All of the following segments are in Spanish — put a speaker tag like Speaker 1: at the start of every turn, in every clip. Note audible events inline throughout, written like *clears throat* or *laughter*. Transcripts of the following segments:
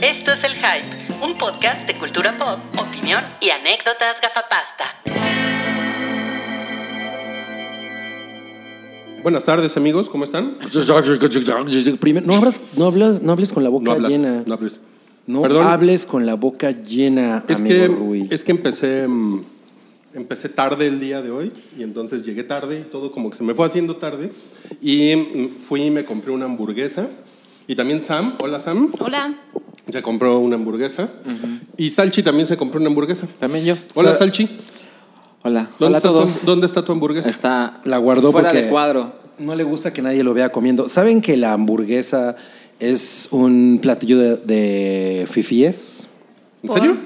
Speaker 1: Esto es El Hype, un podcast de cultura pop, opinión y anécdotas gafapasta.
Speaker 2: Buenas tardes, amigos, ¿cómo están?
Speaker 3: Pues,
Speaker 4: Primero, no, hablas, no, hablas, no hables con la boca
Speaker 2: No hablas,
Speaker 4: llena.
Speaker 2: no hables.
Speaker 4: No
Speaker 2: Perdón.
Speaker 4: hables con la boca llena,
Speaker 2: Es
Speaker 4: amigo
Speaker 2: que,
Speaker 4: Rui.
Speaker 2: es que empecé, mm, empecé tarde el día de hoy y entonces llegué tarde y todo como que se me fue haciendo tarde y mm, fui y me compré una hamburguesa y también Sam, hola Sam,
Speaker 5: Hola.
Speaker 2: se compró una hamburguesa y Salchi también se compró una hamburguesa.
Speaker 6: También yo.
Speaker 2: Hola
Speaker 6: Sa-
Speaker 2: Salchi,
Speaker 6: Hola.
Speaker 2: ¿dónde,
Speaker 6: Hola a
Speaker 2: está
Speaker 6: todos.
Speaker 2: Tu, ¿dónde está tu hamburguesa?
Speaker 6: Está
Speaker 4: La guardó
Speaker 6: fuera
Speaker 4: porque
Speaker 6: de cuadro.
Speaker 4: No le gusta que nadie lo vea comiendo. ¿Saben que la hamburguesa es un platillo de, de fifíes?
Speaker 2: ¿En serio?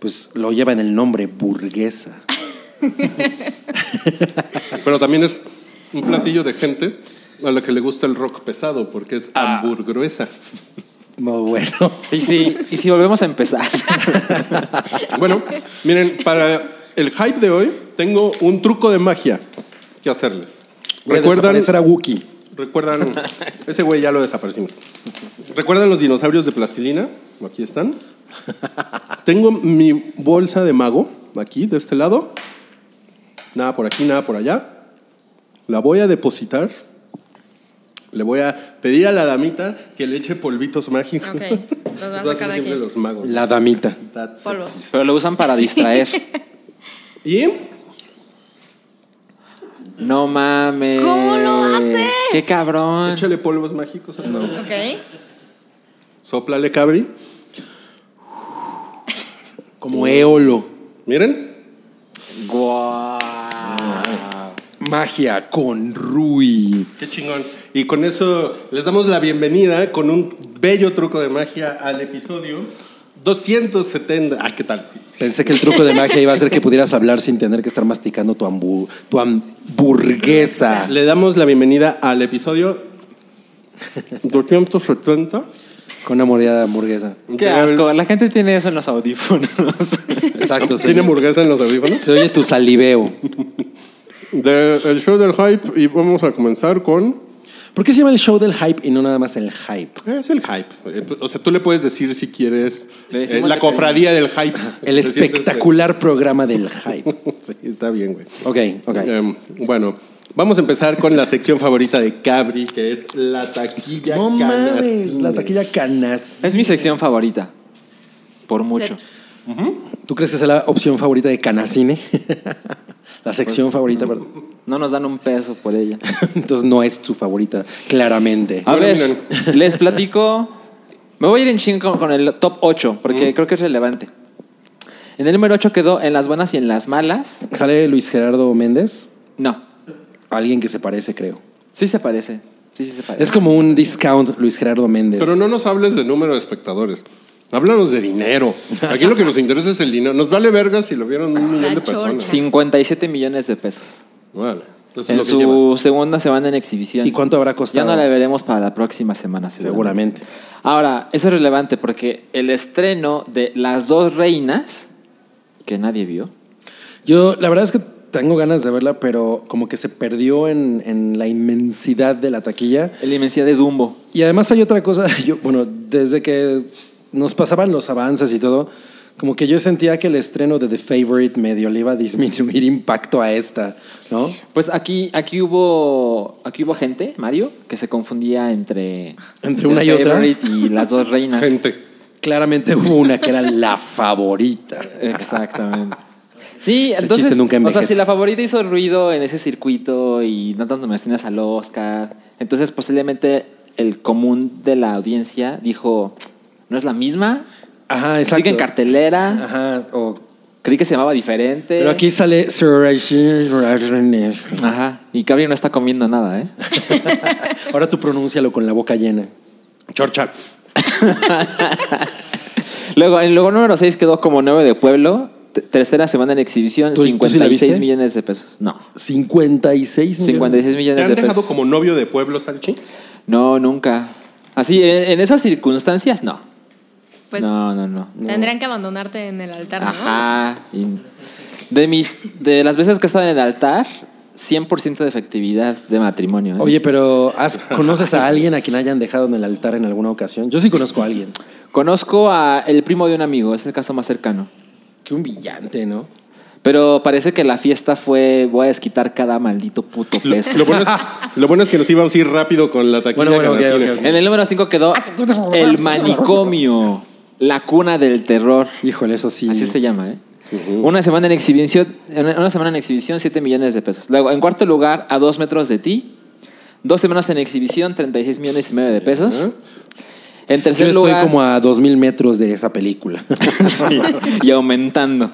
Speaker 4: Pues lo lleva en el nombre burguesa.
Speaker 2: Pero también es un platillo de gente a la que le gusta el rock pesado porque es
Speaker 6: Ah.
Speaker 2: hamburguesa. *laughs*
Speaker 4: No, bueno.
Speaker 6: Y si, y si volvemos a empezar. *laughs*
Speaker 2: Bueno, miren, para el hype de hoy tengo un truco de magia que hacerles.
Speaker 4: Voy a
Speaker 2: ¿Recuerdan?
Speaker 4: desaparecer a Wookie. *laughs*
Speaker 2: ¿Recuerdan? Ese güey ya lo desaparecimos. ¿Recuerdan los dinosaurios de plastilina? Aquí están. Tengo mi bolsa de mago, aquí, de este lado. Nada por aquí, nada por allá. La voy a depositar. Le voy a pedir a la damita que le eche polvitos mágicos.
Speaker 5: Ok, los van
Speaker 2: *laughs*
Speaker 5: a
Speaker 2: Eso hacen
Speaker 5: sacar de
Speaker 2: siempre
Speaker 5: aquí.
Speaker 2: los magos.
Speaker 4: La damita.
Speaker 2: That's it.
Speaker 5: Polvos.
Speaker 6: Pero lo usan para distraer.
Speaker 2: Y
Speaker 6: No mames.
Speaker 5: ¿Cómo lo hace?
Speaker 6: Qué cabrón.
Speaker 2: échale polvos mágicos. a la damita.
Speaker 5: Ok.
Speaker 2: Sóplale, cabri.
Speaker 4: Como Eolo.
Speaker 2: Miren.
Speaker 6: Guau.
Speaker 4: Magia con Rui.
Speaker 2: Qué chingón. Y con eso les damos la bienvenida con un bello truco de magia al episodio 270. Ah, ¿qué tal? Sí.
Speaker 4: Pensé que el truco de magia iba a ser que pudieras hablar sin tener que estar masticando tu, hambu- tu hamburguesa.
Speaker 2: Le damos la bienvenida al episodio 270.
Speaker 4: Con una mordida de hamburguesa.
Speaker 6: Qué asco. La gente tiene eso en los audífonos. *laughs*
Speaker 4: Exacto.
Speaker 2: Tiene
Speaker 4: se-
Speaker 2: hamburguesa en los audífonos.
Speaker 4: se oye tu saliveo.
Speaker 2: De- el show del hype y vamos a comenzar con...
Speaker 4: ¿Por qué se llama el show del hype y no nada más el hype?
Speaker 2: Es el hype. Eh, O sea, tú le puedes decir si quieres
Speaker 6: Le
Speaker 2: eh,
Speaker 6: decimos
Speaker 2: la
Speaker 6: que-
Speaker 2: cofradía del hype.
Speaker 4: El
Speaker 2: Te sientes,
Speaker 4: espectacular programa del hype.
Speaker 2: eh, *laughs* Sí, está bien, güey.
Speaker 4: Ok, ok.
Speaker 2: Em, bueno, vamos a empezar con la sección favorita de Cabri, que es la taquilla
Speaker 4: No mames,
Speaker 2: canastines.
Speaker 4: la taquilla canas.
Speaker 6: Es mi sección favorita. Por mucho.
Speaker 4: ¿Tú crees que es la opción favorita de Canacine? *laughs* la
Speaker 2: Pues,
Speaker 4: sección favorita, perdón. *laughs*
Speaker 6: No nos dan un peso por ella.
Speaker 4: Entonces no es su favorita, claramente.
Speaker 6: A
Speaker 2: Bueno,
Speaker 6: ver, les platico. Me voy a ir en chingo con, con el top 8, porque creo que es relevante. En el número 8 quedó en las buenas y en las malas.
Speaker 4: Sale Luis Gerardo Méndez,
Speaker 6: No.
Speaker 4: alguien que se parece, creo.
Speaker 6: Sí se parece. Sí, sí se parece.
Speaker 4: Es como un discount Luis Gerardo Méndez.
Speaker 2: Pero no nos hables de número de espectadores. Háblanos de dinero. Aquí lo que nos interesa es el dinero. Nos vale verga si lo vieron un millón de personas.
Speaker 5: chorcha.
Speaker 6: 57 millones de pesos.
Speaker 2: Vale, eso es
Speaker 6: en
Speaker 2: lo que
Speaker 6: su
Speaker 2: lleva.
Speaker 6: segunda semana en exhibición.
Speaker 4: ¿Y cuánto habrá costado?
Speaker 6: Ya no la veremos para la próxima semana,
Speaker 4: Seguramente.
Speaker 6: seguramente. Ahora, eso es relevante porque el estreno de Las dos reinas, que nadie vio,
Speaker 4: Yo, la verdad es que tengo ganas de verla, pero como que se perdió en, en la inmensidad de la taquilla.
Speaker 6: la inmensidad de Dumbo.
Speaker 4: Y además hay otra cosa, *laughs* yo, bueno, desde que nos pasaban los avances y todo, como que yo sentía que el estreno de The Favorite medio le iba a disminuir *laughs* impacto a esta, ¿no?
Speaker 6: Pues aquí, aquí hubo aquí hubo gente, Mario, que se confundía entre
Speaker 4: Entre
Speaker 6: The
Speaker 4: una y otra.
Speaker 6: Favourite y las dos reinas.
Speaker 2: Gente.
Speaker 4: Claramente hubo una que era la favorita.
Speaker 6: Exactamente. *laughs* Sí,
Speaker 4: Ese chiste
Speaker 6: entonces,
Speaker 4: nunca
Speaker 6: o sea,
Speaker 4: envejece.
Speaker 6: si la favorita hizo ruido en ese circuito y tantas nominaciones al Oscar, entonces posiblemente el común de la audiencia dijo, no es la misma,
Speaker 4: Ajá,
Speaker 6: sigue en
Speaker 4: Ah, exacto.
Speaker 6: cartelera,
Speaker 4: Ajá, o-
Speaker 6: creí que se llamaba diferente.
Speaker 4: pero aquí sale Sir Rashid Rashid.
Speaker 6: Ajá, y Gabriel no está comiendo nada, ¿eh? *laughs*
Speaker 4: Ahora tú pronúncialo con la boca llena.
Speaker 2: Chorcha.
Speaker 6: Luego, en lugar número 6 quedó como 9 de pueblo, te- tercera semana en exhibición,
Speaker 4: ¿Tú- tú sí la
Speaker 6: 56
Speaker 4: viste?
Speaker 6: millones de pesos. No,
Speaker 4: 56 millones.
Speaker 6: 56
Speaker 2: ¿Te
Speaker 6: millones
Speaker 2: han
Speaker 6: de pesos.
Speaker 2: dejado como novio de pueblo, Salchi?
Speaker 6: No, nunca. Así, en, en esas circunstancias, no.
Speaker 5: Pues
Speaker 6: no, no, no.
Speaker 5: tendrían que abandonarte en el altar, ¿no?
Speaker 6: Ajá. Y de, mis, de las veces que he estado en el altar, 100% de efectividad de matrimonio. ¿eh?
Speaker 4: Oye, pero ¿has- ¿conoces a alguien a quien hayan dejado en el altar en alguna ocasión? Yo sí conozco a alguien.
Speaker 6: Conozco a el primo de un amigo, es el caso más cercano.
Speaker 4: Qué humillante, ¿no?
Speaker 6: Pero parece que la fiesta fue voy a desquitar cada maldito puto peso.
Speaker 2: *laughs* Lo bueno, es, lo bueno es que nos íbamos a ir rápido con la taquilla.
Speaker 4: Bueno, bueno,
Speaker 2: que nos
Speaker 4: ok,
Speaker 2: une.
Speaker 4: ok, ok.
Speaker 6: En el número 5 quedó el manicomio, la cuna del terror.
Speaker 4: Híjole, eso sí.
Speaker 6: Así se llama, ¿eh? Una semana en exhibición, una una semana en exhibición, 7 millones de pesos. Luego, en cuarto lugar, a dos metros de ti. Dos semanas en exhibición, 36 millones y medio de pesos. En
Speaker 4: Yo
Speaker 6: tercer
Speaker 4: estoy
Speaker 6: lugar,
Speaker 4: como a 2000 metros de esa película.
Speaker 6: *laughs* y aumentando.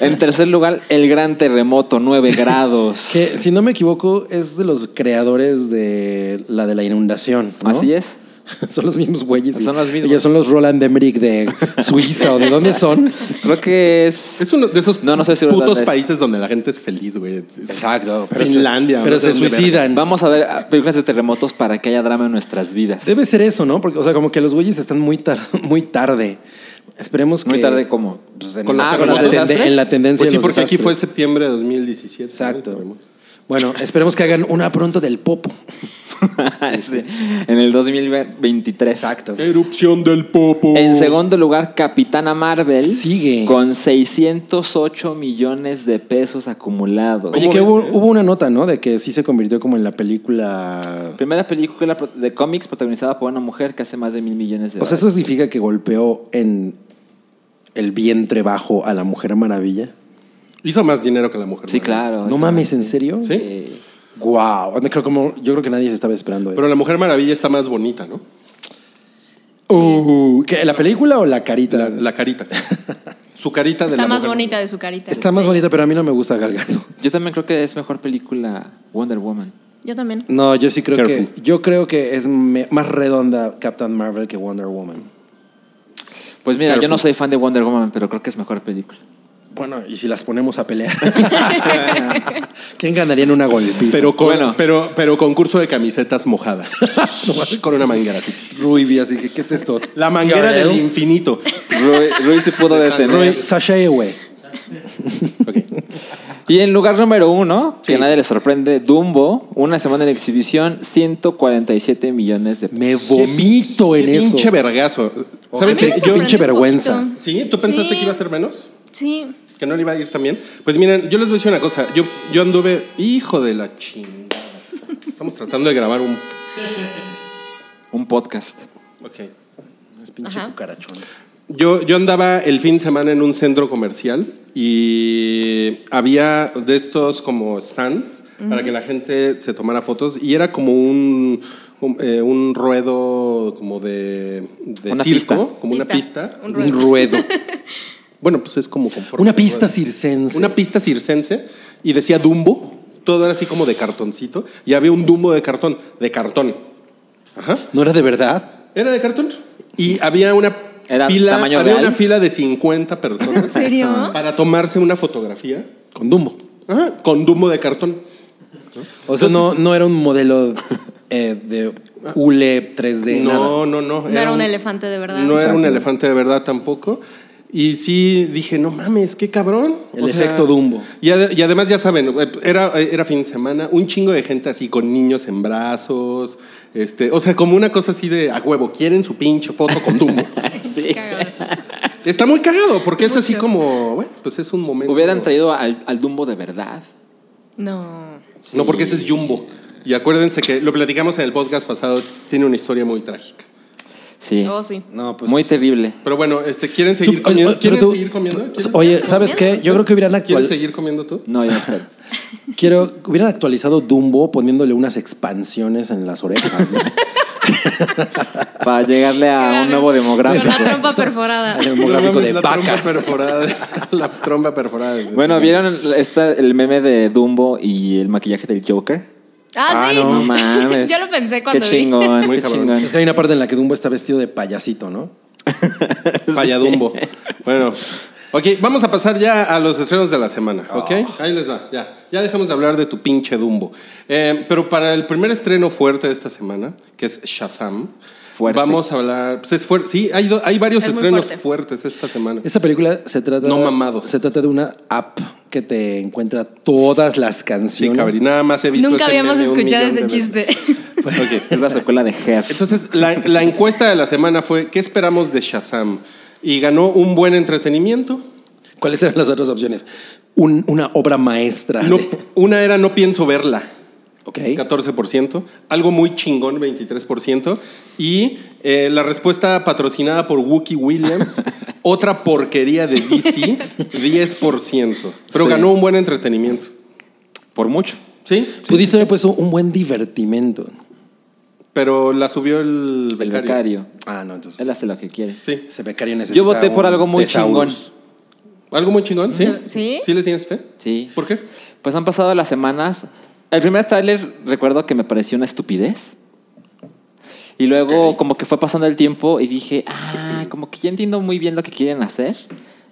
Speaker 6: En tercer lugar, el gran terremoto, 9 grados.
Speaker 4: que, si no me equivoco, es de los creadores de la de la inundación. *laughs* ¿no?
Speaker 6: Así es.
Speaker 4: *laughs* son los mismos güeyes. y-
Speaker 6: Son los mismos.
Speaker 4: y son los Roland Emmerich de Suiza o de dónde
Speaker 6: *laughs*
Speaker 4: son.
Speaker 6: Creo que es.
Speaker 2: Es uno de esos
Speaker 6: No, no sé si lo
Speaker 2: putos
Speaker 6: sabes.
Speaker 2: países donde la gente es feliz, güey.
Speaker 4: Exacto.
Speaker 2: pero Finlandia,
Speaker 4: Pero
Speaker 2: no sé
Speaker 4: se
Speaker 2: dónde
Speaker 4: suicidan.
Speaker 6: Vamos a ver ah, películas de terremotos para que haya drama en nuestras vidas.
Speaker 4: Debe ser eso, ¿no? Porque, o sea, como que los güeyes están muy, tar- muy tarde. Esperemos que.
Speaker 6: Muy tarde, ¿cómo?
Speaker 4: Pues en,
Speaker 6: Ah, ¿Con
Speaker 4: la,
Speaker 6: los terremotos?
Speaker 4: tende- en la tendencia.
Speaker 2: Pues sí,
Speaker 4: de los
Speaker 2: porque aquí fue
Speaker 4: desastres.
Speaker 2: septiembre de 2017.
Speaker 4: Exacto. Bueno, esperemos que hagan una pronto del popo.
Speaker 6: *laughs* Sí, en el 2023.
Speaker 4: Exacto.
Speaker 2: Erupción del popo.
Speaker 6: En segundo lugar, Capitana Marvel.
Speaker 4: Uh. Sigue.
Speaker 6: Con 608 millones de pesos acumulados.
Speaker 4: Oye,
Speaker 2: ¿Cómo
Speaker 4: que
Speaker 2: ves,
Speaker 4: hubo,
Speaker 2: eh?
Speaker 4: hubo una nota, ¿no? De que sí se convirtió como en la película.
Speaker 6: Primera película pro- de cómics protagonizada por una mujer que hace más de mil millones
Speaker 4: O
Speaker 6: de dólares.
Speaker 4: sea, eso significa que golpeó en el vientre bajo a la Mujer Maravilla.
Speaker 2: Hizo más dinero que la mujer.
Speaker 6: sí,
Speaker 2: Maravilla.
Speaker 6: claro.
Speaker 4: No mames, ¿en serio?
Speaker 2: Sí.
Speaker 6: Eh,
Speaker 4: Wow. Creo como, yo creo que nadie se estaba esperando eso.
Speaker 2: Pero la mujer maravilla está más bonita, ¿no?
Speaker 4: Uh, ¿qué, ¿La película o la carita?
Speaker 2: La, la carita. Su carita de
Speaker 5: Está
Speaker 2: la
Speaker 5: más
Speaker 2: mujer.
Speaker 5: bonita de su carita.
Speaker 4: Está más bonita, pero a mí no me gusta Gal Gadot.
Speaker 6: yo también creo que es mejor película Wonder Woman.
Speaker 5: Yo también.
Speaker 4: No, yo sí creo que
Speaker 2: Careful.
Speaker 4: yo creo que es me- más redonda Captain Marvel que Wonder Woman.
Speaker 6: Pues mira, yo
Speaker 2: Careful.
Speaker 6: no soy fan de Wonder Woman, pero creo que es mejor película.
Speaker 4: Bueno, y si las ponemos a pelear. *laughs* ¿Quién ganaría en una golpiza?
Speaker 2: Pero con,
Speaker 6: Bueno.
Speaker 2: pero, pero concurso de camisetas mojadas. con una manguera así.
Speaker 4: Ruby, así que ¿qué es esto?
Speaker 2: La manguera
Speaker 4: TRL.
Speaker 2: del infinito.
Speaker 6: Roy, Roy se pudo
Speaker 4: Ruby,
Speaker 6: detener.
Speaker 4: Sasha güey.
Speaker 6: Y en lugar número uno, que
Speaker 2: Sí.
Speaker 6: a nadie le sorprende, Dumbo, una semana en exhibición, 147 millones de pesos.
Speaker 4: Me vomito en
Speaker 2: Qué
Speaker 4: eso.
Speaker 2: Pinche vergazo.
Speaker 5: A
Speaker 2: ¿Saben
Speaker 5: mí
Speaker 2: qué?
Speaker 5: me
Speaker 2: Yo-
Speaker 5: sorprendió
Speaker 4: pinche
Speaker 5: un
Speaker 4: vergüenza.
Speaker 5: poquito.
Speaker 2: ¿Sí? ¿Tú pensaste
Speaker 5: Sí.
Speaker 2: que iba a ser menos?
Speaker 5: Sí.
Speaker 2: ¿Que no le iba a ir también? Pues miren, yo les voy a decir una cosa. Yo, yo anduve, hijo de la chingada. Estamos tratando de grabar un.
Speaker 6: Un podcast.
Speaker 2: Ok.
Speaker 4: Pinche
Speaker 5: Ajá.
Speaker 4: cucarachón.
Speaker 2: Yo, yo andaba el fin de semana en un centro comercial y había de estos como stands para que la gente se tomara fotos y era como un, un, eh, un ruedo como de, de
Speaker 6: Una
Speaker 2: circo,
Speaker 6: pista.
Speaker 2: como una pista.
Speaker 5: Un
Speaker 4: Un
Speaker 5: ruedo. *laughs*
Speaker 4: ruedo.
Speaker 2: Bueno, pues es como conforme
Speaker 4: una
Speaker 2: al ruedo.
Speaker 4: pista circense.
Speaker 2: Una pista circense y decía Dumbo, todo era así como de cartoncito y había un Dumbo de cartón, de cartón. Ajá.
Speaker 4: ¿No era de verdad?
Speaker 2: Era de cartón. Y había una
Speaker 6: Era
Speaker 2: fila,
Speaker 6: tamaño
Speaker 2: había
Speaker 6: real.
Speaker 2: una fila de
Speaker 5: *laughs*
Speaker 2: 50 personas.
Speaker 5: ¿En serio?
Speaker 2: Para tomarse una fotografía
Speaker 4: Con Dumbo.
Speaker 2: ajá, con Dumbo de cartón.
Speaker 4: O sea,
Speaker 2: Entonces-
Speaker 4: no, no era un modelo eh, de hule 3D. nada.
Speaker 2: No, no, no.
Speaker 5: No era un elefante de verdad.
Speaker 2: No era un
Speaker 4: Exacto.
Speaker 2: elefante de verdad tampoco. Y sí dije, no mames, qué cabrón.
Speaker 4: El efecto Dumbo.
Speaker 2: Y, ade- y además, ya saben, eh, era, era fin de semana, un chingo de gente así con niños en brazos. Este, o sea, como una cosa así de a huevo, quieren su pinche foto con
Speaker 4: *laughs*
Speaker 2: Dumbo.
Speaker 6: Sí.
Speaker 5: Cagado.
Speaker 2: Está muy cagado, porque es así como, bueno, pues es un momento.
Speaker 6: Hubieran traído al, al Dumbo de verdad.
Speaker 5: No.
Speaker 2: No, porque ese es Jumbo. Y acuérdense que lo platicamos en el podcast pasado, tiene una historia muy trágica.
Speaker 6: Sí.
Speaker 5: Oh, sí.
Speaker 2: Ah,
Speaker 4: No,
Speaker 6: Muy terrible.
Speaker 2: Pero bueno, este, ¿quieren
Speaker 4: Tú-
Speaker 2: seguir
Speaker 4: oye,
Speaker 2: comiendo?
Speaker 4: pero
Speaker 2: ¿Quieren
Speaker 4: tú-
Speaker 2: seguir comiendo? ¿eh? ¿Quieres-
Speaker 4: Oye, ¿sabes qué? Yo creo que hubieran
Speaker 2: ¿Quieres
Speaker 4: actualizado.
Speaker 2: seguir comiendo tú?
Speaker 6: No, yo espero.
Speaker 4: Quiero, hubieran actualizado Dumbo poniéndole unas expansiones en las
Speaker 2: *laughs*
Speaker 4: orejas. ¿no?
Speaker 6: *laughs* Para llegarle a un nuevo
Speaker 5: Con
Speaker 6: demográfico.
Speaker 5: la trompa
Speaker 2: *laughs*
Speaker 5: perforada.
Speaker 4: El demográfico de
Speaker 2: la
Speaker 4: vacas.
Speaker 2: Trompa perforada, *laughs* de- la trompa perforada. de-
Speaker 6: Bueno, ¿vieron esta- el meme de Dumbo y el maquillaje del Joker?
Speaker 5: Ah, sí.
Speaker 6: No
Speaker 5: *laughs*
Speaker 6: mames.
Speaker 5: Yo lo pensé cuando
Speaker 6: Qué
Speaker 5: vi.
Speaker 6: chingón,
Speaker 2: Muy
Speaker 6: qué
Speaker 2: cabrón.
Speaker 6: chingón.
Speaker 4: Es que hay una parte en la que Dumbo está vestido de payasito, ¿no?
Speaker 2: Falladumbo. Bueno. Ok, vamos a pasar ya a los estrenos de la semana, ¿ok? Ahí les va, ya. Ya dejamos de hablar de tu pinche Dumbo. Eh, pero para el primer estreno fuerte de esta semana, que es Shazam,
Speaker 6: Fuerte.
Speaker 2: vamos a hablar. Pues es fuerte. Sí, hay, do- hay varios
Speaker 5: Es muy
Speaker 2: estrenos
Speaker 5: fuerte.
Speaker 2: fuertes esta semana.
Speaker 4: Esta película se trata.
Speaker 2: No mamados.
Speaker 4: Se trata de una app que te encuentra todas las
Speaker 2: Sí,
Speaker 4: canciones.
Speaker 2: cabrón, nada más he visto
Speaker 5: Nunca
Speaker 2: ese
Speaker 5: habíamos
Speaker 2: meme un
Speaker 5: escuchado
Speaker 2: millón
Speaker 5: ese
Speaker 2: de veces.
Speaker 5: chiste. *laughs*
Speaker 6: Es la secuela de Her.
Speaker 2: Entonces, la, la encuesta de la semana fue: ¿Qué esperamos de Shazam? Y ganó un buen entretenimiento.
Speaker 3: ¿Cuáles eran las otras opciones? Un- una obra maestra.
Speaker 2: No-
Speaker 3: de-
Speaker 2: una era no pienso verla.
Speaker 3: Ok.
Speaker 2: 14%. Algo muy chingón, 23%. Y eh, la respuesta patrocinada por Wookie
Speaker 6: *laughs*
Speaker 2: Williams, otra porquería de DC, 10%. Pero
Speaker 6: Sí.
Speaker 2: ganó un buen entretenimiento.
Speaker 6: Por mucho.
Speaker 2: Sí,
Speaker 3: Pudiste haber puesto un buen divertimento.
Speaker 2: pero la subió el becario.
Speaker 6: El becario.
Speaker 3: Ah, no, entonces.
Speaker 6: Él hace lo que quiere.
Speaker 2: Sí.
Speaker 3: Ese becario necesita
Speaker 6: Yo voté por
Speaker 3: un
Speaker 6: algo muy
Speaker 3: tesaurus.
Speaker 6: chingón.
Speaker 2: ¿Algo muy chingón? ¿Sí?
Speaker 5: ¿Sí?
Speaker 2: ¿Sí le tienes fe?
Speaker 6: Sí.
Speaker 2: ¿Por qué?
Speaker 6: Pues han pasado las semanas. El primer tráiler recuerdo que me pareció una estupidez. Y luego como que fue pasando el tiempo y dije, ah, como que ya entiendo muy bien lo que quieren hacer.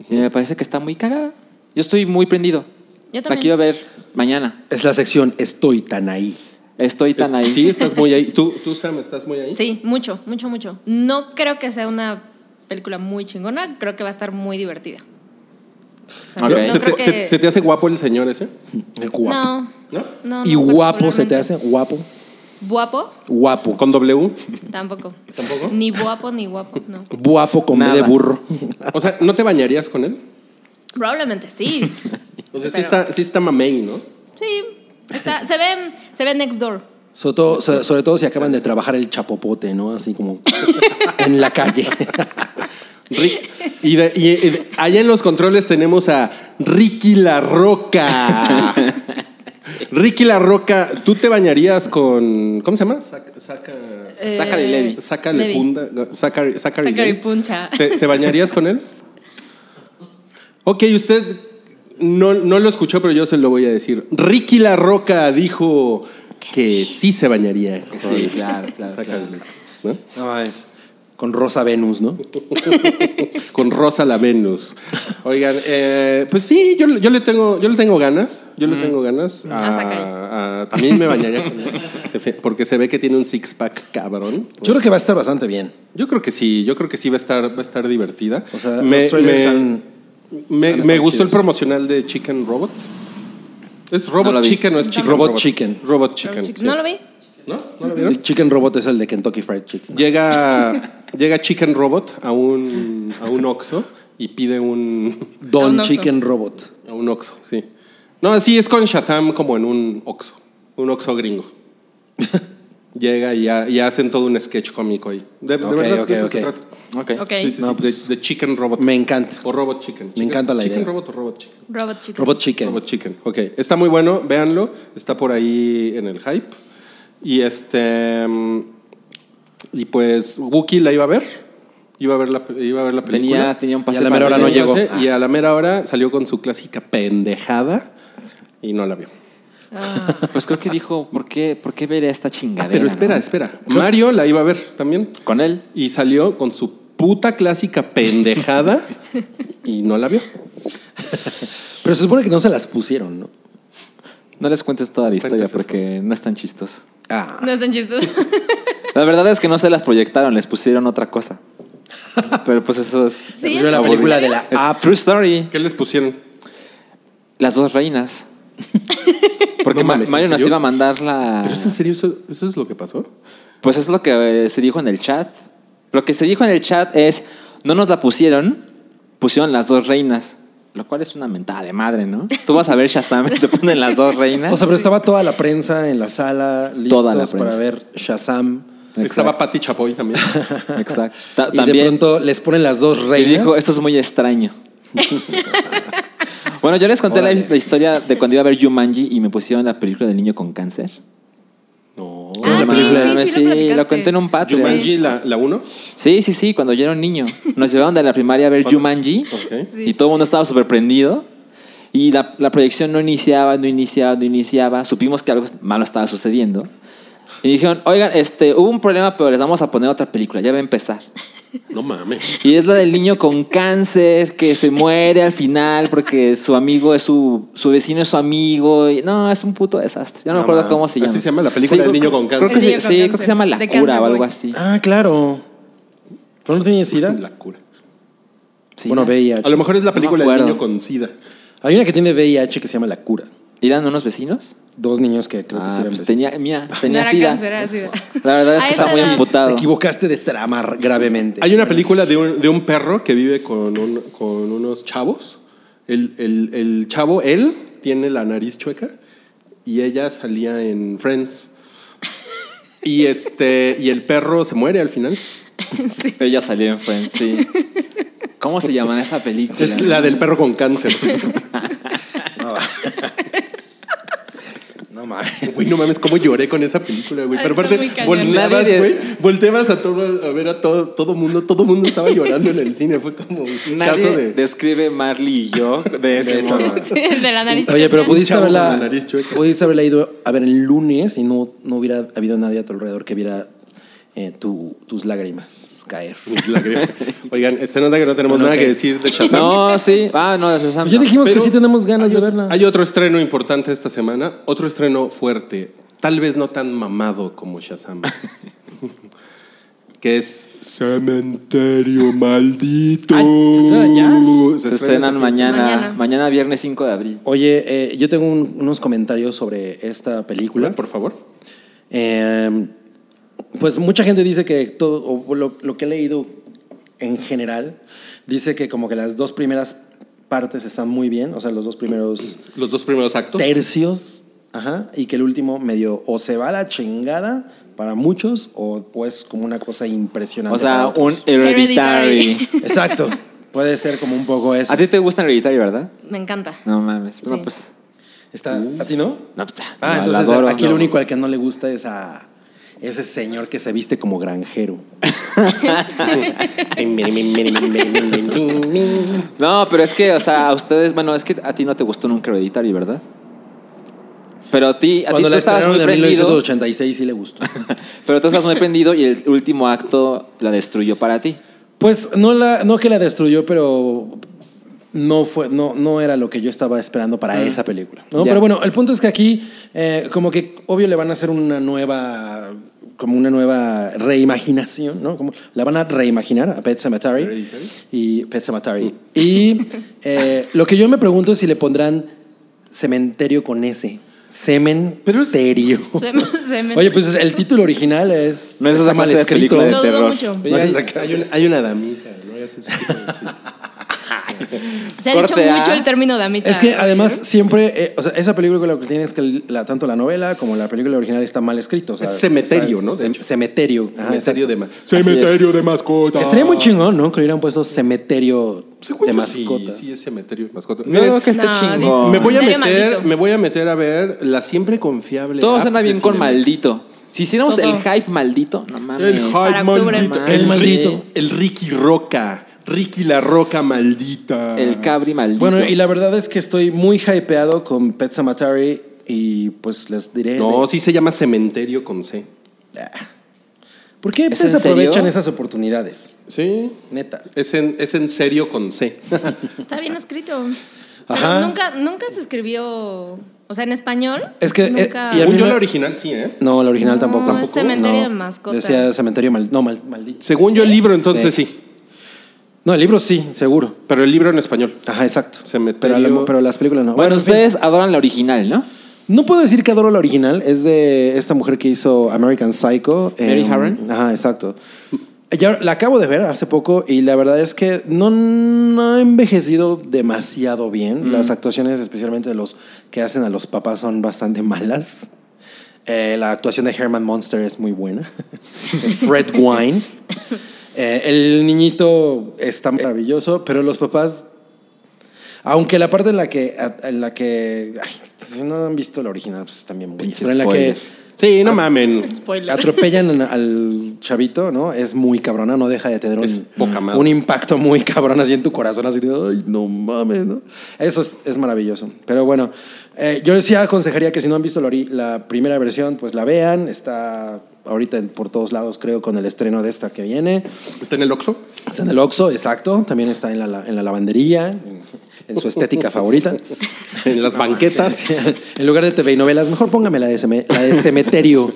Speaker 6: Y me parece que está muy cagada. Yo estoy muy prendido.
Speaker 5: Yo
Speaker 6: La
Speaker 5: también.
Speaker 6: quiero ver mañana.
Speaker 3: Es la sección Estoy tan ahí.
Speaker 6: Estoy tan ahí.
Speaker 2: Sí, estás muy
Speaker 6: *laughs*
Speaker 2: ahí. ¿Tú, tú, Sam, estás muy ahí?
Speaker 5: Sí, mucho, mucho, mucho. No creo que sea una película muy chingona, creo que va a estar muy divertida. O sea,
Speaker 6: Ok.
Speaker 5: no
Speaker 2: ¿Se,
Speaker 5: creo
Speaker 2: te, se-
Speaker 5: que-
Speaker 2: se te hace guapo el señor ese?
Speaker 3: Guapo.
Speaker 5: No,
Speaker 2: ¿No?
Speaker 5: no,
Speaker 3: ¿Y
Speaker 5: no
Speaker 3: guapo se te hace?
Speaker 5: particularmente.
Speaker 3: Guapo.
Speaker 5: ¿Guapo?
Speaker 3: Guapo.
Speaker 2: ¿Con W?
Speaker 5: Tampoco.
Speaker 2: ¿Tampoco?
Speaker 5: Ni guapo, ni guapo, no.
Speaker 3: Guapo con B de
Speaker 6: Nada.
Speaker 3: burro.
Speaker 2: O sea, ¿no te bañarías con él?
Speaker 5: *laughs* Probablemente sí.
Speaker 2: O sea, sí
Speaker 5: Pero-
Speaker 2: está, sí está mamey, ¿no?
Speaker 5: Sí. Está, se, ve, se ve next door.
Speaker 3: Sobre todo, so- sobre todo si acaban de trabajar el chapopote, ¿no? Así como *laughs* en la calle.
Speaker 2: Rick. Y, de- y- y de- allá en los controles tenemos a Ricky La Roca. Ricky La Roca, ¿tú te bañarías con. ¿Cómo se llama? Saca. Saca.
Speaker 6: Zachary
Speaker 5: Eh,
Speaker 6: Levi.
Speaker 2: Zachary
Speaker 5: Levi.
Speaker 2: Punda. Zachary- Zachary
Speaker 5: Zachary
Speaker 2: Levi.
Speaker 5: Puncha.
Speaker 2: ¿Te, te bañarías con él? Ok, usted no, no lo escuchó, pero yo se lo voy a decir. Ricky La Roca dijo que sí se bañaría con
Speaker 6: Sí, claro, claro,
Speaker 2: Zachary
Speaker 6: claro.
Speaker 2: Levi, ¿no?
Speaker 3: No, es con Rosa Venus, ¿no?
Speaker 2: con Rosa la Venus. Oigan, eh, pues sí, yo, yo le tengo, yo le tengo ganas. Yo le tengo ganas.
Speaker 6: Ah,
Speaker 5: A Zachary.
Speaker 2: a- también me bañaría con él, efe- porque se ve que tiene un six pack cabrón.
Speaker 3: Yo creo que va a estar bastante bien.
Speaker 2: Yo creo que sí, yo creo que sí va a estar, va a estar divertida.
Speaker 3: O sea, los trailers han-
Speaker 2: me- me
Speaker 3: han estado
Speaker 2: gustó el
Speaker 3: chidos.
Speaker 2: promocional de Chicken Robot. ¿Es Robot
Speaker 6: lo vi.
Speaker 2: Chicken o es Chicken
Speaker 3: Robot Chicken.
Speaker 2: Robot Chicken. sí.
Speaker 5: ¿No lo vi?
Speaker 2: ¿No? ¿No lo vieron?
Speaker 3: Sí, Chicken Robot es el de Kentucky Fried Chicken.
Speaker 2: Llega, llega Chicken Robot a un, a un Oxxo y pide un,
Speaker 3: Don
Speaker 5: Un oso.
Speaker 3: Chicken Robot.
Speaker 2: A un Oxxo, sí. No, sí, es con Shazam como en un Oxxo, un Oxxo gringo. Llega y, ha- y hacen todo un sketch cómico ahí. De, de
Speaker 3: Ok,
Speaker 2: verdad,
Speaker 3: ok,
Speaker 2: de eso
Speaker 3: ok.
Speaker 2: se trata.
Speaker 6: Ok.
Speaker 5: Ok.
Speaker 2: Sí, sí,
Speaker 3: No,
Speaker 2: sí,
Speaker 3: pues,
Speaker 2: de, de Chicken Robot.
Speaker 3: Me encanta.
Speaker 2: o Robot Chicken. Chicken-
Speaker 3: encanta la
Speaker 2: Chicken
Speaker 3: idea.
Speaker 2: Robot o Robot Chicken.
Speaker 5: Robot Chicken.
Speaker 3: Robot Chicken.
Speaker 2: Robot Chicken, ok. Está muy bueno, véanlo. Está por ahí en el hype. Y este... mm, Y pues Wookiee la iba a ver. Iba a ver la, iba a ver la película.
Speaker 6: Tenía, tenía un
Speaker 3: Y
Speaker 6: pase
Speaker 3: a la
Speaker 6: para
Speaker 3: mera hora
Speaker 6: ver.
Speaker 3: no
Speaker 2: Ahora
Speaker 3: llegó.
Speaker 2: Y a la mera hora salió con su clásica pendejada y no la vio.
Speaker 6: *laughs* Pues creo que dijo, ¿por qué, por qué ver esta chingadera?
Speaker 2: Pero espera,
Speaker 6: no?
Speaker 2: espera. Mario la iba a ver también
Speaker 6: Con él.
Speaker 2: y salió con su puta clásica
Speaker 3: *laughs*
Speaker 2: pendejada y no la vio.
Speaker 3: Pero se supone que no se las pusieron, ¿no?
Speaker 6: No les cuentes toda la historia
Speaker 2: Cuentes eso.
Speaker 6: porque no es tan chistoso.
Speaker 3: Ah.
Speaker 5: No son chistes.
Speaker 6: La verdad es que no se las proyectaron, les pusieron otra cosa. *laughs* Pero pues eso es.
Speaker 5: *laughs* Sí,
Speaker 3: Yo
Speaker 5: es
Speaker 3: la
Speaker 5: una
Speaker 3: película de
Speaker 5: serie.
Speaker 3: la
Speaker 6: es
Speaker 3: app.
Speaker 6: Ah, True Story.
Speaker 2: ¿Qué les pusieron?
Speaker 6: Las dos reinas. Porque
Speaker 2: No
Speaker 6: Ma-
Speaker 2: mames, ¿en
Speaker 6: Mario nos
Speaker 2: serio?
Speaker 6: iba a mandar la.
Speaker 2: ¿Pero es en serio eso, eso es lo que pasó?
Speaker 6: Pues es lo que eh, se dijo en el chat. Lo que se dijo en el chat es: no nos la pusieron, pusieron las dos reinas. Lo cual es una mentada de madre, ¿no? Tú vas a ver Shazam y te ponen las dos
Speaker 4: *laughs*
Speaker 6: reinas.
Speaker 3: O sea, pero estaba toda la prensa en la sala, listos
Speaker 6: Toda la
Speaker 3: para
Speaker 6: prensa.
Speaker 3: ver Shazam.
Speaker 6: Exacto.
Speaker 2: Estaba Patti Chapoy también.
Speaker 3: *laughs*
Speaker 6: Exacto. Ta-
Speaker 3: Y de
Speaker 6: también-
Speaker 3: pronto les ponen las dos
Speaker 6: Y
Speaker 3: reinas.
Speaker 6: dijo, esto es muy extraño. bueno, yo les conté la,
Speaker 3: Órale.
Speaker 6: la historia de cuando iba a ver Jumanji y me pusieron la película del niño con cáncer.
Speaker 2: No.
Speaker 5: Ah,
Speaker 6: La
Speaker 5: sí,
Speaker 6: película,
Speaker 5: sí, sí, lo platicaste.
Speaker 6: lo conté en un
Speaker 3: Ah,
Speaker 6: Patreon.
Speaker 2: Jumanji, la, la uno.
Speaker 6: Sí, sí, sí, cuando yo era un niño. Nos llevaron de la primaria a ver Jumanji
Speaker 2: Ok.
Speaker 5: Sí.
Speaker 6: y todo el mundo estaba súper prendido. Y la, la proyección no iniciaba, no iniciaba, no iniciaba. Supimos que algo malo estaba sucediendo. Y dijeron, oigan, este, hubo un problema, pero les vamos a poner otra película, ya va a empezar.
Speaker 2: No mames.
Speaker 6: Y es la del niño con cáncer que se muere al final porque su amigo es su, su vecino es su amigo. Y, no, es un puto desastre. Yo no,
Speaker 3: No
Speaker 6: me acuerdo
Speaker 3: mames.
Speaker 6: cómo se
Speaker 2: Así
Speaker 6: llama.
Speaker 2: se llama la película del
Speaker 6: creo-
Speaker 2: niño con
Speaker 6: creo
Speaker 2: cáncer.
Speaker 6: que
Speaker 5: El
Speaker 6: se-
Speaker 5: niño con
Speaker 6: sí, creo
Speaker 5: cáncer,
Speaker 6: que se llama La
Speaker 5: de
Speaker 6: Cura
Speaker 5: Cancer
Speaker 6: o algo
Speaker 5: Boy.
Speaker 6: así.
Speaker 3: Ah, claro. ¿Tú no tienes SIDA?
Speaker 2: La cura.
Speaker 6: Sí,
Speaker 3: bueno,
Speaker 6: ya.
Speaker 3: VIH.
Speaker 2: A lo mejor es la
Speaker 6: No
Speaker 2: película del
Speaker 6: acuerdo.
Speaker 2: niño con sida.
Speaker 3: Hay una que tiene VIH que se llama La Cura.
Speaker 6: ¿Eran unos vecinos?
Speaker 4: Dos niños que creo que
Speaker 6: Ah,
Speaker 4: sí eran
Speaker 6: pues
Speaker 4: vecinos.
Speaker 6: tenía, mira,
Speaker 5: No
Speaker 6: tenía
Speaker 5: era
Speaker 6: sida.
Speaker 5: cáncer, era sida.
Speaker 6: La verdad es
Speaker 5: A
Speaker 6: que
Speaker 5: esa
Speaker 6: está muy
Speaker 5: edad,
Speaker 4: Te
Speaker 6: emputado.
Speaker 4: equivocaste de trama gravemente.
Speaker 2: Hay una película de un, de un perro que vive con, un- con unos chavos. El, el- el chavo, él, tiene la nariz chueca y ella salía en Friends. Y, este, y el perro se muere al final.
Speaker 6: Ella salía en Friends,
Speaker 5: *laughs*
Speaker 6: sí. ¿Cómo se llama esa película?
Speaker 2: Es la del perro con cáncer.
Speaker 4: No mames.
Speaker 2: Güey, no mames, cómo lloré con esa película, güey.
Speaker 5: Ay,
Speaker 2: Pero
Speaker 5: está
Speaker 2: aparte,
Speaker 5: muy cañón.
Speaker 2: volteabas,
Speaker 6: Nadie de-
Speaker 2: güey, volteabas a todo, a ver a todo, todo mundo, todo mundo estaba llorando en el cine. Fue como un
Speaker 6: Nadie
Speaker 2: caso de.
Speaker 6: describe Marley y
Speaker 5: *laughs*
Speaker 6: yo de ese
Speaker 2: Eso.
Speaker 6: modo.
Speaker 5: *laughs* Sí, el de la
Speaker 4: *laughs*
Speaker 5: nariz.
Speaker 4: Oye, pero
Speaker 5: chueca.
Speaker 4: pudiste
Speaker 2: chavo con la
Speaker 4: haberla,
Speaker 2: nariz chueca.
Speaker 4: pudiste haberla ido a ver el lunes y no, no hubiera habido nadie a tu alrededor que viera eh, tu- tus lágrimas caer.
Speaker 2: mis lágrimas. Oigan, se nota que no tenemos
Speaker 4: Bueno,
Speaker 2: nada
Speaker 4: ok.
Speaker 2: que decir de
Speaker 5: Pues
Speaker 2: Shazam.
Speaker 6: No, sí. Ah, no, de
Speaker 4: *laughs*
Speaker 6: Shazam
Speaker 4: Ya
Speaker 6: no.
Speaker 4: dijimos que
Speaker 2: Pero
Speaker 4: sí tenemos ganas
Speaker 2: hay
Speaker 4: de
Speaker 2: ot-
Speaker 4: verla.
Speaker 2: Hay otro estreno importante esta semana, otro estreno fuerte, tal vez no tan mamado como Shazam. que es Cementerio Maldito.
Speaker 6: Ah, ¿se estrena
Speaker 2: Se
Speaker 6: ya? Se
Speaker 2: pues, estrena esta
Speaker 6: estrenan mañana,
Speaker 5: Mañana.
Speaker 6: mañana. viernes 5 de abril.
Speaker 4: Oye, eh, yo tengo un- unos comentarios sobre esta película.
Speaker 2: película, Por favor.
Speaker 4: Eh, pues mucha gente dice que todo, o lo, lo que he leído en general, dice que como que las dos primeras partes están muy bien, o sea, los dos primeros
Speaker 2: Los dos primeros actos.
Speaker 4: tercios, ajá, y que el último medio o se va a la chingada para muchos o pues como una cosa impresionante.
Speaker 6: O sea,
Speaker 4: para
Speaker 6: un
Speaker 4: otros.
Speaker 6: hereditary.
Speaker 5: Hereditary.
Speaker 4: Exacto, puede ser como un poco eso.
Speaker 6: A ti te gustan hereditary, ¿verdad?
Speaker 5: Me encanta.
Speaker 6: No mames.
Speaker 5: Sí.
Speaker 6: No, pues.
Speaker 4: Está- ¿A ti no?
Speaker 6: No, pues,
Speaker 4: Ah,
Speaker 6: no, la
Speaker 4: entonces
Speaker 6: adoro,
Speaker 4: aquí
Speaker 6: no.
Speaker 4: el único al que no le gusta es a ese señor que se viste como granjero.
Speaker 6: No, pero es que, o sea, a ustedes, bueno, es que a ti no te gustó nunca hereditary, ¿verdad? Pero a ti, a ti
Speaker 4: Cuando
Speaker 6: tú
Speaker 4: la
Speaker 6: estabas
Speaker 4: estrenaron
Speaker 6: muy
Speaker 4: en
Speaker 6: prendido.
Speaker 4: 1986 sí le gustó.
Speaker 6: *laughs* Pero tú estás muy prendido y el último acto la destruyó para ti.
Speaker 4: Pues no la, no que la destruyó, pero no fue, no, no era lo que yo estaba esperando para esa película. ¿no?
Speaker 6: Mm. Ya.
Speaker 4: Pero bueno, el punto es que aquí, eh, como que obvio le van a hacer una nueva, como una nueva reimaginación, ¿no? Como la van a reimaginar a Pet Sematary
Speaker 2: Hereditary.
Speaker 4: y Pet
Speaker 6: Mm.
Speaker 4: Sematary.
Speaker 6: *laughs*
Speaker 4: Y eh, lo que yo me pregunto es si le pondrán cementerio con S. Cementerio.
Speaker 5: Sem- semen.
Speaker 4: Oye, pues el título original es
Speaker 6: No es
Speaker 4: está
Speaker 6: esa
Speaker 4: mal
Speaker 6: clase de
Speaker 4: escrito.
Speaker 6: película ¿eh? de
Speaker 5: Lo
Speaker 6: terror.
Speaker 5: dudo mucho.
Speaker 2: Oye,
Speaker 4: No
Speaker 2: hay,
Speaker 4: se saca-
Speaker 2: hay una, hay una damita, ¿no? Ya se saca el chiste.
Speaker 5: Se ha dicho
Speaker 6: Corte A.
Speaker 5: mucho el término damita.
Speaker 4: Es que además siempre, eh, o sea, esa película lo que tiene es que el- la, tanto la novela como la película original está mal escrito. o sea,
Speaker 2: Es cementerio,
Speaker 4: está-
Speaker 2: ¿no? De
Speaker 4: cem-
Speaker 2: hecho.
Speaker 4: cementerio. ajá,
Speaker 2: Cementerio de, ma-
Speaker 6: es.
Speaker 2: cementerio de mascotas.
Speaker 4: exacto. Estaría muy chingón, ¿no? Que le hubieran puesto cementerio
Speaker 2: Según
Speaker 4: de
Speaker 2: yo, sí,
Speaker 4: mascotas.
Speaker 2: Sí, es cementerio de mascotas.
Speaker 6: No,
Speaker 2: Miren,
Speaker 6: que esté
Speaker 5: No,
Speaker 6: chingón.
Speaker 5: dices-
Speaker 2: me voy a
Speaker 5: Cementerio
Speaker 2: meter,
Speaker 5: maldito.
Speaker 2: me voy a meter a ver la siempre confiable.
Speaker 6: Todo
Speaker 2: app
Speaker 6: suena
Speaker 2: de
Speaker 6: bien con
Speaker 2: Cinemex.
Speaker 6: maldito. Si hiciéramos
Speaker 5: Todo.
Speaker 6: el hype maldito, no mames.
Speaker 2: El hype
Speaker 5: Para octubre.
Speaker 2: maldito.
Speaker 6: Madre.
Speaker 2: El maldito. El Ricky Roca. Ricky la Roca maldita.
Speaker 6: El cabri maldito.
Speaker 4: Bueno, y la verdad es que estoy muy hypeado con Pet Sematary y pues les diré. Ah.
Speaker 2: No, sí se llama cementerio con C.
Speaker 4: ¿Por qué
Speaker 6: ¿Es
Speaker 4: se
Speaker 6: en serio?
Speaker 4: aprovechan esas oportunidades?
Speaker 2: Sí.
Speaker 4: Neta.
Speaker 2: Es en, es en serio con C.
Speaker 5: Está bien escrito.
Speaker 4: Ajá.
Speaker 5: Pero nunca, nunca se escribió. O sea, en español.
Speaker 4: Es que, eh,
Speaker 5: Nunca...
Speaker 4: sí, a mí
Speaker 2: Según yo,
Speaker 4: me-
Speaker 2: la original sí, ¿eh?
Speaker 4: No, la original
Speaker 5: No,
Speaker 4: tampoco.
Speaker 5: es
Speaker 4: tampoco.
Speaker 5: cementerio
Speaker 4: No.
Speaker 5: de mascotas.
Speaker 4: Decía cementerio mal, no, mal- maldito.
Speaker 2: Según yo, el libro, entonces
Speaker 4: Sí.
Speaker 2: sí.
Speaker 4: No, el libro sí, seguro.
Speaker 2: Pero el libro en español.
Speaker 4: Ajá, exacto.
Speaker 2: Cementerio.
Speaker 4: Pero, a lo- pero las películas no.
Speaker 6: Bueno, ustedes adoran la original, ¿no?
Speaker 4: No puedo decir que adoro la original. Es de esta mujer que hizo American Psycho.
Speaker 6: Mary
Speaker 4: em,
Speaker 6: Harron.
Speaker 4: Ajá, exacto. Ya la acabo de ver hace poco y la verdad es que no, no ha envejecido demasiado bien.
Speaker 6: Mm.
Speaker 4: Las actuaciones, especialmente de los que hacen a los papás, son bastante *laughs* malas. Eh, la actuación de Herman Monster es muy buena. *laughs* Fred Wine. Eh, el niñito está maravilloso, pero los papás aunque la parte en la que. En la que ay, si no han visto la original, pues también muy
Speaker 6: Pinche
Speaker 4: Pero en la que
Speaker 6: spoiler.
Speaker 2: Sí, no mamen.
Speaker 5: Spoiler.
Speaker 4: atropellan al chavito, ¿no? Es muy cabrona, no deja de tener
Speaker 2: Es
Speaker 4: un,
Speaker 2: poca madre.
Speaker 4: un impacto muy cabrón así en tu corazón, así de, ay, no mames, ¿no? Eso es, es maravilloso. Pero bueno, eh, yo sí aconsejaría que si no han visto la, ori- la primera versión, pues la vean. Está ahorita en- por todos lados, creo, con el estreno de esta que viene.
Speaker 2: ¿Está en el Oxxo?
Speaker 4: Está en el Oxxo, exacto. También está en la, la- en la lavandería, en- en su estética favorita.
Speaker 2: En
Speaker 4: Ah,
Speaker 2: las banquetas.
Speaker 4: *laughs* en lugar de TV y novelas, mejor póngame la de, ceme- la de cementerio.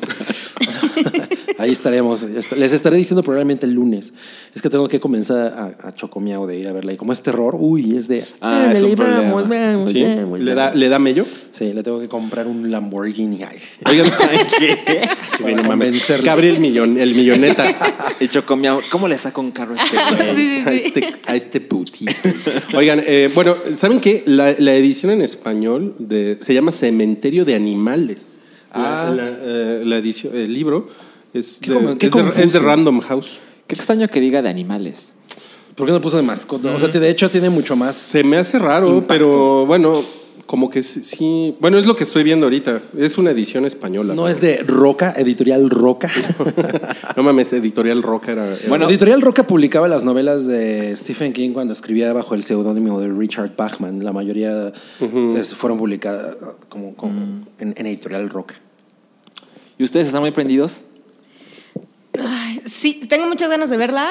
Speaker 4: Ahí estaremos. Est- Les estaré diciendo probablemente el lunes. Es que tengo que comenzar a, a chocomiao de ir a verla. Y como es terror, uy, es de.
Speaker 6: Ah, es un
Speaker 4: "Ándale,
Speaker 6: problema".
Speaker 4: vamos, vamos,
Speaker 2: ¿Sí?
Speaker 4: vamos,
Speaker 2: ¿Le da,
Speaker 4: vamos".
Speaker 2: ¿Le da mello?
Speaker 4: Sí, le tengo que comprar un Lamborghini. Ay, *laughs*
Speaker 2: Oigan, ¿qué? Sí, güey, no mames.
Speaker 4: convencerlo.
Speaker 2: Cabre el, millon, el
Speaker 4: *laughs*
Speaker 2: millonetas
Speaker 6: Y Chocomiao, ¿cómo le saco un carro a este güey?
Speaker 5: Sí, sí,
Speaker 2: a,
Speaker 5: sí.
Speaker 2: este, a este putito. *laughs* Oigan, eh, bueno, ¿saben qué? La, la edición en español de, se llama Cementerio de Animales. La- La, eh, la edición, el libro es de,
Speaker 4: como- Ah. qué
Speaker 2: es de-
Speaker 4: confuso.
Speaker 2: es de Random House.
Speaker 6: *laughs* Qué extraño que diga de animales.
Speaker 4: ¿Por qué no puso de mascota? O sea, te- de hecho tiene mucho más.
Speaker 2: Se me hace raro,
Speaker 4: Impacto.
Speaker 2: pero bueno, como que sí- sí. Bueno, es lo que estoy viendo ahorita. Es una edición española.
Speaker 4: No es de Roca, editorial Roca.
Speaker 2: *laughs* No mames, Editorial Roca era. era-
Speaker 6: Bueno.
Speaker 4: Editorial Roca publicaba las novelas de Stephen King cuando escribía bajo el seudónimo de Richard Bachman. La mayoría es- fueron publicadas como, como
Speaker 5: Mm.
Speaker 4: en, en Editorial Roca.
Speaker 6: ¿Y ustedes están muy prendidos?
Speaker 5: Ay, *laughs* sí, tengo muchas ganas de verla.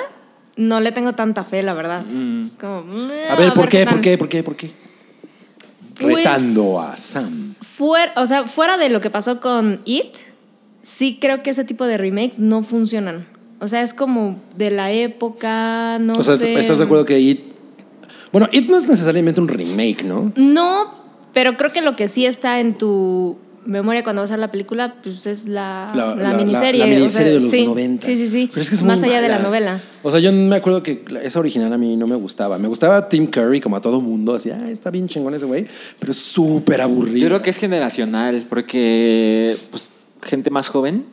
Speaker 5: No le tengo tanta fe, la verdad. Es como, "Mm, "Meh,
Speaker 4: Mm. A ver, ¿por qué?
Speaker 5: tal".
Speaker 4: ¿Por qué? ¿Por qué? ¿Por qué?
Speaker 5: Pues-
Speaker 4: Retando a Sam.
Speaker 5: Fuera, o sea, fuera de lo que pasó con It, sí creo que ese tipo de remakes no funcionan. O sea, es como de la época, no
Speaker 4: o sea,
Speaker 5: sé.
Speaker 4: ¿estás de acuerdo que It... Bueno, It no es necesariamente un remake, ¿no?
Speaker 5: No, pero creo que lo que sí está en tu memoria cuando vas a ver la película, pues es la,
Speaker 4: Ah, La-
Speaker 5: la
Speaker 4: la- la-
Speaker 5: miniserie.
Speaker 4: la
Speaker 5: o sea,
Speaker 4: miniserie de los
Speaker 5: sí,
Speaker 4: 90.
Speaker 5: Sí, sí, sí.
Speaker 4: Pero es que es
Speaker 5: Más
Speaker 4: muy
Speaker 5: allá de la
Speaker 4: mala.
Speaker 5: novela.
Speaker 4: O sea, yo me acuerdo que la- esa original a mí no me gustaba. Me gustaba Tim Curry como a todo mundo, así, ah, está bien chingón ese güey, pero es súper aburrido.
Speaker 6: Yo creo que es generacional, porque pues, gente más joven,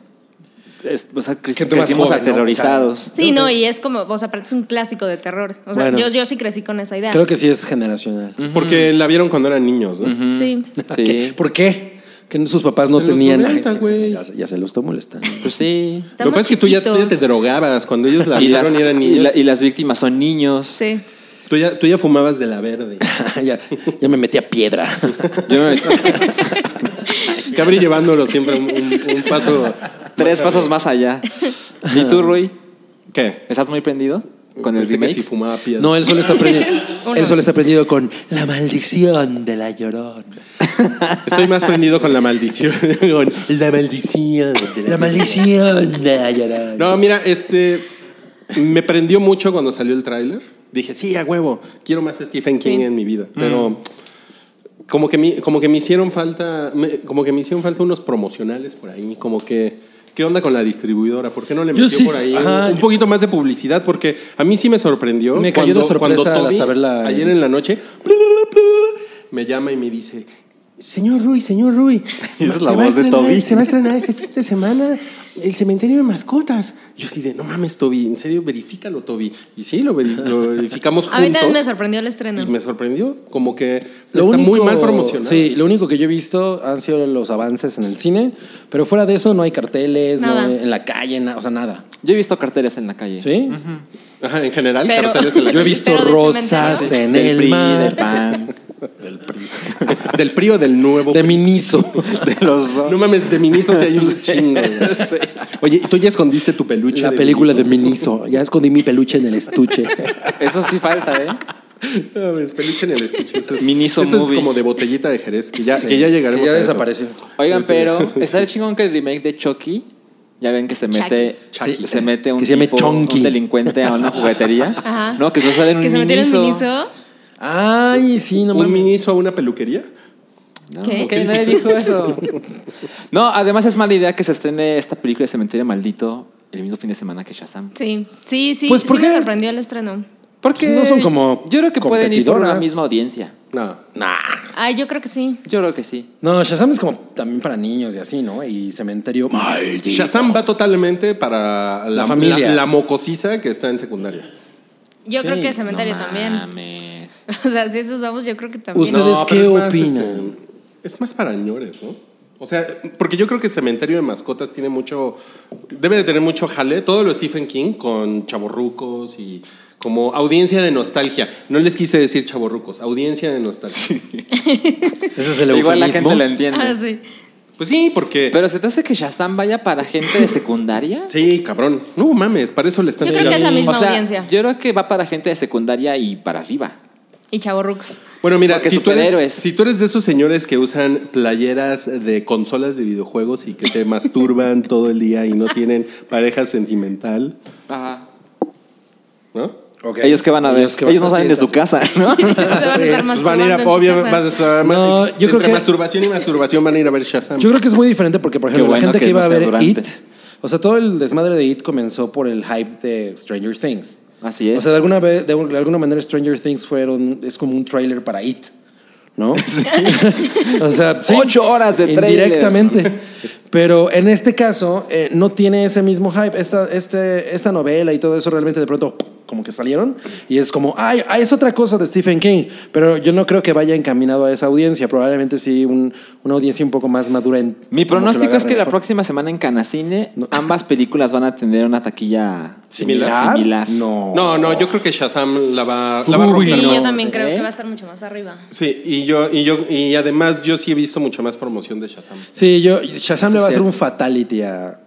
Speaker 6: es, o sea, cre-
Speaker 4: Gente más
Speaker 6: crecimos
Speaker 4: joven, ¿no?
Speaker 6: aterrorizados.
Speaker 5: Sí, no, y es como, o sea, aparte es un clásico de terror. O sea,
Speaker 4: Bueno.
Speaker 5: yo, yo sí crecí con esa idea.
Speaker 4: Creo que sí es generacional.
Speaker 2: Porque la vieron cuando eran niños, ¿no?
Speaker 5: Sí.
Speaker 6: Sí.
Speaker 4: *laughs* ¿Qué? ¿Por qué? Que sus papás no
Speaker 2: Mm, Se los
Speaker 4: tenían...
Speaker 2: comenta, güey.
Speaker 4: *laughs* ya, se- ya se lo estoy molestando. *laughs*
Speaker 6: Pues sí.
Speaker 5: Están
Speaker 2: Lo que
Speaker 5: más
Speaker 2: pasa es que tú ya, tú ya te
Speaker 5: chiquitos.
Speaker 2: drogabas cuando ellos la
Speaker 6: *laughs* Y
Speaker 2: vieron
Speaker 6: las,
Speaker 2: y eran
Speaker 6: y
Speaker 2: niños.
Speaker 6: la- y las víctimas son niños.
Speaker 5: Sí.
Speaker 2: tú, ya, tú ya fumabas de la
Speaker 6: *laughs*
Speaker 2: verde.
Speaker 4: ya, ya me metí a piedra.
Speaker 6: Yo
Speaker 5: *laughs*
Speaker 6: me-
Speaker 2: Cabri llevándolo siempre un, un- un paso.
Speaker 6: tres pasos más allá.
Speaker 4: *laughs*
Speaker 6: ¿Y tú, Rui?
Speaker 2: ¿Qué?
Speaker 6: ¿Estás muy prendido con el
Speaker 2: Pensé
Speaker 4: Este
Speaker 2: que
Speaker 6: remake?
Speaker 2: si fumaba piedra.
Speaker 4: No, él solo está prendido.
Speaker 5: *laughs* Uno.
Speaker 4: él solo está prendido con la maldición de la llorona.
Speaker 2: Estoy más prendido con la
Speaker 6: *laughs*
Speaker 2: maldición. con la maldición. de la-
Speaker 4: La maldición de la llorona.
Speaker 2: No, mira, este. Me prendió mucho cuando salió el tráiler. Dije, sí, a huevo, quiero más Stephen King
Speaker 5: Sí.
Speaker 2: en mi vida. Pero como, que me, como que me hicieron falta. me- como que me hicieron falta unos promocionales por ahí. Como que. ¿Qué onda con la distribuidora? ¿Por qué no le
Speaker 4: Yo
Speaker 2: metió
Speaker 4: sí-
Speaker 2: por ahí un-
Speaker 4: ajá.
Speaker 2: un poquito más de publicidad? Porque a mí sí me sorprendió.
Speaker 4: Me cayó de sorpresa al
Speaker 2: Toby,
Speaker 4: saber la-
Speaker 2: Ayer en la noche me llama y me dice, señor Rui, señor Rui,
Speaker 6: Y esa es la
Speaker 2: se va a
Speaker 6: voz de
Speaker 2: estrenar-
Speaker 6: Toby.
Speaker 2: Se va a estrenar este fin de semana el cementerio de mascotas. Yo sí de, no mames, Toby, en serio, verifícalo, Toby. Y sí, lo, veri- lo verificamos juntos.
Speaker 5: *laughs* A mí también me sorprendió el estreno.
Speaker 4: Pues
Speaker 2: Y me sorprendió, como que está muy mal promocionado.
Speaker 4: Sí, lo único que yo he visto han sido los avances en el cine, pero fuera de eso no hay carteles, no
Speaker 5: Nada.
Speaker 4: hay- en la calle, na- o sea, nada.
Speaker 6: Yo he visto carteles en la calle.
Speaker 4: ¿Sí?
Speaker 2: Ajá, en general,
Speaker 5: Pero-
Speaker 2: carteles
Speaker 4: *laughs*
Speaker 2: en la
Speaker 4: Yo he
Speaker 2: calle.
Speaker 4: visto
Speaker 5: Pero de
Speaker 4: rosas
Speaker 5: cementerio.
Speaker 4: en
Speaker 6: Del
Speaker 4: el
Speaker 6: PRI, del
Speaker 4: mar,
Speaker 6: PAN.
Speaker 2: del PRI o del nuevo.
Speaker 4: de Miniso.
Speaker 2: *laughs*
Speaker 6: De los dos.
Speaker 2: no mames, de Miniso si hay
Speaker 4: *laughs*
Speaker 2: un chingo. güey. Oye, ¿tú ya escondiste tu peluche?
Speaker 4: la
Speaker 2: de
Speaker 4: película de Miniso. Ya escondí mi peluche en el estuche.
Speaker 6: Eso sí falta, ¿eh?
Speaker 2: No, es peluche en el estuche. Eso es,
Speaker 6: Miniso
Speaker 2: eso es
Speaker 6: movie.
Speaker 2: como de botellita de Jerez, que *laughs* ya,
Speaker 4: Sí,
Speaker 2: que ya llegaremos
Speaker 4: que ya
Speaker 2: a eso.
Speaker 4: desapareció.
Speaker 6: Oigan,
Speaker 2: Sí, sí.
Speaker 6: pero está el chingón que el remake de Chucky. Ya ven que se mete,
Speaker 2: Chucky.
Speaker 6: se- se mete un,
Speaker 4: Que se llame
Speaker 6: tipo,
Speaker 4: Chonky.
Speaker 6: un delincuente a una juguetería.
Speaker 5: *laughs* Ajá.
Speaker 6: No, que se sale en un
Speaker 5: que se metieron en
Speaker 6: miniso.
Speaker 5: miniso.
Speaker 4: Ay, sí, no
Speaker 2: ¿Un
Speaker 4: mames.
Speaker 2: Miniso a una peluquería?
Speaker 6: No,
Speaker 5: ¿Qué?
Speaker 6: que nadie dijo eso. No, además es mala idea que se estrene esta película de Cementerio Maldito el mismo fin de semana que Shazam.
Speaker 5: Sí, sí, sí.
Speaker 4: Pues,
Speaker 5: sí
Speaker 4: ¿por qué?
Speaker 5: me sorprendió el estreno.
Speaker 6: Porque
Speaker 4: No son como
Speaker 6: Yo creo que pueden ir por la
Speaker 4: competidoras.
Speaker 6: misma audiencia.
Speaker 2: No.
Speaker 5: Ay, yo creo que sí.
Speaker 6: Yo creo que sí.
Speaker 4: No, Shazam es como también para niños y así, ¿no? Y cementerio. Maldito.
Speaker 2: Shazam va totalmente para la,
Speaker 4: La familia.
Speaker 2: La, la mocosiza que está en secundaria.
Speaker 5: Yo
Speaker 4: Sí,
Speaker 5: creo que Cementerio
Speaker 6: No
Speaker 5: también.
Speaker 6: mames.
Speaker 5: *laughs* O sea, si esos vamos, yo creo que también.
Speaker 4: Usted- ¿Ustedes
Speaker 2: Pues pero
Speaker 4: qué
Speaker 2: es más,
Speaker 4: opinan?
Speaker 2: este, es más para ñores, ¿no? O sea, porque yo creo que Cementerio de Mascotas tiene mucho. Debe de tener mucho jale. Todo lo Stephen King con chaborrucos y como audiencia de nostalgia. No les quise decir chaborrucos, audiencia de nostalgia.
Speaker 4: *laughs* Ese es el
Speaker 6: Igual la
Speaker 4: eufemismo.
Speaker 6: gente lo
Speaker 5: *laughs* Ah,
Speaker 6: entiende.
Speaker 5: sí.
Speaker 2: Pues sí, porque.
Speaker 6: Pero se te hace que Shazam vaya para gente de secundaria.
Speaker 2: sí, cabrón. No mames, para eso le están
Speaker 5: Yo creo que es la
Speaker 2: tirando.
Speaker 5: misma
Speaker 6: o sea,
Speaker 5: audiencia.
Speaker 6: Yo creo que va para gente de secundaria y para arriba.
Speaker 5: Y Chavo Rux.
Speaker 2: Bueno, mira,
Speaker 6: Porque
Speaker 2: si tú, eres,
Speaker 6: superhéroes.
Speaker 2: si tú eres de esos señores que usan playeras de consolas de videojuegos y que se masturban *laughs* todo el día y no tienen pareja sentimental,
Speaker 6: Ajá.
Speaker 2: ¿no?
Speaker 4: Ok.
Speaker 6: Ellos que van a ver.
Speaker 4: Ellos
Speaker 6: Ellos,
Speaker 4: que van
Speaker 6: no
Speaker 4: a
Speaker 6: salen de
Speaker 4: decir,
Speaker 6: su casa,
Speaker 4: *laughs*
Speaker 6: ¿no?
Speaker 5: *laughs* Se van a estar
Speaker 2: Pues van a ir a,
Speaker 5: masturbando en su
Speaker 2: obviamente,
Speaker 5: casa.
Speaker 2: vas a estar
Speaker 4: No, yo
Speaker 2: entre
Speaker 4: creo que-
Speaker 2: masturbación y masturbación van a ir a ver Shazam.
Speaker 4: Yo creo que es muy diferente porque, por
Speaker 6: Qué
Speaker 4: ejemplo, la
Speaker 6: bueno
Speaker 4: gente que,
Speaker 6: que
Speaker 4: iba
Speaker 6: no
Speaker 4: a
Speaker 6: sea
Speaker 4: ver
Speaker 6: durante.
Speaker 4: It, o sea, todo el desmadre de It comenzó por el hype de Stranger Things.
Speaker 6: Así es.
Speaker 4: O sea, de alguna, vez, de, de alguna manera Stranger Things fueron, es como un tráiler para It,
Speaker 6: *laughs*
Speaker 4: ¿no? o sea, sí,
Speaker 6: Ocho horas de tráiler.
Speaker 4: Indirectamente.
Speaker 6: *laughs*
Speaker 4: Pero en este caso, eh, no tiene ese mismo hype. Esta, este, esta novela y todo eso realmente de pronto como que salieron y es como, ay, ah, es otra cosa de Stephen King, pero yo no creo que vaya encaminado a esa audiencia, probablemente sí un- una audiencia un poco más madura. en-
Speaker 6: Mi
Speaker 4: como
Speaker 6: pronóstico
Speaker 4: lo
Speaker 6: es que
Speaker 4: agarre
Speaker 6: la
Speaker 4: mejor.
Speaker 6: próxima semana en Canacine
Speaker 4: No.
Speaker 6: ambas películas van a tener una taquilla
Speaker 2: ¿Similar?
Speaker 6: similar.
Speaker 4: No.
Speaker 2: No, no, yo creo que Shazam la va, la va a
Speaker 4: Uy,
Speaker 2: romper.
Speaker 5: Sí,
Speaker 4: no.
Speaker 5: yo también creo
Speaker 6: ¿Eh?
Speaker 5: que va a estar mucho más arriba.
Speaker 2: Sí, y yo, y yo, y además yo sí he visto mucha más promoción de Shazam.
Speaker 4: Sí, yo, Shazam
Speaker 6: Eso
Speaker 4: le va a
Speaker 6: es
Speaker 4: hacer
Speaker 6: cierto.
Speaker 4: un fatality a, a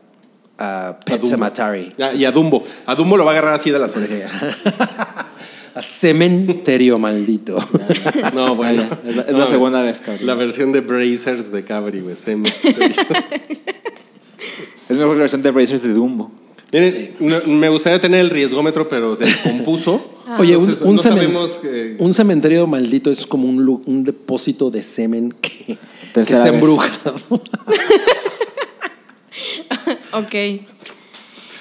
Speaker 2: A
Speaker 4: Pet
Speaker 2: Dumbo.
Speaker 4: Sematary.
Speaker 2: Ah, Y a Dumbo. A Dumbo lo va a agarrar así de las orejas.
Speaker 4: A cementerio maldito.
Speaker 2: *laughs*
Speaker 6: *laughs*
Speaker 2: No, bueno.
Speaker 6: Ah, ya. Es la- es la segunda vez, cabrón.
Speaker 2: La versión de Brazers de Cabri, güey. Se
Speaker 5: *laughs*
Speaker 2: me-
Speaker 6: Es mejor que la versión de Brazers de Dumbo.
Speaker 2: Miren, no- me gustaría tener el riesgómetro, pero se descompuso.
Speaker 5: Ah.
Speaker 4: Oye, un,
Speaker 2: Entonces,
Speaker 4: un
Speaker 2: no
Speaker 4: cemen-
Speaker 2: sabemos que-
Speaker 4: un cementerio maldito es como un, lu- un depósito de semen que, que
Speaker 6: Tercera
Speaker 4: está
Speaker 6: vez.
Speaker 5: *laughs*
Speaker 4: embrujado.
Speaker 5: Ok.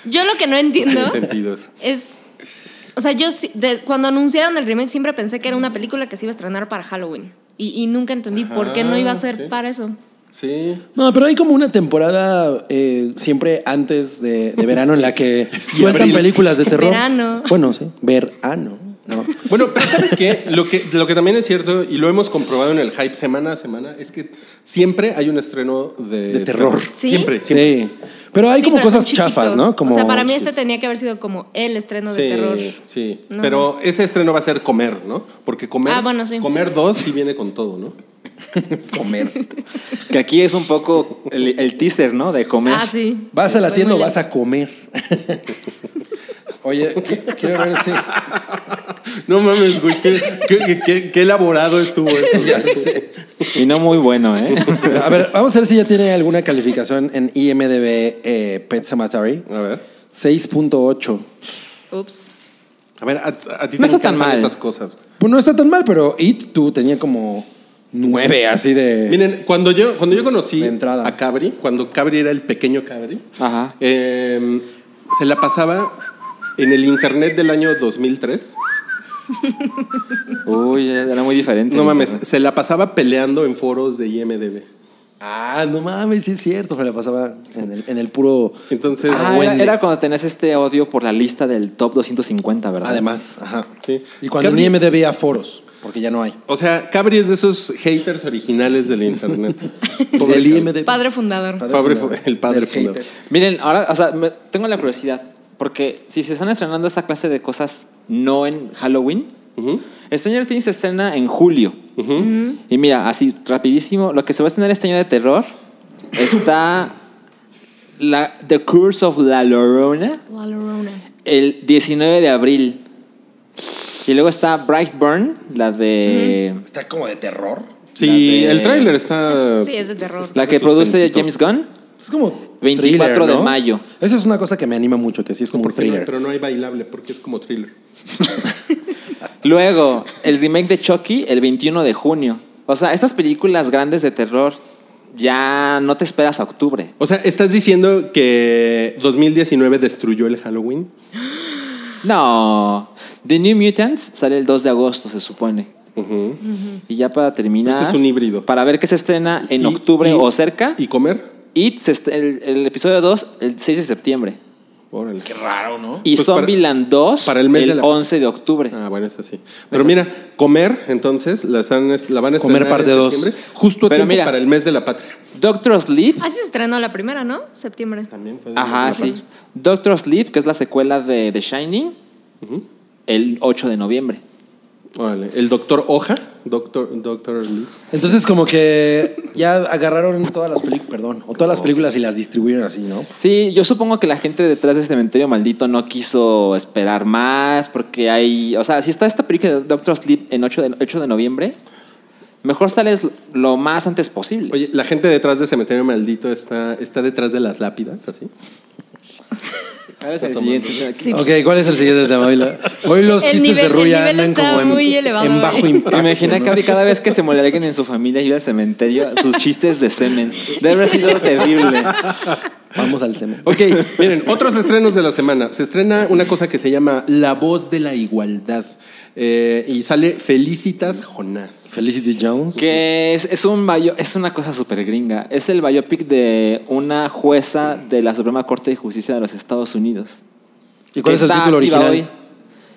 Speaker 5: Yo lo que no entiendo
Speaker 2: Tiene sentido eso.
Speaker 5: es. O sea, yo sí- de- cuando anunciaron el remake siempre pensé que era una película que se iba a estrenar para Halloween. Y, y nunca entendí por qué no iba a ser
Speaker 2: sí.
Speaker 5: para eso.
Speaker 2: Sí.
Speaker 4: No, pero hay como una temporada eh, siempre antes de, de verano en la
Speaker 2: *laughs*
Speaker 4: que sueltan
Speaker 2: abril.
Speaker 4: películas de terror.
Speaker 5: Verano.
Speaker 4: Bueno, sí, verano. ¿no?
Speaker 2: Bueno, pero ¿sabes qué? Lo, que, lo que también es cierto, y lo hemos comprobado en el hype semana a semana, es que siempre hay un estreno de,
Speaker 4: De terror.
Speaker 5: ¿Sí?
Speaker 2: Siempre, siempre.
Speaker 4: Sí. Pero hay
Speaker 5: Sí,
Speaker 4: como
Speaker 5: pero son
Speaker 4: cosas chafas,
Speaker 5: chiquitos.
Speaker 4: ¿no? Como
Speaker 5: o sea, para mí este tenía que haber sido como el estreno de terror.
Speaker 2: sí.
Speaker 5: No.
Speaker 2: Pero ese estreno va a ser comer, ¿no? Porque comer,
Speaker 5: Ah, bueno, sí.
Speaker 2: comer dos sí viene con todo,
Speaker 5: *laughs*
Speaker 2: ¿no?
Speaker 4: comer.
Speaker 6: Que aquí es un poco el, el teaser, ¿no? De comer.
Speaker 5: Ah, sí.
Speaker 4: Vas a la
Speaker 5: Fue
Speaker 4: tienda o
Speaker 5: muy
Speaker 4: vas
Speaker 5: lento.
Speaker 4: a comer. *laughs* Oye, *laughs* qui- quiero ver si.
Speaker 2: No mames, güey, qué, qué- qué- qué elaborado estuvo *laughs* eso. güey.
Speaker 6: Y no muy
Speaker 4: *laughs*
Speaker 6: bueno, ¿eh?
Speaker 4: A ver, vamos a ver si ya tiene alguna calificación en IMDB eh, Pet Cemetery.
Speaker 2: A ver.
Speaker 4: 6.8.
Speaker 5: Ups.
Speaker 2: A ver, a, a ti
Speaker 6: No
Speaker 2: te
Speaker 6: está tan
Speaker 2: encantan
Speaker 6: mal.
Speaker 2: esas cosas. güey.
Speaker 4: Pues no está tan mal, pero It tú tenía como 9 así de.
Speaker 2: Eh, Miren, cuando yo, cuando yo conocí
Speaker 4: De entrada.
Speaker 2: a Cabri, cuando Cabri era el pequeño Cabri,
Speaker 6: Ajá.
Speaker 2: eh, se la pasaba en el internet del año 2003.
Speaker 6: Uy, era muy diferente.
Speaker 2: No mames, se la pasaba peleando en foros de IMDB.
Speaker 4: Ah, no mames, sí es cierto. Me la pasaba en el, en el puro.
Speaker 2: Entonces,
Speaker 6: Ah, era, era cuando tenías este odio por la lista del top 250, ¿verdad?
Speaker 4: Además, ajá.
Speaker 2: Sí.
Speaker 4: Y cuando en
Speaker 2: Cabri-
Speaker 4: IMDB a foros, porque ya no hay.
Speaker 2: O sea, Cabri es de esos haters originales del
Speaker 6: *laughs*
Speaker 2: internet. Todo
Speaker 4: Del
Speaker 2: el-
Speaker 4: IMDB.
Speaker 5: Padre fundador.
Speaker 4: Padre
Speaker 2: Padre
Speaker 4: fundador.
Speaker 2: fu- el padre
Speaker 4: Del
Speaker 2: fundador.
Speaker 4: hater.
Speaker 6: Miren, ahora, o sea, me- tengo la curiosidad, porque si se están estrenando esa clase de cosas no en Halloween, Stranger Things se estrena en julio. Y mira, así rapidísimo, lo que se va a estrenar este año de terror está la, The Curse of La Llorona
Speaker 5: La Llorona.
Speaker 6: el 19 de abril. Y luego está Brightburn, la de...
Speaker 4: Está como de terror.
Speaker 2: Sí,
Speaker 6: La de-
Speaker 2: el tráiler está.
Speaker 4: Ah,
Speaker 5: Es- sí, es de terror.
Speaker 6: La que produce
Speaker 2: Suspensito.
Speaker 6: James Gunn.
Speaker 4: Es como
Speaker 6: 24
Speaker 4: thriller,
Speaker 6: de
Speaker 4: ¿no?
Speaker 6: mayo.
Speaker 4: Eso es una cosa que me anima mucho, que sí es como un
Speaker 2: Porque no-
Speaker 4: thriller.
Speaker 2: pero no hay bailable porque es como thriller.
Speaker 6: Luego, el remake de Chucky el 21 de junio. O sea, estas películas grandes de terror ya no te esperas a octubre.
Speaker 2: O sea, ¿estás diciendo que 2019 destruyó el Halloween?
Speaker 6: No. The New Mutants sale el 2 de agosto, se supone. Y ya para terminar.
Speaker 2: Ese Pues es un híbrido.
Speaker 6: Para ver qué se estrena en
Speaker 2: Y-
Speaker 6: octubre
Speaker 2: y-
Speaker 6: o cerca.
Speaker 2: ¿Y comer?
Speaker 6: It, se est- el, el episodio 2, el 6 de septiembre.
Speaker 2: Órale.
Speaker 6: Y
Speaker 2: Pues para-
Speaker 6: Zombieland 2,
Speaker 2: para el mes de la-
Speaker 6: 11 de octubre.
Speaker 2: Ah, bueno, es así. Pero mira, comer, entonces, la, están, es- la van a
Speaker 4: Comer
Speaker 2: estrenar
Speaker 4: parte
Speaker 2: en
Speaker 4: dos.
Speaker 2: septiembre, Justo a
Speaker 6: Pero
Speaker 2: tiempo
Speaker 6: mira.
Speaker 2: para el mes de la patria.
Speaker 6: Doctor Sleep.
Speaker 5: Así se estrenó la primera, ¿no? Septiembre.
Speaker 4: Ah,
Speaker 2: También fue de
Speaker 6: Ajá,
Speaker 2: la
Speaker 6: sí.
Speaker 2: patria.
Speaker 6: Doctor Sleep, que es la secuela de The Shining, el 8 de noviembre.
Speaker 2: Órale. El doctor Hoja. Doctor, doctor Lee.
Speaker 4: Entonces, como que ya agarraron todas las películas, perdón, o todas las películas y las distribuyeron así, ¿no?
Speaker 6: Sí, yo supongo que la gente detrás de este Cementerio Maldito no quiso esperar más porque hay... O sea, si está esta película de Doctor Sleep en 8 de, 8 de noviembre, mejor sales lo más antes posible.
Speaker 2: Oye, la gente detrás de Cementerio Maldito está, está detrás de las lápidas, así.
Speaker 6: Ahora es el siguiente.
Speaker 5: Sí.
Speaker 4: Ok, ¿cuál es el siguiente tema? Hoy, la- hoy los
Speaker 5: El
Speaker 4: chistes
Speaker 5: nivel-
Speaker 4: de
Speaker 5: el
Speaker 4: Ruya
Speaker 5: nivel
Speaker 4: andan
Speaker 5: está
Speaker 4: como en,
Speaker 5: muy elevado, eh.
Speaker 4: en
Speaker 5: güey.
Speaker 4: bajo impacto.
Speaker 6: Imagina
Speaker 4: ¿no?
Speaker 6: que ahora cada vez que se muere alguien en su familia y iba al cementerio, sus chistes de semen. Debe haber sido terrible.
Speaker 4: Vamos al tema.
Speaker 2: Ok, miren, otros estrenos de la semana. Se estrena una cosa que se llama La voz de la igualdad. eh, y sale Felicitas Jonás.
Speaker 4: Felicity Jones.
Speaker 6: Que es, es un bio- es una cosa súper gringa. Es el biopic de una jueza de la Suprema Corte de Justicia de los Estados Unidos.
Speaker 4: ¿Y cuál es el
Speaker 6: Está
Speaker 4: título
Speaker 6: activa
Speaker 4: original?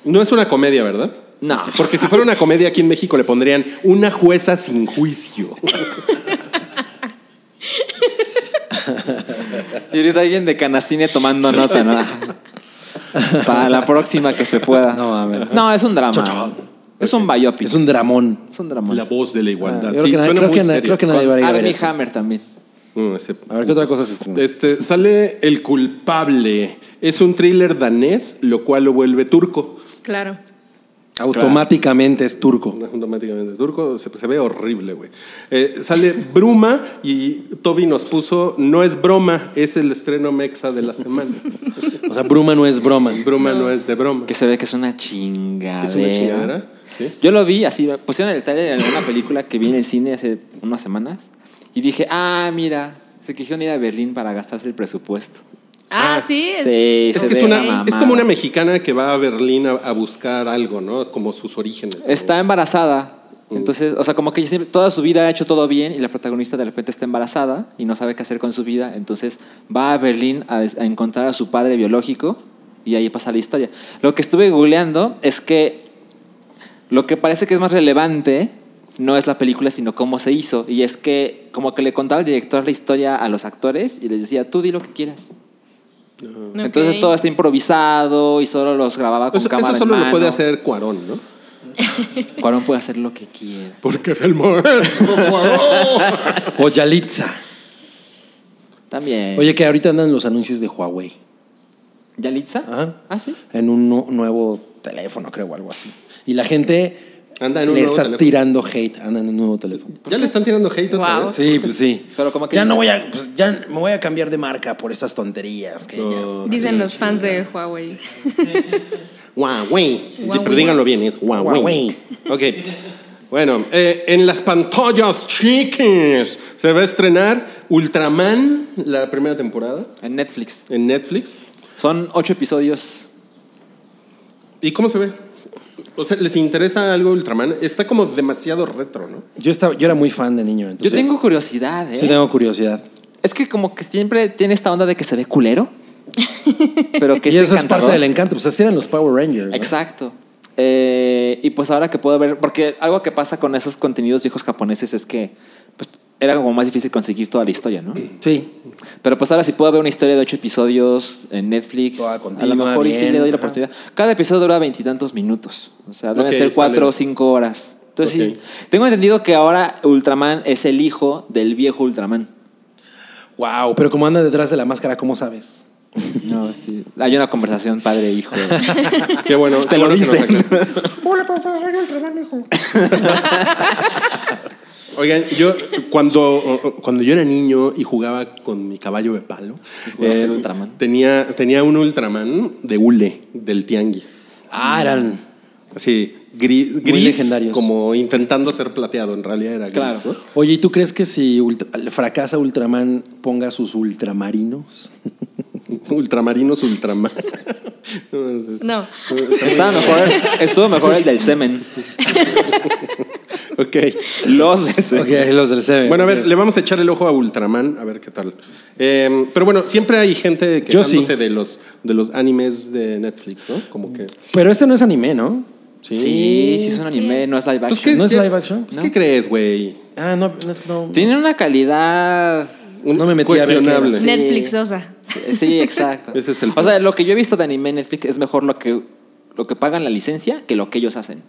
Speaker 6: hoy.
Speaker 2: No es una comedia, ¿verdad?
Speaker 6: No.
Speaker 2: Porque si fuera una comedia aquí en México le pondrían una jueza sin juicio.
Speaker 6: Y ahorita alguien de Canastine tomando
Speaker 4: *laughs*
Speaker 6: nota, ¿no? Para la próxima que se pueda.
Speaker 4: No, mames.
Speaker 6: No, es un drama. Es un biopic.
Speaker 4: Es un dramón.
Speaker 6: Es un drama.
Speaker 2: La voz de la igualdad.
Speaker 4: Ah, yo
Speaker 2: sí,
Speaker 4: creo, que nadie,
Speaker 2: suena
Speaker 4: creo
Speaker 2: muy
Speaker 4: que na-
Speaker 2: serio.
Speaker 4: creo que nadie va a ir a ver
Speaker 6: Armie
Speaker 4: eso.
Speaker 6: Hammer también.
Speaker 2: No, ese-
Speaker 4: A ver, ¿qué otra cosa se estrena?
Speaker 2: Este, sale El culpable. Es un thriller danés, lo cual lo vuelve turco.
Speaker 5: Claro.
Speaker 4: Automáticamente es turco.
Speaker 2: Automáticamente turco, se, se ve horrible, güey. Eh, sale Bruma y Toby nos puso, no es broma, es el estreno mexa de la semana.
Speaker 4: O sea, bruma no es
Speaker 6: *laughs*
Speaker 4: broma.
Speaker 2: Bruma no es de broma.
Speaker 6: Que se ve que es una chingadera.
Speaker 2: Es una chingadera. ¿sí?
Speaker 6: Yo lo vi así, pusieron el trailer en una película que vi en el cine hace unas semanas y dije, ah, mira, se quisieron ir a Berlín para gastarse el presupuesto.
Speaker 5: Ah, sí. Es,
Speaker 6: sí,
Speaker 2: Es
Speaker 6: se
Speaker 2: que es,
Speaker 6: ve
Speaker 2: una-
Speaker 6: mamada.
Speaker 2: es como una mexicana que va a Berlín a, a buscar algo, ¿no? Como sus orígenes.
Speaker 6: Está embarazada, entonces, o sea, como que ella siempre- toda su vida ha hecho todo bien y la protagonista de repente está embarazada y no sabe qué hacer con su vida, entonces va a Berlín a, des- a encontrar a su padre biológico y ahí pasa la historia. Lo que estuve googleando es que Lo que parece que es más relevante no es la película, sino cómo se hizo. Y es que como que le contaba el director la historia a los actores y les decía, tú di lo que quieras.
Speaker 5: ok.
Speaker 6: Entonces todo está improvisado y solo los grababa con
Speaker 2: Eso,
Speaker 6: cámara
Speaker 2: eso
Speaker 6: en
Speaker 2: solo lo
Speaker 6: mano.
Speaker 2: puede hacer Cuarón, ¿no?
Speaker 6: Cuarón puede hacer lo que quiera.
Speaker 2: Porque es el maestro Cuarón.
Speaker 4: O Yalitza.
Speaker 6: También.
Speaker 4: Oye, que ahorita andan los anuncios de Huawei.
Speaker 6: ¿Yalitza?
Speaker 4: Ajá.
Speaker 6: Ah, sí.
Speaker 4: En un nu- nuevo teléfono, creo, o algo así. Y la gente
Speaker 2: Anda en un
Speaker 4: le
Speaker 2: nuevo
Speaker 4: está
Speaker 2: teléfono.
Speaker 4: tirando hate. Anda en un nuevo teléfono.
Speaker 2: *laughs* ya le están tirando hate otra
Speaker 5: Wow.
Speaker 2: vez.
Speaker 4: Sí, pues sí.
Speaker 6: Pero como que
Speaker 4: ya
Speaker 6: dice-
Speaker 4: no voy a, pues, ya me voy a cambiar de marca por estas tonterías. Que ya-
Speaker 5: Dicen los fans de Huawei. *laughs*
Speaker 2: Huawei.
Speaker 5: Huawei.
Speaker 2: Pero díganlo bien, es Huawei.
Speaker 4: Huawei.
Speaker 2: Ok. Bueno, eh, en las pantallas chiques se va a estrenar Ultraman, la primera temporada,
Speaker 6: En Netflix.
Speaker 2: en Netflix.
Speaker 6: Son ocho episodios.
Speaker 2: ¿Y cómo se ve? O sea, ¿les interesa algo Ultraman? Está como demasiado retro, ¿no?
Speaker 4: Yo, estaba, yo era muy fan de niño.
Speaker 6: Yo
Speaker 4: Entonces,
Speaker 6: tengo curiosidad, ¿eh?
Speaker 4: Sí, tengo curiosidad.
Speaker 6: Es que como que siempre tiene esta onda de que se
Speaker 4: *laughs*
Speaker 6: ve culero. pero que
Speaker 4: y eso es
Speaker 6: encantador.
Speaker 4: parte del encanto. Pues así eran los Power Rangers. ¿no?
Speaker 6: Exacto. Eh, y pues ahora que puedo ver, porque algo que pasa con esos contenidos viejos japoneses es que pues, era como más difícil conseguir toda la historia, ¿no?
Speaker 4: Sí.
Speaker 6: Pero pues ahora sí puedo ver una historia de ocho episodios en Netflix.
Speaker 4: Toda
Speaker 6: a lo
Speaker 4: continua,
Speaker 6: mejor y sí
Speaker 4: bien,
Speaker 6: le doy la
Speaker 4: ajá.
Speaker 6: oportunidad. Cada episodio dura veintitantos minutos. O sea, deben
Speaker 2: Ok,
Speaker 6: ser cuatro
Speaker 2: sale.
Speaker 6: o cinco horas. Entonces, sí,
Speaker 2: Ok.
Speaker 6: tengo entendido que ahora Ultraman es el hijo del viejo Ultraman.
Speaker 4: Wow, pero como anda detrás de la máscara, ¿cómo sabes?
Speaker 6: No, sí. Hay una conversación padre-hijo.
Speaker 2: Qué bueno.
Speaker 4: Te lo
Speaker 2: dice.
Speaker 4: dicen.
Speaker 7: *laughs* Hola, papá, soy Ultraman, hijo.
Speaker 2: *laughs* Oigan, yo cuando, cuando yo era niño y jugaba con mi caballo de palo, eh,
Speaker 6: jugabas al Ultraman?
Speaker 2: tenía, tenía un Ultraman de hule, del tianguis.
Speaker 4: Ah, eran.
Speaker 2: Así, gris, gris
Speaker 4: legendarios.
Speaker 2: como intentando ser plateado, en realidad era gris.
Speaker 6: Claro.
Speaker 2: ¿no?
Speaker 4: Oye, ¿y tú crees que si ultra- fracasa Ultraman ponga sus ultramarinos?
Speaker 2: *laughs* Ultramarinos, ultramar. *laughs*
Speaker 5: No.
Speaker 6: Pues, Estaba mejor, estuvo mejor el del semen.
Speaker 2: ok.
Speaker 6: Los del semen.
Speaker 4: Ok, los del Seven.
Speaker 2: Bueno, a ver, le vamos a echar el ojo a Ultraman, a ver qué tal. Eh, pero bueno, siempre hay gente
Speaker 4: Yo sí.
Speaker 2: quejándose de, los, de los animes de Netflix, ¿no? Como que.
Speaker 4: Pero este no es anime, ¿no?
Speaker 6: Sí, sí, es un anime,
Speaker 5: Sí es.
Speaker 6: no es live
Speaker 2: Pues,
Speaker 6: action.
Speaker 2: ¿qué-
Speaker 4: ¿No es
Speaker 2: qué-
Speaker 4: live action?
Speaker 2: pues,
Speaker 4: No.
Speaker 2: ¿Qué crees, güey?
Speaker 4: Ah, no, no es no.
Speaker 6: Tienen una calidad.
Speaker 2: Un-
Speaker 4: No me metí a ver qué
Speaker 2: cuestionable.
Speaker 4: era.
Speaker 6: Sí.
Speaker 5: Netflix, osa.
Speaker 6: Sí, Sí, exacto.
Speaker 2: Ese es el
Speaker 6: o sea, lo que yo he visto de anime en Netflix es mejor lo que, lo que pagan la licencia que lo que ellos hacen.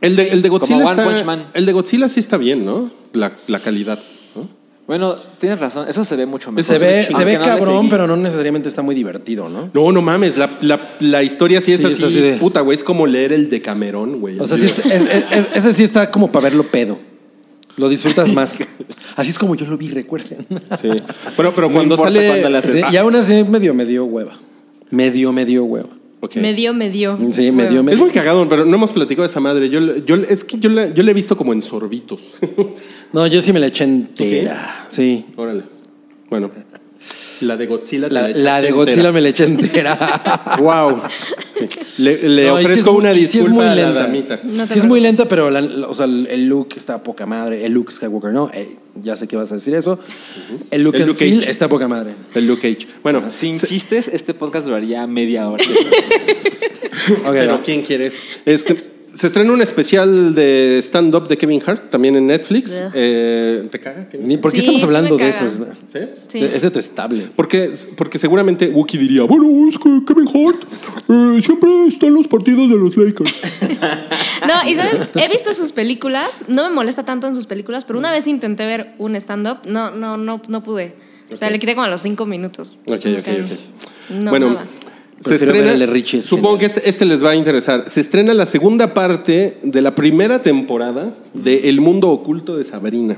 Speaker 2: El de, el de Godzilla
Speaker 6: One
Speaker 2: está-
Speaker 6: Punch Man.
Speaker 2: El de Godzilla sí está bien, ¿no? La, la calidad. ¿no?
Speaker 6: Bueno, tienes razón, eso se ve mucho mejor.
Speaker 2: Eso
Speaker 4: Se ve,
Speaker 6: Aunque
Speaker 4: se ve
Speaker 6: no le
Speaker 4: cabrón,
Speaker 6: seguí.
Speaker 4: pero no necesariamente está muy divertido, ¿no?
Speaker 2: No, no mames, la, la, la historia sí es
Speaker 4: Sí, es
Speaker 2: así,
Speaker 4: así de-
Speaker 2: puta, güey, es como leer el de Camerón, güey.
Speaker 4: O sea,
Speaker 2: así
Speaker 4: sí
Speaker 2: de-
Speaker 4: es- es- es- es- ese sí está como para verlo pedo. Lo disfrutas más. Así es como yo lo vi, recuerden.
Speaker 2: Sí. Pero, pero
Speaker 6: No
Speaker 2: cuando
Speaker 6: importa
Speaker 2: sale.
Speaker 6: cuándo la haces.
Speaker 4: Sí, y aún así medio me dio hueva. Medio, medio hueva.
Speaker 2: Ok.
Speaker 5: Me dio, me dio.
Speaker 4: Sí, me dio, me
Speaker 2: Es muy cagado, pero no hemos platicado de esa madre. Yo, yo, es que yo la, yo la he visto como en sorbitos. *laughs*
Speaker 4: No, yo sí me la eché entera. Sí.
Speaker 2: Órale. Bueno. La de Godzilla. te
Speaker 4: La,
Speaker 2: echaste
Speaker 4: la de
Speaker 2: entera.
Speaker 4: Godzilla me la eché entera.
Speaker 2: Wow. Le, *laughs* le
Speaker 4: No, y sí
Speaker 2: ofrezco
Speaker 4: es muy-
Speaker 2: una
Speaker 4: y sí
Speaker 2: disculpa
Speaker 4: es muy
Speaker 2: a la
Speaker 4: lenta.
Speaker 2: damita.
Speaker 5: No te
Speaker 4: Sí, es muy
Speaker 5: preocupes.
Speaker 4: lenta, pero la- la- o sea, el el look está poca madre. El look Skywalker, no. eh, ya sé que vas a decir eso. El look,
Speaker 2: El
Speaker 4: and
Speaker 2: look
Speaker 4: feel
Speaker 2: Cage.
Speaker 4: está poca madre.
Speaker 2: El Luke Cage. Bueno,
Speaker 6: Sin
Speaker 2: se-
Speaker 6: chistes, este podcast duraría media hora.
Speaker 4: Ok,
Speaker 2: pero
Speaker 4: va.
Speaker 2: ¿quién quiere eso? Este, se estrena un especial de stand-up de Kevin Hart, también en Netflix.
Speaker 5: Ugh.
Speaker 2: Eh, ¿Te caga? Kevin?
Speaker 4: Ni- ¿Por qué
Speaker 5: Sí,
Speaker 4: estamos
Speaker 5: sí me
Speaker 4: hablando de
Speaker 5: caga.
Speaker 4: eso? Es,
Speaker 2: ¿Sí?
Speaker 5: Sí.
Speaker 4: es detestable.
Speaker 2: Porque, porque seguramente Wookie diría, bueno, es que Kevin Hart eh, siempre está en los partidos de los Lakers.
Speaker 5: No, y sabes, he visto sus películas, no me molesta tanto en sus películas, pero una vez intenté ver un stand-up, no, no, no, no pude. O sea,
Speaker 2: Ok.
Speaker 5: le quité como a los cinco minutos.
Speaker 2: Ok,
Speaker 5: Sí, me
Speaker 2: ok,
Speaker 5: cae.
Speaker 2: ok.
Speaker 5: No,
Speaker 2: bueno,
Speaker 5: nada.
Speaker 2: se
Speaker 4: Prefiero ver
Speaker 2: estrena.
Speaker 4: al de Richie, es
Speaker 2: supongo
Speaker 4: genial.
Speaker 2: que este, este les va a interesar. Se estrena la segunda parte de la primera temporada de El mundo oculto de Sabrina.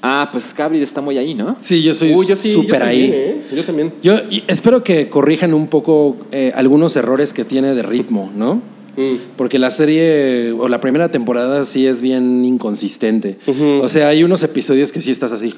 Speaker 6: ah, pues Gabriel está muy ahí, ¿no?
Speaker 4: Sí, yo soy
Speaker 2: Uy, yo
Speaker 4: súper
Speaker 2: sí, yo
Speaker 4: ahí.
Speaker 2: también, ¿eh? Yo también.
Speaker 4: Yo y- espero que corrijan un poco eh, algunos errores que tiene de ritmo, ¿no?
Speaker 2: Mm.
Speaker 4: Porque la serie o la primera temporada sí es bien inconsistente. O sea, hay unos episodios que sí estás así.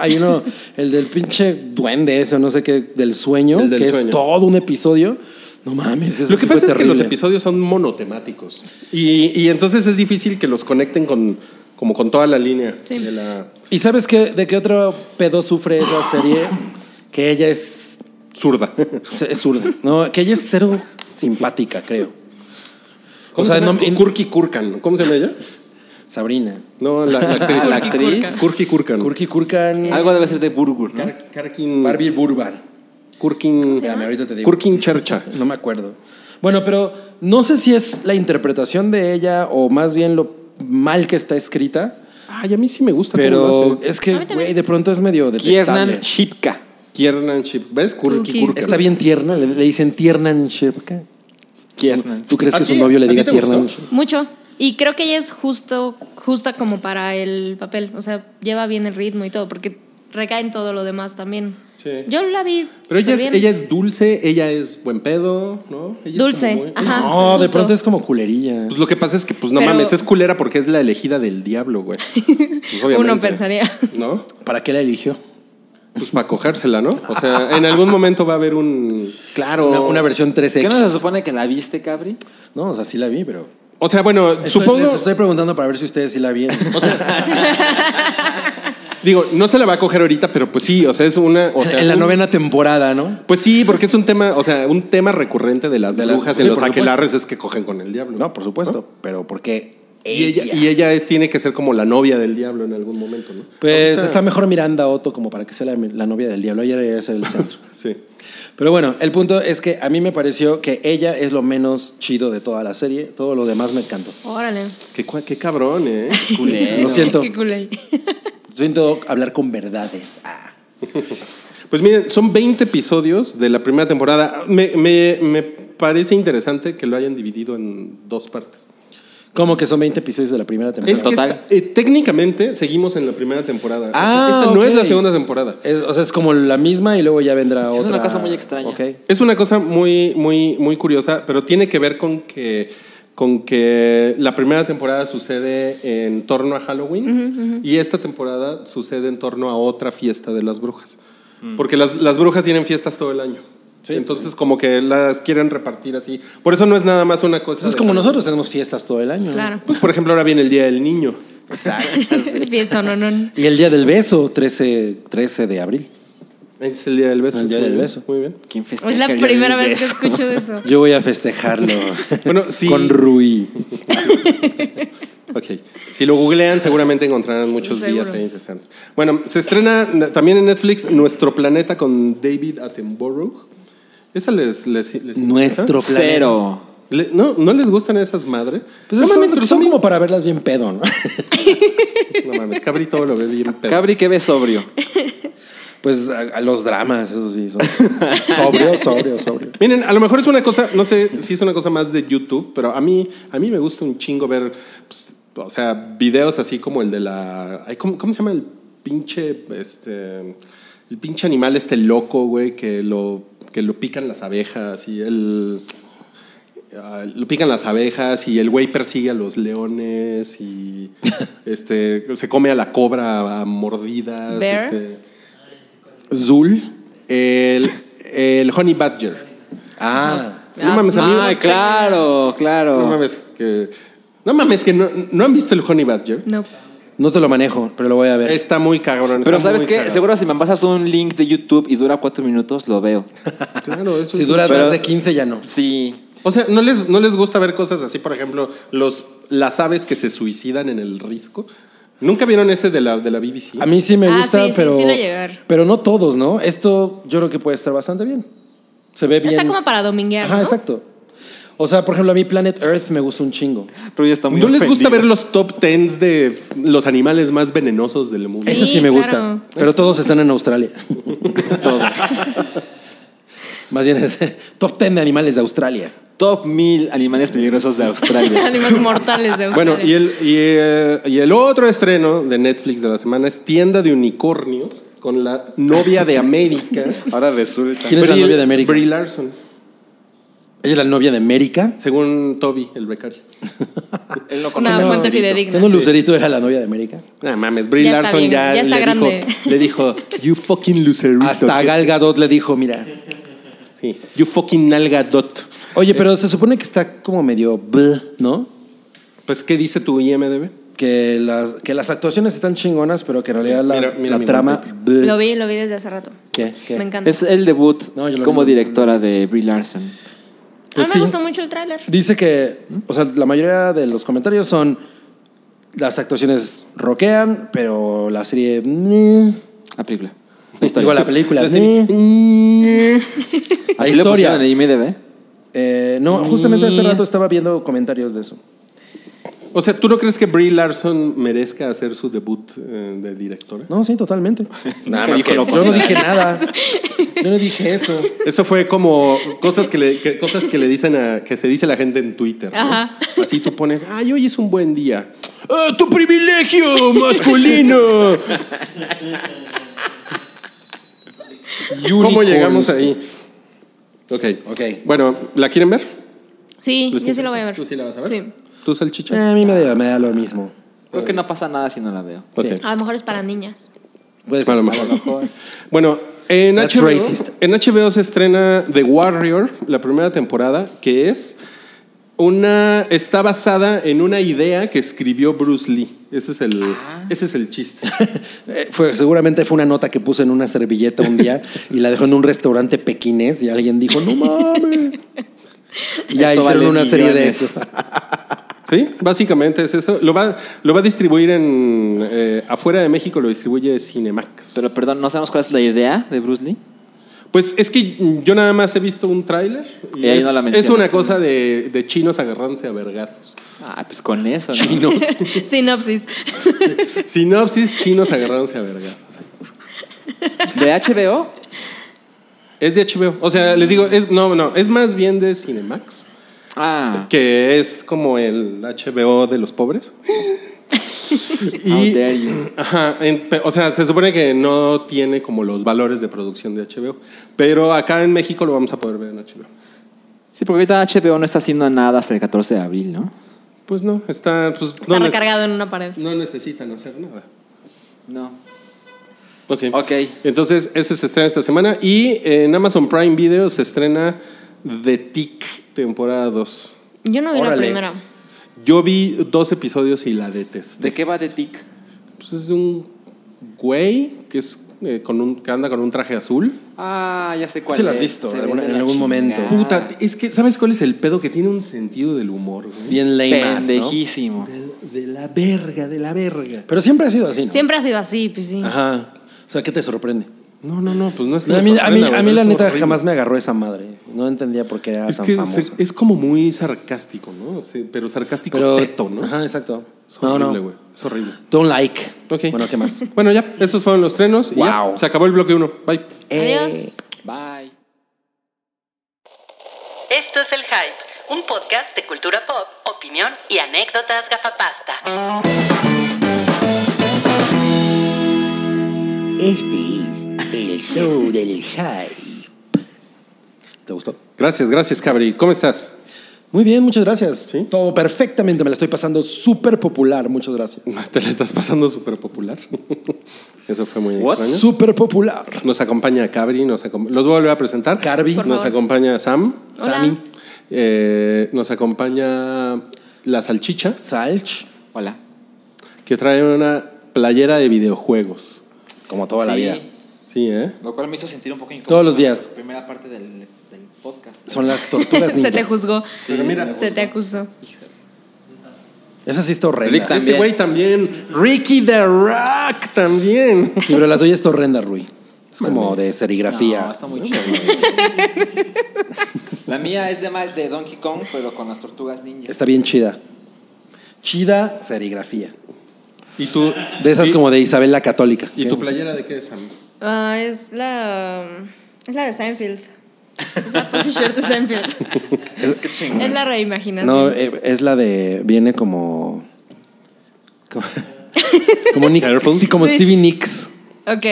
Speaker 4: Hay uno, el del pinche duende, eso, no sé qué, del sueño,
Speaker 2: El del
Speaker 4: que
Speaker 2: sueño.
Speaker 4: es todo un episodio. No mames, eso
Speaker 2: Lo que
Speaker 4: sí fue
Speaker 2: pasa es que
Speaker 4: terrible.
Speaker 2: los episodios son monotemáticos y, y entonces es difícil que los conecten con, como con toda la línea
Speaker 5: Sí.
Speaker 2: de la
Speaker 4: ¿Y sabes qué, de qué otro pedo sufre esa serie? Que ella es
Speaker 2: zurda.
Speaker 4: Es zurda. No, que ella es cero simpática, creo.
Speaker 2: *laughs* ¿Cómo
Speaker 4: O sea,
Speaker 2: se llama?
Speaker 4: no- en-
Speaker 2: Kurki Kurkan. ¿Cómo se llama ella?
Speaker 4: Sabrina.
Speaker 2: No, la, la actriz.
Speaker 6: Ah, la actriz.
Speaker 2: Kurki Kurkan.
Speaker 4: Kurki Kurkan.
Speaker 6: Algo debe ser de Burger, ¿no?
Speaker 2: Kar- Karkin.
Speaker 4: Barbie Burbar.
Speaker 2: Kurkin.
Speaker 4: Espérame, ahorita te digo.
Speaker 2: Kurkin Chercha.
Speaker 4: No me acuerdo. Bueno, pero no sé si es la interpretación de ella o más bien lo mal que está escrita,
Speaker 2: Ay, a mí sí me gusta. cómo lo
Speaker 4: pero
Speaker 2: hace.
Speaker 4: es que,
Speaker 5: A mí también.
Speaker 4: güey, de pronto es medio detestable.
Speaker 6: Kiernan Shipka.
Speaker 2: Kiernan Ship. ¿Ves? Kurki
Speaker 5: Kurki.
Speaker 2: Kurkan.
Speaker 4: Está bien tierna, le, le dicen Tiernan Shirka.
Speaker 6: Kiernan.
Speaker 4: ¿Tú crees
Speaker 2: ¿A
Speaker 4: que su
Speaker 2: ti-
Speaker 4: novio le
Speaker 2: a ti
Speaker 4: diga
Speaker 2: te
Speaker 4: Tiernan
Speaker 2: gustó?
Speaker 5: Mucho. Y creo que ella es justo, justa como para el papel. O sea, lleva bien el ritmo y todo, porque recae en todo lo demás también.
Speaker 2: Sí.
Speaker 5: Yo la vi.
Speaker 2: Pero ella es,
Speaker 5: superbién.
Speaker 2: ella es dulce, ella es buen pedo, ¿no? Ella es
Speaker 5: Dulce,
Speaker 2: como muy-
Speaker 4: Ah.
Speaker 5: ajá.
Speaker 4: No, de
Speaker 5: justo.
Speaker 4: pronto es como culerilla.
Speaker 2: Pues lo que pasa es que, pues no
Speaker 5: Pero-
Speaker 2: mames, es culera porque es la elegida del diablo,
Speaker 4: *laughs*
Speaker 2: güey. Pues, obviamente.
Speaker 5: Uno pensaría.
Speaker 2: ¿No?
Speaker 4: ¿Para qué la eligió?
Speaker 2: Pues para cogérsela, ¿no? O sea, en algún momento va a haber un. Claro.
Speaker 4: Una, una versión
Speaker 6: ¿Qué
Speaker 4: 3X.
Speaker 6: no se supone que la viste, Cabri?
Speaker 4: No, o sea, sí la vi, pero.
Speaker 2: O sea, bueno,
Speaker 4: Estoy-
Speaker 2: supongo.
Speaker 4: les estoy preguntando para ver si ustedes sí la *laughs* vieron.
Speaker 2: Digo, no se la va a coger ahorita, pero pues sí, o sea, es una. O sea,
Speaker 4: en la
Speaker 2: un-
Speaker 4: novena temporada, ¿no?
Speaker 2: Pues sí, porque es un tema, o sea, un tema recurrente de las
Speaker 4: De las-
Speaker 2: brujas
Speaker 4: sí,
Speaker 2: en los
Speaker 4: por supuesto.
Speaker 2: aquelarres es que cogen con el diablo.
Speaker 4: No, por supuesto, pero porque
Speaker 2: Y ella, y ella es- tiene que ser como la novia del diablo en algún momento, ¿no?
Speaker 4: Pues está mejor Miranda Otto como para que sea la, la novia del diablo. Ella debería ser el centro.
Speaker 2: Sí.
Speaker 4: pero bueno, el punto es que a mí me pareció que ella es lo menos chido de toda la serie. Todo lo demás me encantó.
Speaker 5: Órale.
Speaker 2: Qué, cua- qué cabrón, ¿eh?
Speaker 6: Culero.
Speaker 4: Lo siento.
Speaker 5: Qué cool ahí.
Speaker 4: Siento hablar con verdades. Ah.
Speaker 2: Pues miren, son 20 episodios de la primera temporada. Me, me- me parece interesante que lo hayan dividido en dos partes.
Speaker 4: Como que son 20 episodios de la primera temporada.
Speaker 2: Es que
Speaker 6: Total.
Speaker 2: esta- eh, técnicamente seguimos en la primera temporada. O sea,
Speaker 4: Ah,
Speaker 2: esta no es
Speaker 4: ok.
Speaker 2: la segunda temporada.
Speaker 4: Es- o sea, es como la misma y luego ya vendrá
Speaker 6: Es
Speaker 4: otra.
Speaker 6: una cosa muy extraña.
Speaker 4: Ok.
Speaker 2: Es una cosa muy, muy, muy curiosa, pero tiene que ver con que, con que la primera temporada sucede en torno a Halloween y esta temporada sucede en torno a otra fiesta de las brujas.
Speaker 4: Mm.
Speaker 2: Porque las, las brujas tienen fiestas todo el año. Entonces, como que las quieren repartir así. Por eso no es nada más una cosa.
Speaker 4: Entonces,
Speaker 2: de-
Speaker 4: Pues como nosotros tenemos fiestas todo el año.
Speaker 5: Claro.
Speaker 2: Pues, por ejemplo, ahora viene el Día del Niño. *laughs*
Speaker 5: Fiesta, no, no. no.
Speaker 4: Y el día del beso, 13, 13 de abril.
Speaker 2: Es el Día del Beso.
Speaker 4: El Día
Speaker 2: Muy
Speaker 4: del
Speaker 2: bien,
Speaker 4: Beso.
Speaker 2: Muy bien.
Speaker 6: ¿Quién festeja
Speaker 5: Es la
Speaker 6: el día
Speaker 5: primera
Speaker 6: del
Speaker 5: vez que
Speaker 6: beso?
Speaker 5: escucho eso.
Speaker 4: Yo voy a *laughs* festejarlo
Speaker 2: Bueno, sí.
Speaker 4: con Rui.
Speaker 2: Ok. Si lo googlean, seguramente encontrarán muchos
Speaker 5: Seguro.
Speaker 2: días ahí interesantes. Bueno, se estrena na- también en Netflix Nuestro Planeta con David Attenborough. Esa les. les, les interesa?
Speaker 4: Nuestro planeta.
Speaker 6: Cero.
Speaker 2: Le- no, ¿No les gustan esas madres?
Speaker 4: Pues
Speaker 2: no
Speaker 4: son,
Speaker 2: mames, pero
Speaker 4: son
Speaker 2: son
Speaker 4: como para verlas bien pedo, ¿no? *laughs*
Speaker 2: bien- No mames, cabrito lo ve bien pedo.
Speaker 6: Cabri, ¿qué ves sobrio?
Speaker 4: Pues a, a los dramas, eso sí. *laughs* Son sobrio, sobrio, sobrio.
Speaker 2: Miren, a lo mejor es una cosa, no sé si es una cosa más de YouTube, pero a mí, a mí me gusta un chingo ver, pues, o sea, videos así como el de la. ay, ¿cómo, cómo se llama el pinche. Este, el pinche animal este loco, güey, que lo, que lo pican las abejas y el. ah, Lo pican las abejas y el güey persigue a los leones y este se come a la cobra a mordidas.
Speaker 5: Bear.
Speaker 2: este.
Speaker 4: Zul.
Speaker 2: el, el Honey Badger.
Speaker 4: Ah.
Speaker 2: No mames, a mí-
Speaker 6: Ay, claro, claro.
Speaker 2: No mames, que. No mames, que no, no han visto el Honey Badger.
Speaker 5: No.
Speaker 4: No te lo manejo, pero lo voy a ver.
Speaker 2: Está muy cabrón.
Speaker 6: Pero
Speaker 2: está
Speaker 6: ¿sabes
Speaker 2: muy
Speaker 6: qué?
Speaker 2: cagado.
Speaker 6: Seguro si me pasas un link de YouTube y dura cuatro minutos, lo veo.
Speaker 2: Claro, eso
Speaker 4: si
Speaker 2: es-
Speaker 4: dura
Speaker 6: pero-
Speaker 4: más de 15 ya no.
Speaker 6: Sí.
Speaker 2: O sea, ¿no les, ¿no les gusta ver cosas así? Por ejemplo, los, las aves que se suicidan en el risco. ¿Nunca vieron ese de la, de la BBC?
Speaker 4: A mí sí me
Speaker 5: Ah,
Speaker 4: gusta,
Speaker 5: sí, sí,
Speaker 4: pero
Speaker 5: sí lo llegué a ver.
Speaker 4: pero no todos, ¿no? Esto yo creo que puede estar bastante bien. Se ve bien.
Speaker 5: Está como para dominguear.
Speaker 4: Ajá,
Speaker 5: ¿no? *laughs*
Speaker 4: exacto. O sea, por ejemplo, a mí Planet Earth me gusta un chingo.
Speaker 6: Pero ya está muy
Speaker 2: ¿No les gusta
Speaker 6: ofendido.
Speaker 2: ver los top tens de los animales más venenosos del mundo?
Speaker 5: Sí.
Speaker 4: Eso sí me
Speaker 5: claro.
Speaker 4: gusta. Pero todos están en *laughs* Australia.
Speaker 6: Todo.
Speaker 4: Más bien es top 10 de animales de Australia.
Speaker 6: Top 1000 animales peligrosos de *laughs* Australia.
Speaker 5: Animales mortales de
Speaker 2: Bueno, y
Speaker 5: Australia.
Speaker 2: el, y, eh, y el otro estreno de Netflix de la semana es Tienda de Unicornio con la novia de América.
Speaker 6: Ahora resulta.
Speaker 4: ¿Quién es la
Speaker 2: Brie-
Speaker 4: novia de América?
Speaker 2: Brie Larson,
Speaker 4: Ella es la novia de América.
Speaker 2: según Toby, el becario.
Speaker 6: Él no
Speaker 5: Una
Speaker 6: conoce.
Speaker 5: Ah, fuente
Speaker 4: Tengo
Speaker 5: fidedigna.
Speaker 4: un lucerito, era la novia de América.
Speaker 2: No mames, Brie
Speaker 5: Ya está
Speaker 2: Larson
Speaker 5: bien,
Speaker 2: ya,
Speaker 5: ya está
Speaker 2: le,
Speaker 5: grande.
Speaker 2: dijo, le dijo, *laughs* you fucking loserito.
Speaker 4: Hasta
Speaker 2: ¿qué?
Speaker 4: Gal Gadot le dijo, mira.
Speaker 2: Sí, You fucking nalga dot.
Speaker 4: Oye, pero se supone que está como medio, bleh, ¿no?
Speaker 2: Pues, ¿qué dice tu IMDB?
Speaker 4: Que las, que las actuaciones están chingonas, pero que en realidad la,
Speaker 2: Mira, mira
Speaker 4: la
Speaker 2: mi
Speaker 4: trama. bleh.
Speaker 5: Lo vi, lo vi desde hace rato.
Speaker 4: ¿Qué? ¿Qué?
Speaker 5: Me encanta.
Speaker 6: Es el debut
Speaker 4: No, yo lo
Speaker 6: como
Speaker 4: vi.
Speaker 6: directora de Brie Larson.
Speaker 5: a mí
Speaker 4: Pues
Speaker 5: Ah, me
Speaker 4: sí.
Speaker 5: gustó mucho el tráiler.
Speaker 4: Dice que, o sea, la mayoría de los comentarios son las actuaciones rockean, pero la serie. meh.
Speaker 6: La película. La historia.
Speaker 4: Digo, la película.
Speaker 2: La serie,
Speaker 4: meh. La
Speaker 6: Así lo
Speaker 4: historia.
Speaker 6: pusieron en IMDb.
Speaker 4: Eh, no, justamente hace rato estaba viendo comentarios de eso.
Speaker 2: O sea, ¿tú no crees que Brie Larson merezca hacer su debut eh, de directora?
Speaker 4: No,
Speaker 2: *laughs*
Speaker 4: sí, totalmente.
Speaker 6: Nada más que-
Speaker 4: yo no dije nada. Yo no dije
Speaker 2: *laughs*
Speaker 4: eso.
Speaker 2: Eso fue como cosas que le, que- cosas que le dicen a, que se dice la gente en Twitter. ¿no?
Speaker 5: Ajá.
Speaker 2: Así tú pones, ay, hoy es un buen día. ¡Ah, ¡Tu privilegio masculino! ¿Cómo llegamos ahí? Ok.
Speaker 4: Ok.
Speaker 2: Bueno, ¿la quieren ver?
Speaker 5: Sí,
Speaker 2: ¿Les
Speaker 5: yo sí lo voy a
Speaker 2: interesa?
Speaker 5: ver.
Speaker 2: ¿Tú Pues sí la vas a ver?
Speaker 5: Sí.
Speaker 2: ¿Tú,
Speaker 4: Eh,
Speaker 2: Salchicha?
Speaker 4: a mí me da, me da lo mismo.
Speaker 6: Creo que no pasa nada si no la veo.
Speaker 2: Ok.
Speaker 5: A lo mejor es para niñas.
Speaker 4: Puede
Speaker 2: A
Speaker 4: ser.
Speaker 2: lo mejor. Bueno, en
Speaker 4: That's racist.
Speaker 2: HBO, en HBO se estrena The Warrior, la primera temporada, que es una. está basada en una idea que escribió Bruce Lee. Ese es el,
Speaker 6: Ah.
Speaker 2: ese es el chiste. *laughs*
Speaker 4: Eh, Fue, seguramente fue una nota que puso en una servilleta un día y la dejó en un restaurante pequinés y alguien dijo, no mames. Y ya
Speaker 6: Esto
Speaker 4: hicieron
Speaker 6: vale
Speaker 4: una serie de
Speaker 6: millones.
Speaker 4: eso.
Speaker 2: Sí, básicamente es eso. Lo va, lo va a distribuir en. eh, afuera de México lo distribuye Cinemax.
Speaker 6: Pero perdón, no sabemos cuál es la idea de Bruce Lee.
Speaker 2: Pues es que yo nada más he visto un tráiler. y
Speaker 6: Y ahí
Speaker 2: es,
Speaker 6: no la
Speaker 2: es
Speaker 6: mencionan.
Speaker 2: una cosa de, de chinos agarrándose a vergazos.
Speaker 6: Ah, pues con eso, ¿no?
Speaker 2: pues *laughs*
Speaker 5: *laughs* Sinopsis.
Speaker 2: Sinopsis, chinos agarrándose a vergazos.
Speaker 6: De HBO.
Speaker 2: Es de HBO. O sea, les digo, es, no, no, es más bien de Cinemax,
Speaker 6: Ah.
Speaker 2: que es como el HBO de los
Speaker 6: *laughs*
Speaker 2: pobres.
Speaker 6: How
Speaker 2: Y-
Speaker 6: dare you.
Speaker 2: Ajá, en- pe- o sea, se supone que no tiene como los valores de producción de HBO, pero acá en México lo vamos a poder ver en HBO.
Speaker 6: Sí, porque ahorita HBO no está haciendo nada hasta el 14 de abril, ¿no?
Speaker 2: Pues no, está, pues,
Speaker 5: Está
Speaker 2: no, nece-
Speaker 5: recargado en una pared.
Speaker 2: no necesitan hacer nada.
Speaker 6: No.
Speaker 2: Ok.
Speaker 6: Ok.
Speaker 2: Entonces, ese se estrena esta semana y en Amazon Prime Video se estrena The Tick, temporada 2.
Speaker 5: Yo no vi la
Speaker 4: Órale.
Speaker 5: primera.
Speaker 2: Yo vi dos episodios y la detesté.
Speaker 6: ¿De qué va de TIC?
Speaker 2: Pues es de un güey que es eh, con un que anda con un traje azul.
Speaker 6: Ah, ya sé cuál.
Speaker 4: Sí la has
Speaker 6: es.
Speaker 4: visto,
Speaker 6: Se
Speaker 4: en
Speaker 6: ve
Speaker 4: alguna-
Speaker 6: de
Speaker 4: en
Speaker 6: la
Speaker 4: algún momento.
Speaker 6: chingada.
Speaker 2: Puta, es que ¿sabes cuál es el pedo que tiene un sentido del humor, güey?
Speaker 4: Bien lame ass, ¿no?
Speaker 6: Pendejísimo.
Speaker 2: De, de la verga, de la verga.
Speaker 4: Pero siempre ha sido así, ¿no?
Speaker 5: Siempre ha sido así, pues sí.
Speaker 4: Ajá. O sea, ¿qué te sorprende?
Speaker 2: No, no, no, pues no es que
Speaker 4: No, a
Speaker 2: me
Speaker 4: mí, a mí-
Speaker 2: sorprenda,
Speaker 4: a mí
Speaker 2: güey,
Speaker 4: la
Speaker 2: es
Speaker 4: neta
Speaker 2: horrible.
Speaker 4: jamás me agarró esa madre. No entendía por qué era
Speaker 2: Es
Speaker 4: tan
Speaker 2: que
Speaker 4: famoso.
Speaker 2: se- es como muy sarcástico, ¿no? Sí, pero sarcástico teto, ¿no?
Speaker 4: Ajá, exacto.
Speaker 2: Es
Speaker 4: No,
Speaker 2: horrible,
Speaker 4: no.
Speaker 2: güey. Es horrible.
Speaker 4: Don't like.
Speaker 2: Ok.
Speaker 4: Bueno, ¿qué más?
Speaker 2: Bueno, ya, esos fueron los trenos. Y ya,
Speaker 4: Wow.
Speaker 2: se acabó el bloque 1. Bye.
Speaker 5: Adiós.
Speaker 2: Eh,
Speaker 6: Bye.
Speaker 1: Esto es El Hype, un podcast de cultura pop, opinión y anécdotas gafapasta.
Speaker 8: Este es el show del hype.
Speaker 4: ¿Te gustó?
Speaker 2: Gracias, gracias, Cabri. ¿Cómo estás?
Speaker 4: Muy bien, muchas gracias.
Speaker 2: ¿Sí?
Speaker 4: Todo perfectamente, me la estoy pasando súper popular, muchas gracias.
Speaker 2: *laughs* Te la estás pasando súper popular. *laughs* Eso fue muy extraño.
Speaker 4: Súper popular.
Speaker 2: Nos acompaña Cabri, nos acom- los voy a volver a presentar.
Speaker 4: Carvi. Por
Speaker 2: nos
Speaker 5: favor.
Speaker 2: acompaña Sam,
Speaker 5: Hola.
Speaker 2: Sammy. Eh, nos acompaña la salchicha,
Speaker 4: Salch,
Speaker 6: Hola.
Speaker 2: que trae una playera de videojuegos.
Speaker 4: como toda la
Speaker 6: Sí,
Speaker 4: vida.
Speaker 2: Sí, ¿eh?
Speaker 6: Lo cual me hizo sentir un poco incómodo.
Speaker 4: Todos los días.
Speaker 6: La primera parte del, del podcast.
Speaker 4: Son las tortugas ninja.
Speaker 5: *laughs* Se te juzgó.
Speaker 2: Pero mira-
Speaker 5: se te acusó.
Speaker 4: Esa sí está horrenda.
Speaker 6: Rick
Speaker 2: Rick Ese
Speaker 6: también.
Speaker 2: güey también. Ricky the Rock también.
Speaker 4: Sí, pero la tuya está horrenda, Rui. Es como de serigrafía.
Speaker 6: No, está muy chido. *laughs* La mía es de, mal, de Donkey Kong, pero con las tortugas ninja.
Speaker 4: Está bien chida. Chida serigrafía.
Speaker 2: ¿Y tú?
Speaker 4: De esas
Speaker 2: y-
Speaker 4: como de Isabel la Católica.
Speaker 2: ¿Y tu playera de qué es, Sam?
Speaker 5: Ah, es la. Es la de Seinfeld. *laughs* La puffy shirt de Seinfeld. es la
Speaker 4: No,
Speaker 5: reimaginación.
Speaker 4: eh, es la de. Viene como. Como, *laughs* como Nick- sí, como
Speaker 5: Sí.
Speaker 4: Stevie Nicks.
Speaker 5: ok.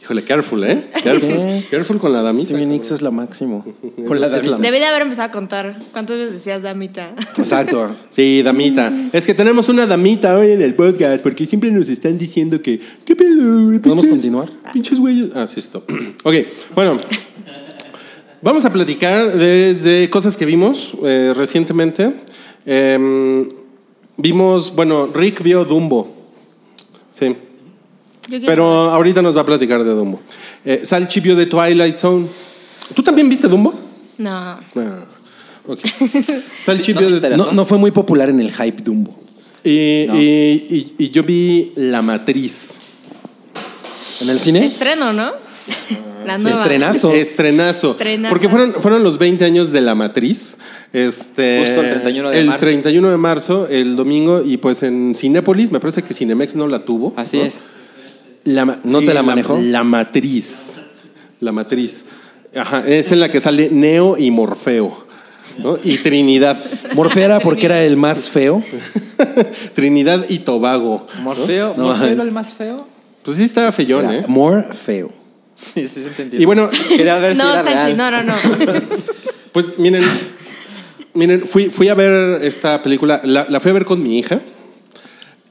Speaker 2: Híjole, careful,
Speaker 4: *laughs*
Speaker 2: ¿eh? Careful.
Speaker 4: Sí.
Speaker 2: careful con la damita.
Speaker 4: Stevie Nicks es la máximo.
Speaker 2: Con la damita.
Speaker 5: Debí de haber empezado a contar. ¿Cuántas veces decías damita? *laughs*
Speaker 4: *laughs* Exacto.
Speaker 2: Sí, damita. Es que tenemos una damita hoy en el podcast porque siempre nos están diciendo que. ¿Qué pedo? güey?
Speaker 4: ¿Podemos
Speaker 2: Pinches-
Speaker 4: continuar?
Speaker 2: Pinches güeyes. Ah, sí, stop. *clears throat* ok, bueno. Vamos a platicar desde cosas que vimos eh, recientemente. Em, vimos, bueno, Rick vio Dumbo. Sí.
Speaker 5: Yo quiero-
Speaker 2: Pero ahorita nos va a platicar de Dumbo. Eh, Salchi vio de Twilight Zone. ¿Tú también viste Dumbo?
Speaker 5: No.
Speaker 2: Ah, ok. Salchi vio de.
Speaker 4: No, no fue muy popular en el hype Dumbo.
Speaker 2: Y, y- y- y yo vi La Matriz.
Speaker 4: En el cine.
Speaker 5: Estreno, ¿no? La nueva.
Speaker 4: Estrenazo.
Speaker 2: Estrenazo.
Speaker 5: Estrenazas.
Speaker 2: Porque fueron, fueron los 20 años de La Matriz. Este,
Speaker 6: Justo el 31 de
Speaker 2: el
Speaker 6: marzo.
Speaker 2: 31 de marzo, el domingo, y pues en Cinépolis, me parece que Cinemex no la tuvo.
Speaker 6: Así
Speaker 2: ¿no?
Speaker 6: es.
Speaker 2: La ma-
Speaker 4: ¿No te la manejó?
Speaker 2: La Matriz. La Matriz. Ajá, es en la que sale Neo y Morfeo. ¿no? Y Trinidad. *laughs*
Speaker 4: Morfeo era porque era el más feo.
Speaker 2: Trinidad y Tobago.
Speaker 6: Morfeo,
Speaker 4: No,
Speaker 6: Morfeo era
Speaker 4: es-
Speaker 6: el más feo.
Speaker 2: Pues sí estaba feyón, ¿eh?
Speaker 4: Era Morfeo.
Speaker 6: *laughs* Sí, sí, se entendió.
Speaker 2: Y bueno,
Speaker 6: Quería ver si
Speaker 5: No,
Speaker 6: era
Speaker 5: Sanchi,
Speaker 6: real.
Speaker 5: no, no, no.
Speaker 2: *laughs* Pues miren, miren, fui, fui a ver esta película, la, la fui a ver con mi hija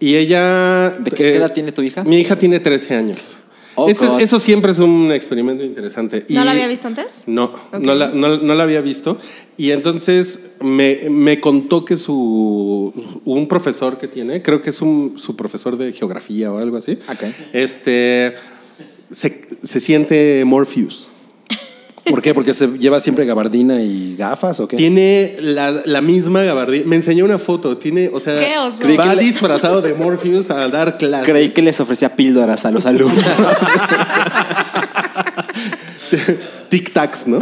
Speaker 2: y ella... eh,
Speaker 6: ¿De qué- qué edad tiene tu hija?
Speaker 2: Mi hija tiene 13 años.
Speaker 6: Oh,
Speaker 2: eso,
Speaker 6: God.
Speaker 2: eso siempre es un experimento interesante.
Speaker 5: ¿No
Speaker 2: Y-
Speaker 5: la había visto antes?
Speaker 2: No,
Speaker 5: Ok.
Speaker 2: no, la, no- no la había visto. Y entonces me, me contó que su un profesor que tiene, creo que es un, su profesor de geografía o algo así,
Speaker 6: Ok.
Speaker 2: este, se, se siente Morpheus.
Speaker 4: ¿Por qué? Porque se lleva siempre gabardina y gafas o qué?
Speaker 2: Tiene la, la misma gabardina. Me enseñó una foto. Tiene, o sea,
Speaker 5: Qué oso. Creí
Speaker 2: va
Speaker 6: que le-
Speaker 2: disfrazado de Morpheus a dar clases. *laughs*
Speaker 6: Creí que les ofrecía píldoras a los alumnos.
Speaker 2: Tic tacs, *laughs* ¿no?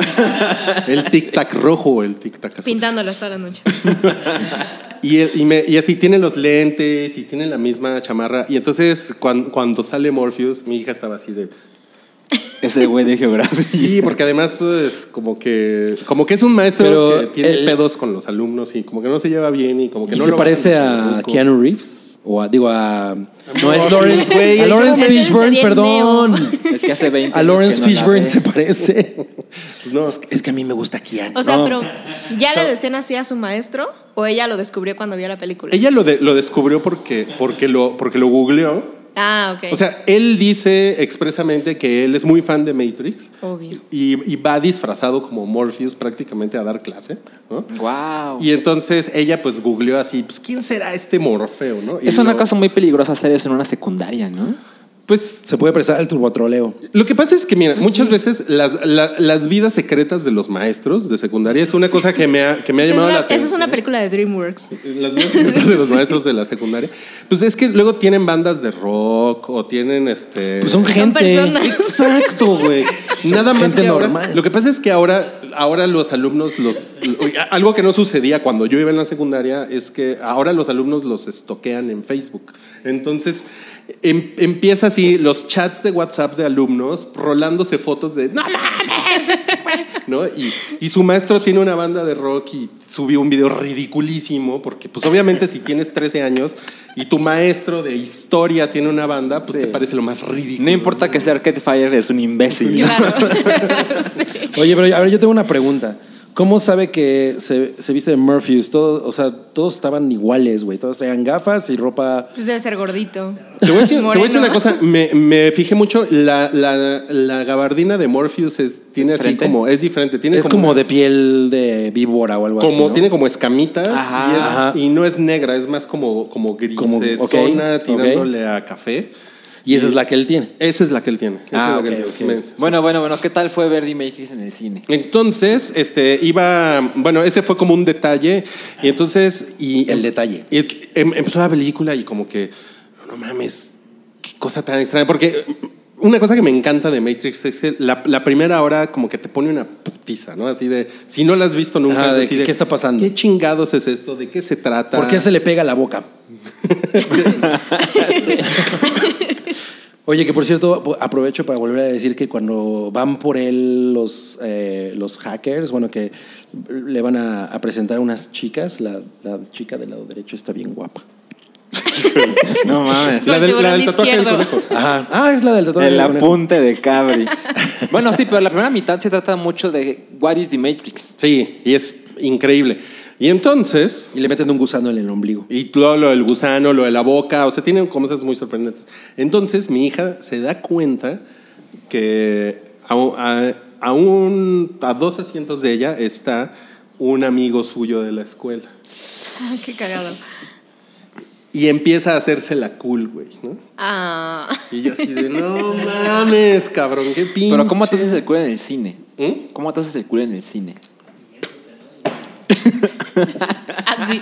Speaker 2: El tic tac rojo, el tic tac azul.
Speaker 5: Pintándola hasta la noche.
Speaker 2: Y, el- y me- y así tiene los lentes y tiene la misma chamarra. Y entonces cuan- cuando, sale Morpheus, mi hija estaba así de.
Speaker 6: Ese güey de geografía.
Speaker 2: Sí, porque además pues como que como que es un maestro
Speaker 4: Pero
Speaker 2: que tiene
Speaker 4: el-
Speaker 2: pedos con los alumnos y como que no se lleva bien y como que
Speaker 4: ¿Y
Speaker 2: no
Speaker 4: se
Speaker 2: lo
Speaker 4: parece
Speaker 2: bajan
Speaker 4: a
Speaker 2: del grupo.
Speaker 4: Keanu Reeves? O a, digo, a. No, es
Speaker 2: Morpheus,
Speaker 4: Lawrence.
Speaker 2: güey,
Speaker 4: a
Speaker 2: ahí
Speaker 4: Lawrence
Speaker 5: como-
Speaker 4: Fishburne,
Speaker 5: Ese es
Speaker 4: *laughs*
Speaker 5: el
Speaker 4: perdón.
Speaker 6: *laughs* Es que hace 20
Speaker 4: A Lawrence
Speaker 6: años que no la
Speaker 4: Fishburne
Speaker 6: ve.
Speaker 4: se parece.
Speaker 2: Pues no.
Speaker 4: Es que a mí me gusta Keanu.
Speaker 5: O sea,
Speaker 4: No.
Speaker 5: pero ¿ya le decían así a su maestro o ella lo descubrió cuando vio la película?
Speaker 2: Ella lo, de- lo descubrió porque, porque, lo, porque lo googleó.
Speaker 5: Ah, ok.
Speaker 2: O sea, él dice expresamente que él es muy fan de Matrix.
Speaker 5: Obvio.
Speaker 2: Y, y va disfrazado como Morpheus prácticamente a dar clase. ¿no?
Speaker 6: Wow.
Speaker 2: Y entonces ella pues googleó así, pues ¿quién será este Morfeo? ¿no? Y
Speaker 6: es una
Speaker 2: lo-
Speaker 6: cosa muy peligrosa hacer eso en una secundaria, ¿no?
Speaker 2: Pues
Speaker 4: Se puede prestar al turbotroleo.
Speaker 2: Lo que pasa es que, mira, muchas veces las, la- las vidas secretas de los maestros de secundaria es una cosa que me ha, que me ha
Speaker 5: Esa es,
Speaker 2: llamado
Speaker 5: una,
Speaker 2: la
Speaker 5: esa
Speaker 2: atención.
Speaker 5: es una película de
Speaker 2: *laughs*
Speaker 5: DreamWorks.
Speaker 2: Las vidas secretas de los
Speaker 5: *laughs*
Speaker 2: maestros de la secundaria. Pues es que luego tienen bandas de rock o tienen este.
Speaker 4: Pues son gente.
Speaker 5: personas.
Speaker 2: Exacto, güey.
Speaker 4: *laughs*
Speaker 2: Nada más
Speaker 4: gente
Speaker 2: que ahora-
Speaker 4: normal.
Speaker 2: Lo que pasa es que ahora, ahora los alumnos los. Algo que no sucedía cuando yo iba en la secundaria es que ahora los alumnos los estoquean en Facebook. Entonces. em- empieza así los chats de WhatsApp de alumnos rolándose fotos de no este ¿no? Y, y su maestro tiene una banda de rock y subió un video ridiculísimo, porque pues obviamente si tienes 13 años y tu maestro de historia tiene una banda, pues te parece lo más ridículo.
Speaker 6: No importa que sea Arcade Fire, es un imbécil.
Speaker 5: Claro.
Speaker 4: Oye, pero a ver, yo tengo una pregunta. ¿Cómo sabe que se, se viste de Murphy's? Todo, o sea, todos estaban iguales, güey. Todos traían gafas y ropa.
Speaker 5: Pues debe ser gordito.
Speaker 2: Te voy a decir, te voy a decir
Speaker 5: Moreno.
Speaker 2: una cosa, me, me fijé mucho, la, la- la gabardina de Morpheus es- tiene así
Speaker 6: diferente?
Speaker 2: como, es diferente, tiene
Speaker 4: Es como, de piel de víbora o algo
Speaker 2: como-
Speaker 4: así. ¿no?
Speaker 2: tiene como escamitas
Speaker 6: Ajá.
Speaker 2: y, es-
Speaker 4: Ajá.
Speaker 2: y no es negra, es más como, como
Speaker 4: Como- ok,
Speaker 2: grisezona,
Speaker 4: ok.
Speaker 2: tirándole a café.
Speaker 4: Y esa es la que él tiene.
Speaker 2: Esa es la que él tiene. esa
Speaker 4: Ah,
Speaker 2: es la que
Speaker 4: ok,
Speaker 2: él
Speaker 4: ok.
Speaker 2: tiene.
Speaker 6: Bueno, bueno, bueno, ¿qué tal fue ver remakes en el cine?
Speaker 2: Entonces, este, iba, bueno, ese fue como un detalle. Y entonces, y
Speaker 4: El detalle.
Speaker 2: y es- em- empezó la película y como que, no mames, qué cosa tan extraña. Porque mm, una cosa que me encanta de Matrix es que la, la primera hora como que te pone una putiza, ¿no? Así de, si no la has visto nunca,
Speaker 4: Ajá,
Speaker 2: es
Speaker 4: de
Speaker 2: así
Speaker 4: qué- qué está pasando.
Speaker 2: ¿Qué chingados es esto? ¿De qué se trata?
Speaker 4: ¿Por qué se le pega la boca? Oye, que por cierto, po- aprovecho para volver a decir que cuando van por él los, eh, los hackers, bueno, que le van a, a presentar a unas chicas, la, la chica del lado derecho está bien guapa.
Speaker 6: *laughs* No mames.
Speaker 5: Con
Speaker 2: La
Speaker 5: el
Speaker 2: del, la
Speaker 5: tiburón
Speaker 2: del tatuaje del
Speaker 5: izquierdo.
Speaker 2: conejo.
Speaker 4: Ajá. Ah, es la del tatuaje.
Speaker 6: El
Speaker 4: del conejo.
Speaker 6: apunte de Cabri. *laughs* bueno, sí, pero la primera mitad se trata mucho de What is the Matrix?
Speaker 2: Sí, y es increíble. Y entonces,
Speaker 4: Y le meten un gusano en el ombligo.
Speaker 2: Y lo, lo del gusano, lo de la boca, o sea, tienen cosas muy sorprendentes. Entonces, mi hija se da cuenta que a, un- a- a un- a dos asientos de ella está un amigo suyo de la escuela.
Speaker 5: Ah, *laughs* qué cagado.
Speaker 2: Y empieza a hacerse la cool, güey, ¿no?
Speaker 5: Ah.
Speaker 2: Y yo así
Speaker 5: *laughs*
Speaker 2: de, no mames, cabrón, qué pinche.
Speaker 6: Pero ¿cómo te haces el culo en el cine?
Speaker 2: ¿Mm?
Speaker 6: ¿Cómo te haces el culo en el cine?
Speaker 5: Así.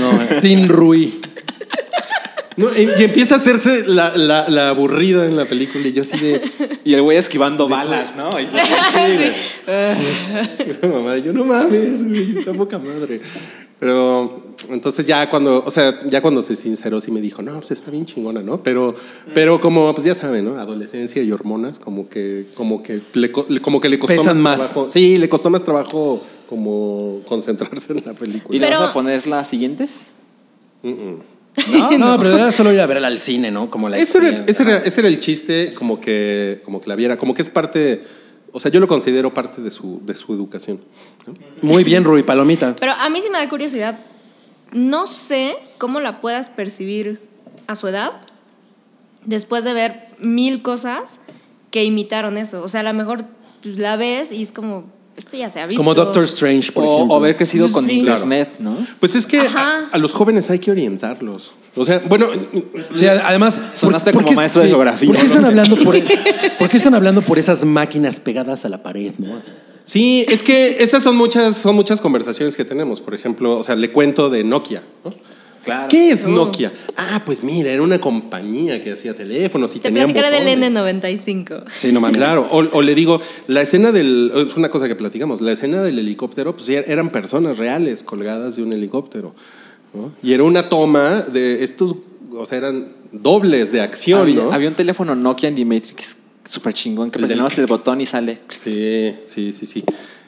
Speaker 4: No, Tim Rui.
Speaker 2: No, y y empieza a hacerse la, la- la aburrida en la película. Y yo así de,
Speaker 6: Y el güey esquivando balas, ¿no?
Speaker 2: *laughs*
Speaker 6: Y tú-
Speaker 5: Sí.
Speaker 2: Mamá, yo no mames, güey, está poca madre. Pero entonces ya cuando, o sea, ya cuando se sinceró sí me dijo, no, pues está bien chingona, ¿no? Pero, pero como, pues ya saben, ¿no? Adolescencia y hormonas, como que, como que le, co- le- como que le costó
Speaker 4: Pesan más.
Speaker 2: trabajo. Sí, le costó más trabajo como concentrarse en la película.
Speaker 6: ¿Y le
Speaker 5: Pero-
Speaker 6: vas a poner las siguientes?
Speaker 4: No, pero era solo ir a ver al cine, ¿no? Como la
Speaker 2: Ese era, ese
Speaker 4: experiencia.
Speaker 2: era- ese era el chiste, como que, como que la viera, como que es parte, o sea, yo lo considero parte de su, de su educación.
Speaker 4: Muy bien, Rui Palomita.
Speaker 5: Pero a mí sí me da curiosidad. No sé cómo la puedas percibir a su edad después de ver mil cosas que imitaron eso. O sea, a lo mejor pues, la ves y es como, esto ya se ha visto.
Speaker 4: Como Doctor Strange, por
Speaker 6: O,
Speaker 4: ejemplo.
Speaker 6: o haber crecido con
Speaker 5: Sí.
Speaker 6: internet, ¿no?
Speaker 2: Pues es que
Speaker 5: Ajá.
Speaker 2: a, a los jóvenes hay que orientarlos. O sea, bueno,
Speaker 4: Sí, ad- además.
Speaker 6: Sonaste como maestro de geografía.
Speaker 4: ¿Por qué están hablando
Speaker 6: *laughs*
Speaker 4: por, por qué están hablando por esas máquinas pegadas a la pared, no?
Speaker 2: Sí, es que esas son muchas, son muchas conversaciones que tenemos. Por ejemplo, o sea, le cuento de Nokia. ¿no?
Speaker 6: Claro.
Speaker 2: ¿Qué
Speaker 5: Uh.
Speaker 2: es Nokia? Ah, pues mira, era una compañía que hacía teléfonos y
Speaker 5: Te
Speaker 2: tenía.
Speaker 5: platicaré del N95.
Speaker 2: Sí, no mames. Claro, o, o le digo, la escena del. Es una cosa que platicamos, la escena del helicóptero, pues er- eran personas reales colgadas de un helicóptero. ¿no? Y era una toma de estos, o sea, eran dobles de acción,
Speaker 6: Había,
Speaker 2: ¿no?
Speaker 6: había un teléfono Nokia en The Matrix súper chingón que
Speaker 2: El del-
Speaker 6: presionabas el botón y sale.
Speaker 2: Sí, sí, sí, sí.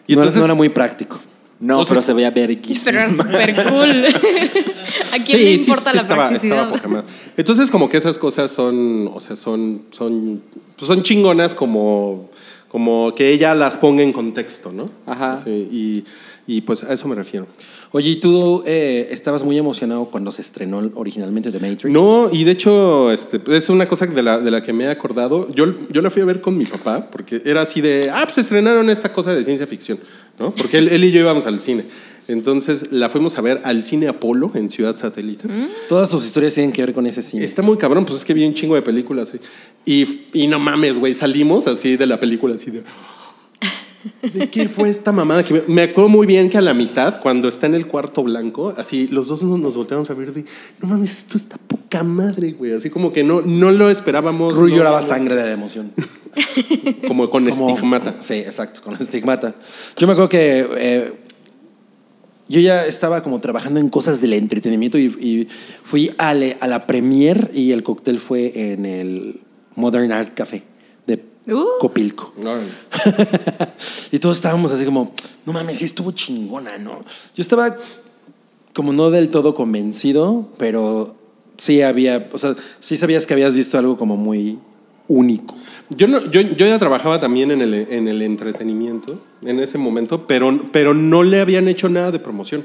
Speaker 4: Y no, no era muy práctico.
Speaker 6: No,
Speaker 2: O sea-
Speaker 6: pero se veía verguísima.
Speaker 5: Pero era súper
Speaker 2: *laughs*
Speaker 5: cool. *laughs* ¿A quién le importa la
Speaker 2: estaba-
Speaker 5: practicidad?
Speaker 2: estaba poca madre. Entonces, como que esas cosas son, o sea, son, son, pues son chingonas como, como que ella las ponga en contexto, ¿no?
Speaker 6: Ajá.
Speaker 2: Sí, y, y, pues a eso me refiero.
Speaker 4: Oye, ¿y tú eh, estabas muy emocionado cuando se estrenó originalmente The Matrix?
Speaker 2: No, y de hecho, este, es una cosa de la, de la que me he acordado. Yo, yo la fui a ver con mi papá, porque era así de, ah, pues estrenaron esta cosa de ciencia ficción. ¿no? Porque él, él y yo íbamos al cine. Entonces la fuimos a ver al cine Apolo en Ciudad Satélite.
Speaker 4: Todas sus historias tienen que ver con ese cine.
Speaker 2: Está muy cabrón, pues es que vi un chingo de películas. güey. Y, y no mames, güey, salimos así de la película, así de... "Oh, ¿De qué fue esta mamada? Que me, me acuerdo muy bien que a la mitad, cuando está en el cuarto blanco, así los dos nos, nos volteamos a ver de, no mames, esto está poca madre, güey. Así como que no, no lo esperábamos.
Speaker 4: Rui
Speaker 2: no,
Speaker 4: lloraba
Speaker 2: no,
Speaker 4: sangre de la emoción.
Speaker 2: *laughs* Como con
Speaker 4: Como-
Speaker 2: estigmata.
Speaker 4: Sí, exacto, con *laughs* estigmata. Yo me acuerdo que eh, yo ya estaba como trabajando en cosas del entretenimiento y, y fui a, le- a la premier y el cóctel fue en el Modern Art Café de
Speaker 5: Uh.
Speaker 4: Copilco. *laughs*
Speaker 2: Órale.
Speaker 4: y todos estábamos así como, no mames, sí estuvo chingona, ¿no? Yo estaba como no del todo convencido, pero sí había, o sea, sí sabías que habías visto algo como muy único.
Speaker 2: Yo, no, yo, yo ya trabajaba también en el, en el entretenimiento en ese momento, pero, pero no le habían hecho nada de promoción.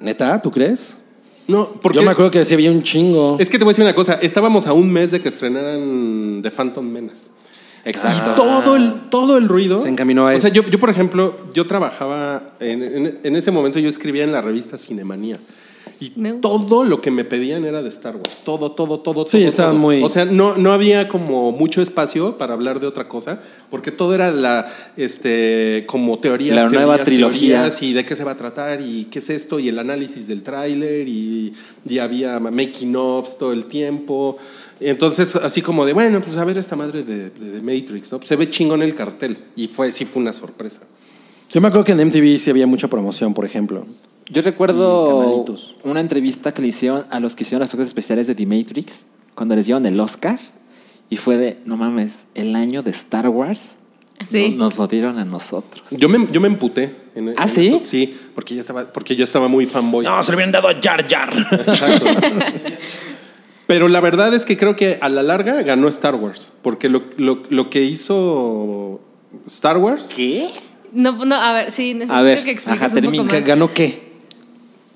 Speaker 4: ¿Neta? ¿Tú crees?
Speaker 2: No, porque
Speaker 4: Yo me acuerdo que sí había un chingo.
Speaker 2: es que te voy a decir una cosa, estábamos a un mes de que estrenaran The Phantom Menace.
Speaker 6: Exacto.
Speaker 2: todo el, todo el ruido.
Speaker 4: Ah. Se encaminó
Speaker 2: O
Speaker 4: a eso.
Speaker 2: sea, yo, yo, por ejemplo, yo trabajaba, en, en- en ese momento yo escribía en la revista Cinemanía. Y
Speaker 5: No.
Speaker 2: todo lo que me pedían era de Star Wars. Todo, todo, todo.
Speaker 4: Sí,
Speaker 2: todo,
Speaker 4: estaban
Speaker 2: todo.
Speaker 4: muy-
Speaker 2: O sea, no, no había como mucho espacio para hablar de otra cosa, porque todo era la, este, como teorías.
Speaker 6: La nueva
Speaker 2: teorías,
Speaker 6: trilogía.
Speaker 2: teorías, y de qué se va a tratar, y qué es esto, y el análisis del tráiler, y, y había making offs todo el tiempo. Entonces, así como de, bueno, pues a ver esta madre de, de- de Matrix, ¿no? Pues se ve chingón el cartel. Y fue, sí fue una sorpresa.
Speaker 4: Yo me acuerdo que en MTV sí había mucha promoción, por ejemplo.
Speaker 6: Yo recuerdo
Speaker 4: Mm, canalitos.
Speaker 6: una entrevista que le hicieron a los que hicieron los efectos especiales de The Matrix cuando les dieron el Oscar y fue de, no mames, el año de Star Wars
Speaker 5: Ah, Sí.
Speaker 6: no- nos lo dieron a nosotros.
Speaker 2: Yo me, yo me emputé. en-
Speaker 6: ¿Ah,
Speaker 2: en
Speaker 6: sí?
Speaker 2: eso. Sí, porque, ya estaba, porque yo estaba muy fanboy.
Speaker 4: No, se le habían dado a Jar Jar.
Speaker 2: Exacto. Pero la verdad es que creo que a la larga ganó Star Wars, porque lo, lo- lo que hizo Star Wars
Speaker 6: ¿Qué?
Speaker 5: No, no, a ver, sí, necesito
Speaker 6: A ver,
Speaker 5: que expliques
Speaker 6: ajá,
Speaker 5: un
Speaker 6: termina.
Speaker 5: poco más.
Speaker 4: ¿Ganó qué?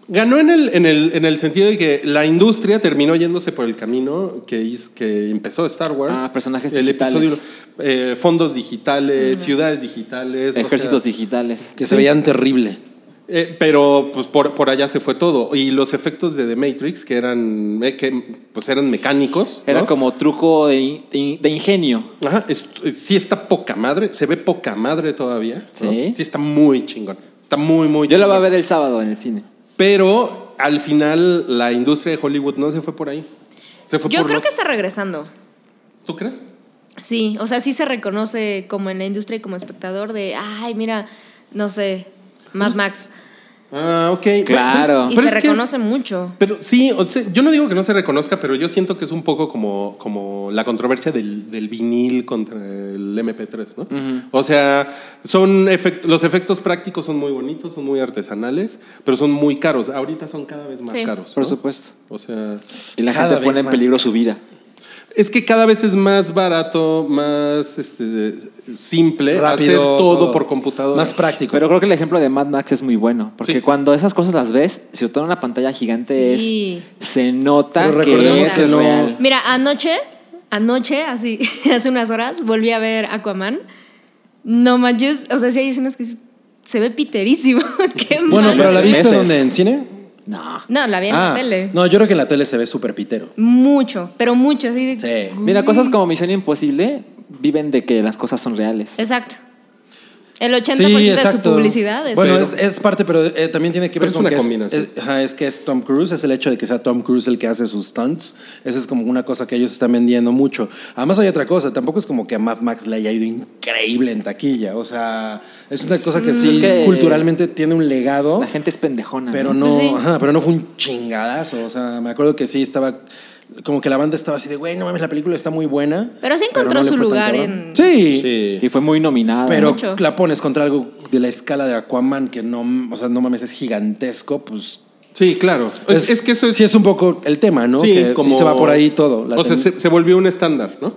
Speaker 2: ganó en el, en, el, en el sentido de que la industria terminó yéndose por el camino que, hizo- que empezó Star Wars.
Speaker 6: Ah, personajes
Speaker 2: el
Speaker 6: digitales.
Speaker 2: episodio, eh, fondos digitales, ciudades digitales. o
Speaker 6: Ejércitos
Speaker 2: sea,
Speaker 6: digitales.
Speaker 4: *laughs* Que se veían terrible.
Speaker 2: Eh, pero pues por, por allá se fue todo. Y los efectos de The Matrix, que eran, eh, que, pues eran mecánicos.
Speaker 6: Era
Speaker 2: ¿no?
Speaker 6: como truco de, in- de in- de ingenio.
Speaker 2: Ajá, es- es- sí está poca madre, se ve poca madre todavía. ¿no?
Speaker 6: Sí.
Speaker 2: está muy chingón. Está muy, muy
Speaker 6: Yo la
Speaker 2: chingón.
Speaker 6: voy a ver el sábado en el cine.
Speaker 2: Pero al final la industria de Hollywood no se fue por ahí. Se fue
Speaker 5: Yo
Speaker 2: por
Speaker 5: creo
Speaker 2: lo-
Speaker 5: que está regresando.
Speaker 2: ¿Tú crees?
Speaker 5: Sí, o sea, sí se reconoce como en la industria y como espectador de, ay, mira, no sé,
Speaker 4: Pues,
Speaker 5: Mad Max.
Speaker 2: Ah, ok. Pero-
Speaker 6: Claro.
Speaker 5: Y
Speaker 2: pero
Speaker 5: se
Speaker 2: es que-
Speaker 5: reconoce mucho.
Speaker 2: Pero sí, o sea, yo no digo que no se reconozca, pero yo siento que es un poco como, como la controversia del, del vinil contra el MP3, ¿no? O sea, son efect- los efectos prácticos son muy bonitos, son muy artesanales, pero son muy caros. Ahorita son cada vez más
Speaker 5: Sí.
Speaker 2: caros.
Speaker 6: Por
Speaker 2: ¿no?
Speaker 6: supuesto.
Speaker 2: O sea,
Speaker 6: Y la
Speaker 4: Cada
Speaker 6: gente
Speaker 4: vez
Speaker 6: pone en
Speaker 4: más.
Speaker 6: peligro su vida.
Speaker 2: es que cada vez es más barato, más este, simple hacer todo, por computadora.
Speaker 4: Más práctico.
Speaker 6: Pero creo que el ejemplo de Mad Max es muy bueno. Porque
Speaker 2: Sí.
Speaker 6: cuando esas cosas las ves, si todo en una pantalla gigante
Speaker 5: Sí.
Speaker 6: es. Se nota
Speaker 4: Pero
Speaker 6: que
Speaker 4: recordemos
Speaker 6: es
Speaker 4: que no-
Speaker 6: real.
Speaker 5: Mira, anoche, anoche, así, *laughs* hace unas horas, volví a ver Aquaman. No manches, o sea, sí hay escenas que se ve piterísimo. *laughs* Qué
Speaker 4: bueno,
Speaker 5: mal.
Speaker 4: pero la viste
Speaker 6: Meses.
Speaker 4: donde en cine? Ah,
Speaker 6: No.
Speaker 5: No, la vi en la tele.
Speaker 4: No, yo creo que en la tele se ve súper pitero.
Speaker 5: Mucho, pero mucho. Así de-
Speaker 4: Sí.
Speaker 6: Mira, cosas como Misión Imposible viven de que las cosas son reales.
Speaker 5: Exacto. El 80%
Speaker 4: Sí,
Speaker 5: de su
Speaker 4: exacto.
Speaker 5: publicidad es
Speaker 4: Bueno,
Speaker 2: Pero-
Speaker 4: es, es parte, pero eh, también tiene que
Speaker 2: Pero
Speaker 4: ver
Speaker 2: es
Speaker 4: con
Speaker 2: una
Speaker 4: que
Speaker 2: combinación.
Speaker 4: Es, ajá, es que es Tom Cruise, es el hecho de que sea Tom Cruise el que hace sus stunts. Esa es como una cosa que ellos están vendiendo mucho. Además hay otra cosa, tampoco es como que a Mad Max le haya ido increíble en taquilla. O sea, es una cosa
Speaker 5: Mm.
Speaker 4: que sí
Speaker 6: Es que-
Speaker 4: culturalmente tiene un legado.
Speaker 6: La gente es pendejona.
Speaker 4: Pero no,
Speaker 6: ¿no?
Speaker 5: Pues sí.
Speaker 4: ajá, pero no fue un chingadazo. O sea, me acuerdo que sí estaba. Como que la banda estaba así de, güey, no mames, la película está muy buena.
Speaker 5: Pero sí encontró
Speaker 4: le
Speaker 5: su
Speaker 4: fue tan
Speaker 5: lugar
Speaker 4: cabrón.
Speaker 5: en-
Speaker 4: Sí,
Speaker 2: Sí.
Speaker 6: Y fue muy nominada.
Speaker 4: pero
Speaker 5: Mucho.
Speaker 4: la pones contra algo de la escala de Aquaman que no, o sea, no mames, es gigantesco, pues.
Speaker 2: Sí, claro. Es, es que eso es.
Speaker 4: Sí, es un poco el tema, ¿no?
Speaker 2: Sí,
Speaker 4: que sí
Speaker 2: como-
Speaker 4: se va por ahí todo. La
Speaker 2: o sea,
Speaker 4: ten-
Speaker 2: se, se volvió un estándar, ¿no?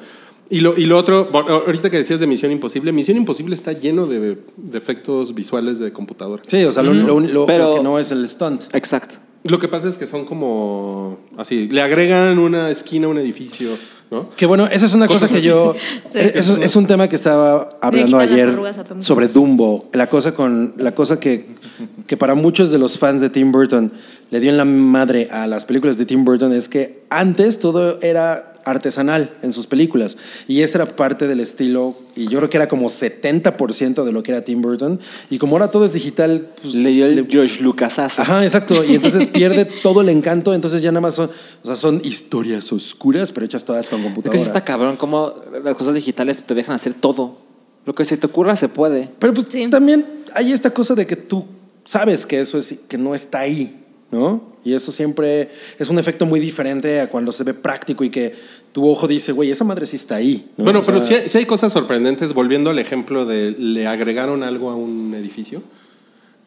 Speaker 2: Y lo, y lo otro, bueno, ahorita que decías de Misión Imposible, Misión Imposible está lleno de, de efectos visuales de computadora.
Speaker 4: Sí, o sea, lo, lo- lo- lo
Speaker 6: Pero-
Speaker 4: que no es el stunt.
Speaker 6: Exacto.
Speaker 2: Lo que pasa es que son como así, le agregan una esquina a un edificio ¿no?
Speaker 4: Que bueno, esa es una
Speaker 2: Cosas
Speaker 4: cosa que
Speaker 2: así.
Speaker 4: *laughs* yo.
Speaker 5: Sí.
Speaker 4: Es, es un tema que estaba hablando
Speaker 5: quitan las
Speaker 4: ayer
Speaker 5: arrugas a Tom Cruise.
Speaker 4: sobre Dumbo. La cosa con. La cosa que, que para muchos de los fans de Tim Burton le dio en la madre a las películas de Tim Burton es que antes todo era artesanal en sus películas y esa era parte del estilo y yo creo que era como 70% de lo que era Tim Burton y como ahora todo es digital pues,
Speaker 6: Le dio el
Speaker 4: le-
Speaker 6: George Lucasazo.
Speaker 4: Ajá, exacto. Y entonces pierde todo el encanto. Entonces ya nada más son, o sea, son historias oscuras, pero hechas todas con
Speaker 6: Es que
Speaker 4: computadora.
Speaker 6: sí está cabrón cómo las cosas digitales te dejan hacer todo. Lo que se te ocurra
Speaker 4: *laughs*
Speaker 6: se puede.
Speaker 4: Pero pues
Speaker 5: Sí.
Speaker 4: también hay esta cosa de que tú sabes que eso es, que no está ahí, ¿no? Y eso siempre es un efecto muy diferente a cuando se ve práctico y que tu ojo dice, güey, esa madre sí está ahí. ¿no?
Speaker 2: Bueno,
Speaker 4: O
Speaker 2: pero
Speaker 4: sea,
Speaker 2: sí hay, sí hay cosas sorprendentes, volviendo al ejemplo de le agregaron algo a un edificio.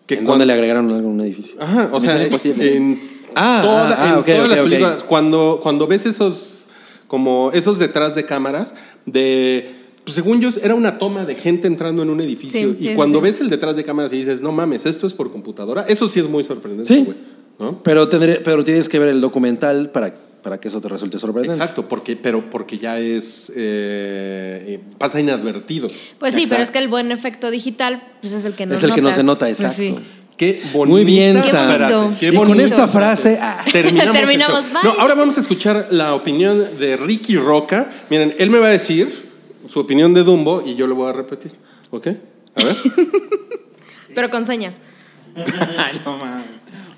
Speaker 2: Que
Speaker 4: ¿En
Speaker 2: cuando-
Speaker 4: dónde le agregaron algo a un edificio?
Speaker 2: Ajá, o
Speaker 6: Misión
Speaker 2: sea,
Speaker 6: Imposible.
Speaker 2: en,
Speaker 4: Ah,
Speaker 2: toda-
Speaker 4: ah, ah,
Speaker 2: en
Speaker 4: ok,
Speaker 2: todas
Speaker 4: ok,
Speaker 2: las
Speaker 4: ok.
Speaker 2: películas, cuando, cuando ves esos, como esos detrás de cámaras, de, pues, según yo, era una toma de gente entrando en un edificio.
Speaker 5: Sí,
Speaker 2: y
Speaker 5: sí, sí,
Speaker 2: cuando
Speaker 5: sí.
Speaker 2: ves el detrás de cámaras y dices, no mames, esto es por computadora, eso sí es muy sorprendente,
Speaker 4: Sí.
Speaker 2: güey, ¿no?
Speaker 4: Pero, tendré- pero tienes que ver el documental para, para que eso te resulte sorprendente.
Speaker 2: Exacto, porque, pero porque ya es. eh, eh, pasa inadvertido.
Speaker 5: Pues sí,
Speaker 4: Exacto.
Speaker 5: pero es que el buen efecto digital pues es el que no
Speaker 4: Es el que no se nota,
Speaker 5: Pues sí.
Speaker 4: exacto.
Speaker 2: Qué bonita
Speaker 4: Muy bien, Sam.
Speaker 2: frase. Qué
Speaker 4: y con
Speaker 2: bonita
Speaker 4: esta frase, ah,
Speaker 2: Terminamos. el
Speaker 5: Terminamos,
Speaker 2: show.
Speaker 5: bye.
Speaker 2: No, ahora vamos a escuchar la opinión de Ricky Roca. Miren, él me va a decir su opinión de Dumbo y yo lo voy a repetir. ¿Ok? A ver.
Speaker 5: Pero con señas.
Speaker 6: no mames.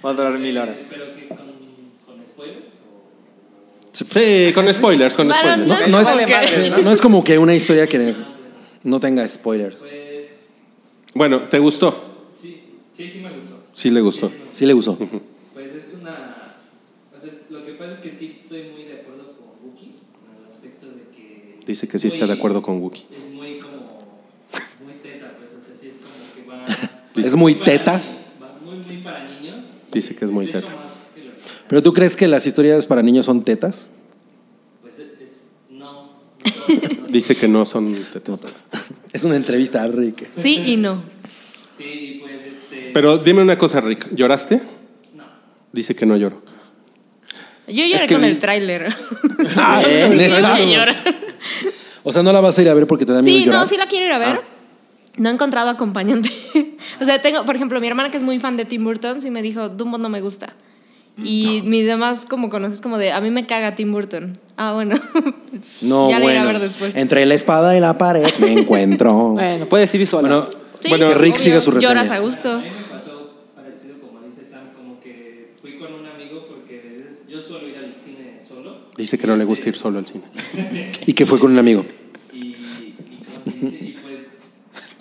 Speaker 6: Va a durar mil horas.
Speaker 2: Sí, con spoilers, con
Speaker 5: Bueno,
Speaker 2: spoilers.
Speaker 5: no
Speaker 4: No, no es,
Speaker 5: Vale, madre,
Speaker 4: sí, no es como que una historia que no tenga spoilers.
Speaker 2: Bueno, ¿te gustó? Sí, sí, sí me gustó. Sí le gustó.
Speaker 4: Sí le gustó.
Speaker 9: Pues es una. O sea, es- lo que pasa es que sí estoy muy de acuerdo con Wookie en el aspecto de que.
Speaker 2: Dice que sí está de acuerdo con Wookie.
Speaker 9: Es muy como. Muy teta, pues, o sea, sí es como que
Speaker 2: *laughs*
Speaker 9: va.
Speaker 4: Es muy teta.
Speaker 9: niños, va muy, muy para niños.
Speaker 2: Dice que es muy teta.
Speaker 9: Más que lo-
Speaker 4: ¿Pero tú crees que las historias para niños son tetas?
Speaker 9: Pues es. es- no.
Speaker 2: Dice que no son tetas.
Speaker 4: Es una entrevista a Rick.
Speaker 5: Sí y no.
Speaker 9: Sí, pues este.
Speaker 2: Pero dime una cosa, Rick. ¿Lloraste?
Speaker 9: No.
Speaker 2: Dice que no lloro.
Speaker 5: Yo lloré
Speaker 6: que
Speaker 5: con
Speaker 6: vi-
Speaker 5: el tráiler.
Speaker 4: Ah,
Speaker 5: *laughs*
Speaker 4: ¿eh? ¿Neta? O sea, no la vas a ir a ver porque te da miedo
Speaker 5: Sí,
Speaker 4: llorar.
Speaker 5: no, sí la quiero ir a ver. No he encontrado acompañante. *laughs* o sea, tengo, por ejemplo, mi hermana que es muy fan de Tim Burton, sí me dijo, Dumbo no me gusta.
Speaker 4: Mm,
Speaker 5: Y mis demás, como conoces, como de, a mí me caga Tim Burton. Ah, bueno.
Speaker 4: *laughs* No,
Speaker 5: *laughs* ya la iré a
Speaker 4: bueno.
Speaker 5: ver después.
Speaker 4: Entre la espada y la pared me encuentro. bueno,
Speaker 6: Bueno, puedes ir sola.
Speaker 5: Sí,
Speaker 4: bueno, que Rick
Speaker 5: obvio,
Speaker 4: siga su reseña.
Speaker 5: Lloras a gusto.
Speaker 9: A mí me pasó parecido, como dice Sam, como que fui con un amigo porque es- yo suelo ir al cine solo.
Speaker 2: Dice que no le gusta ir solo al cine.
Speaker 4: Y que fue con un amigo.
Speaker 9: y, y, ¿cómo se dice? y pues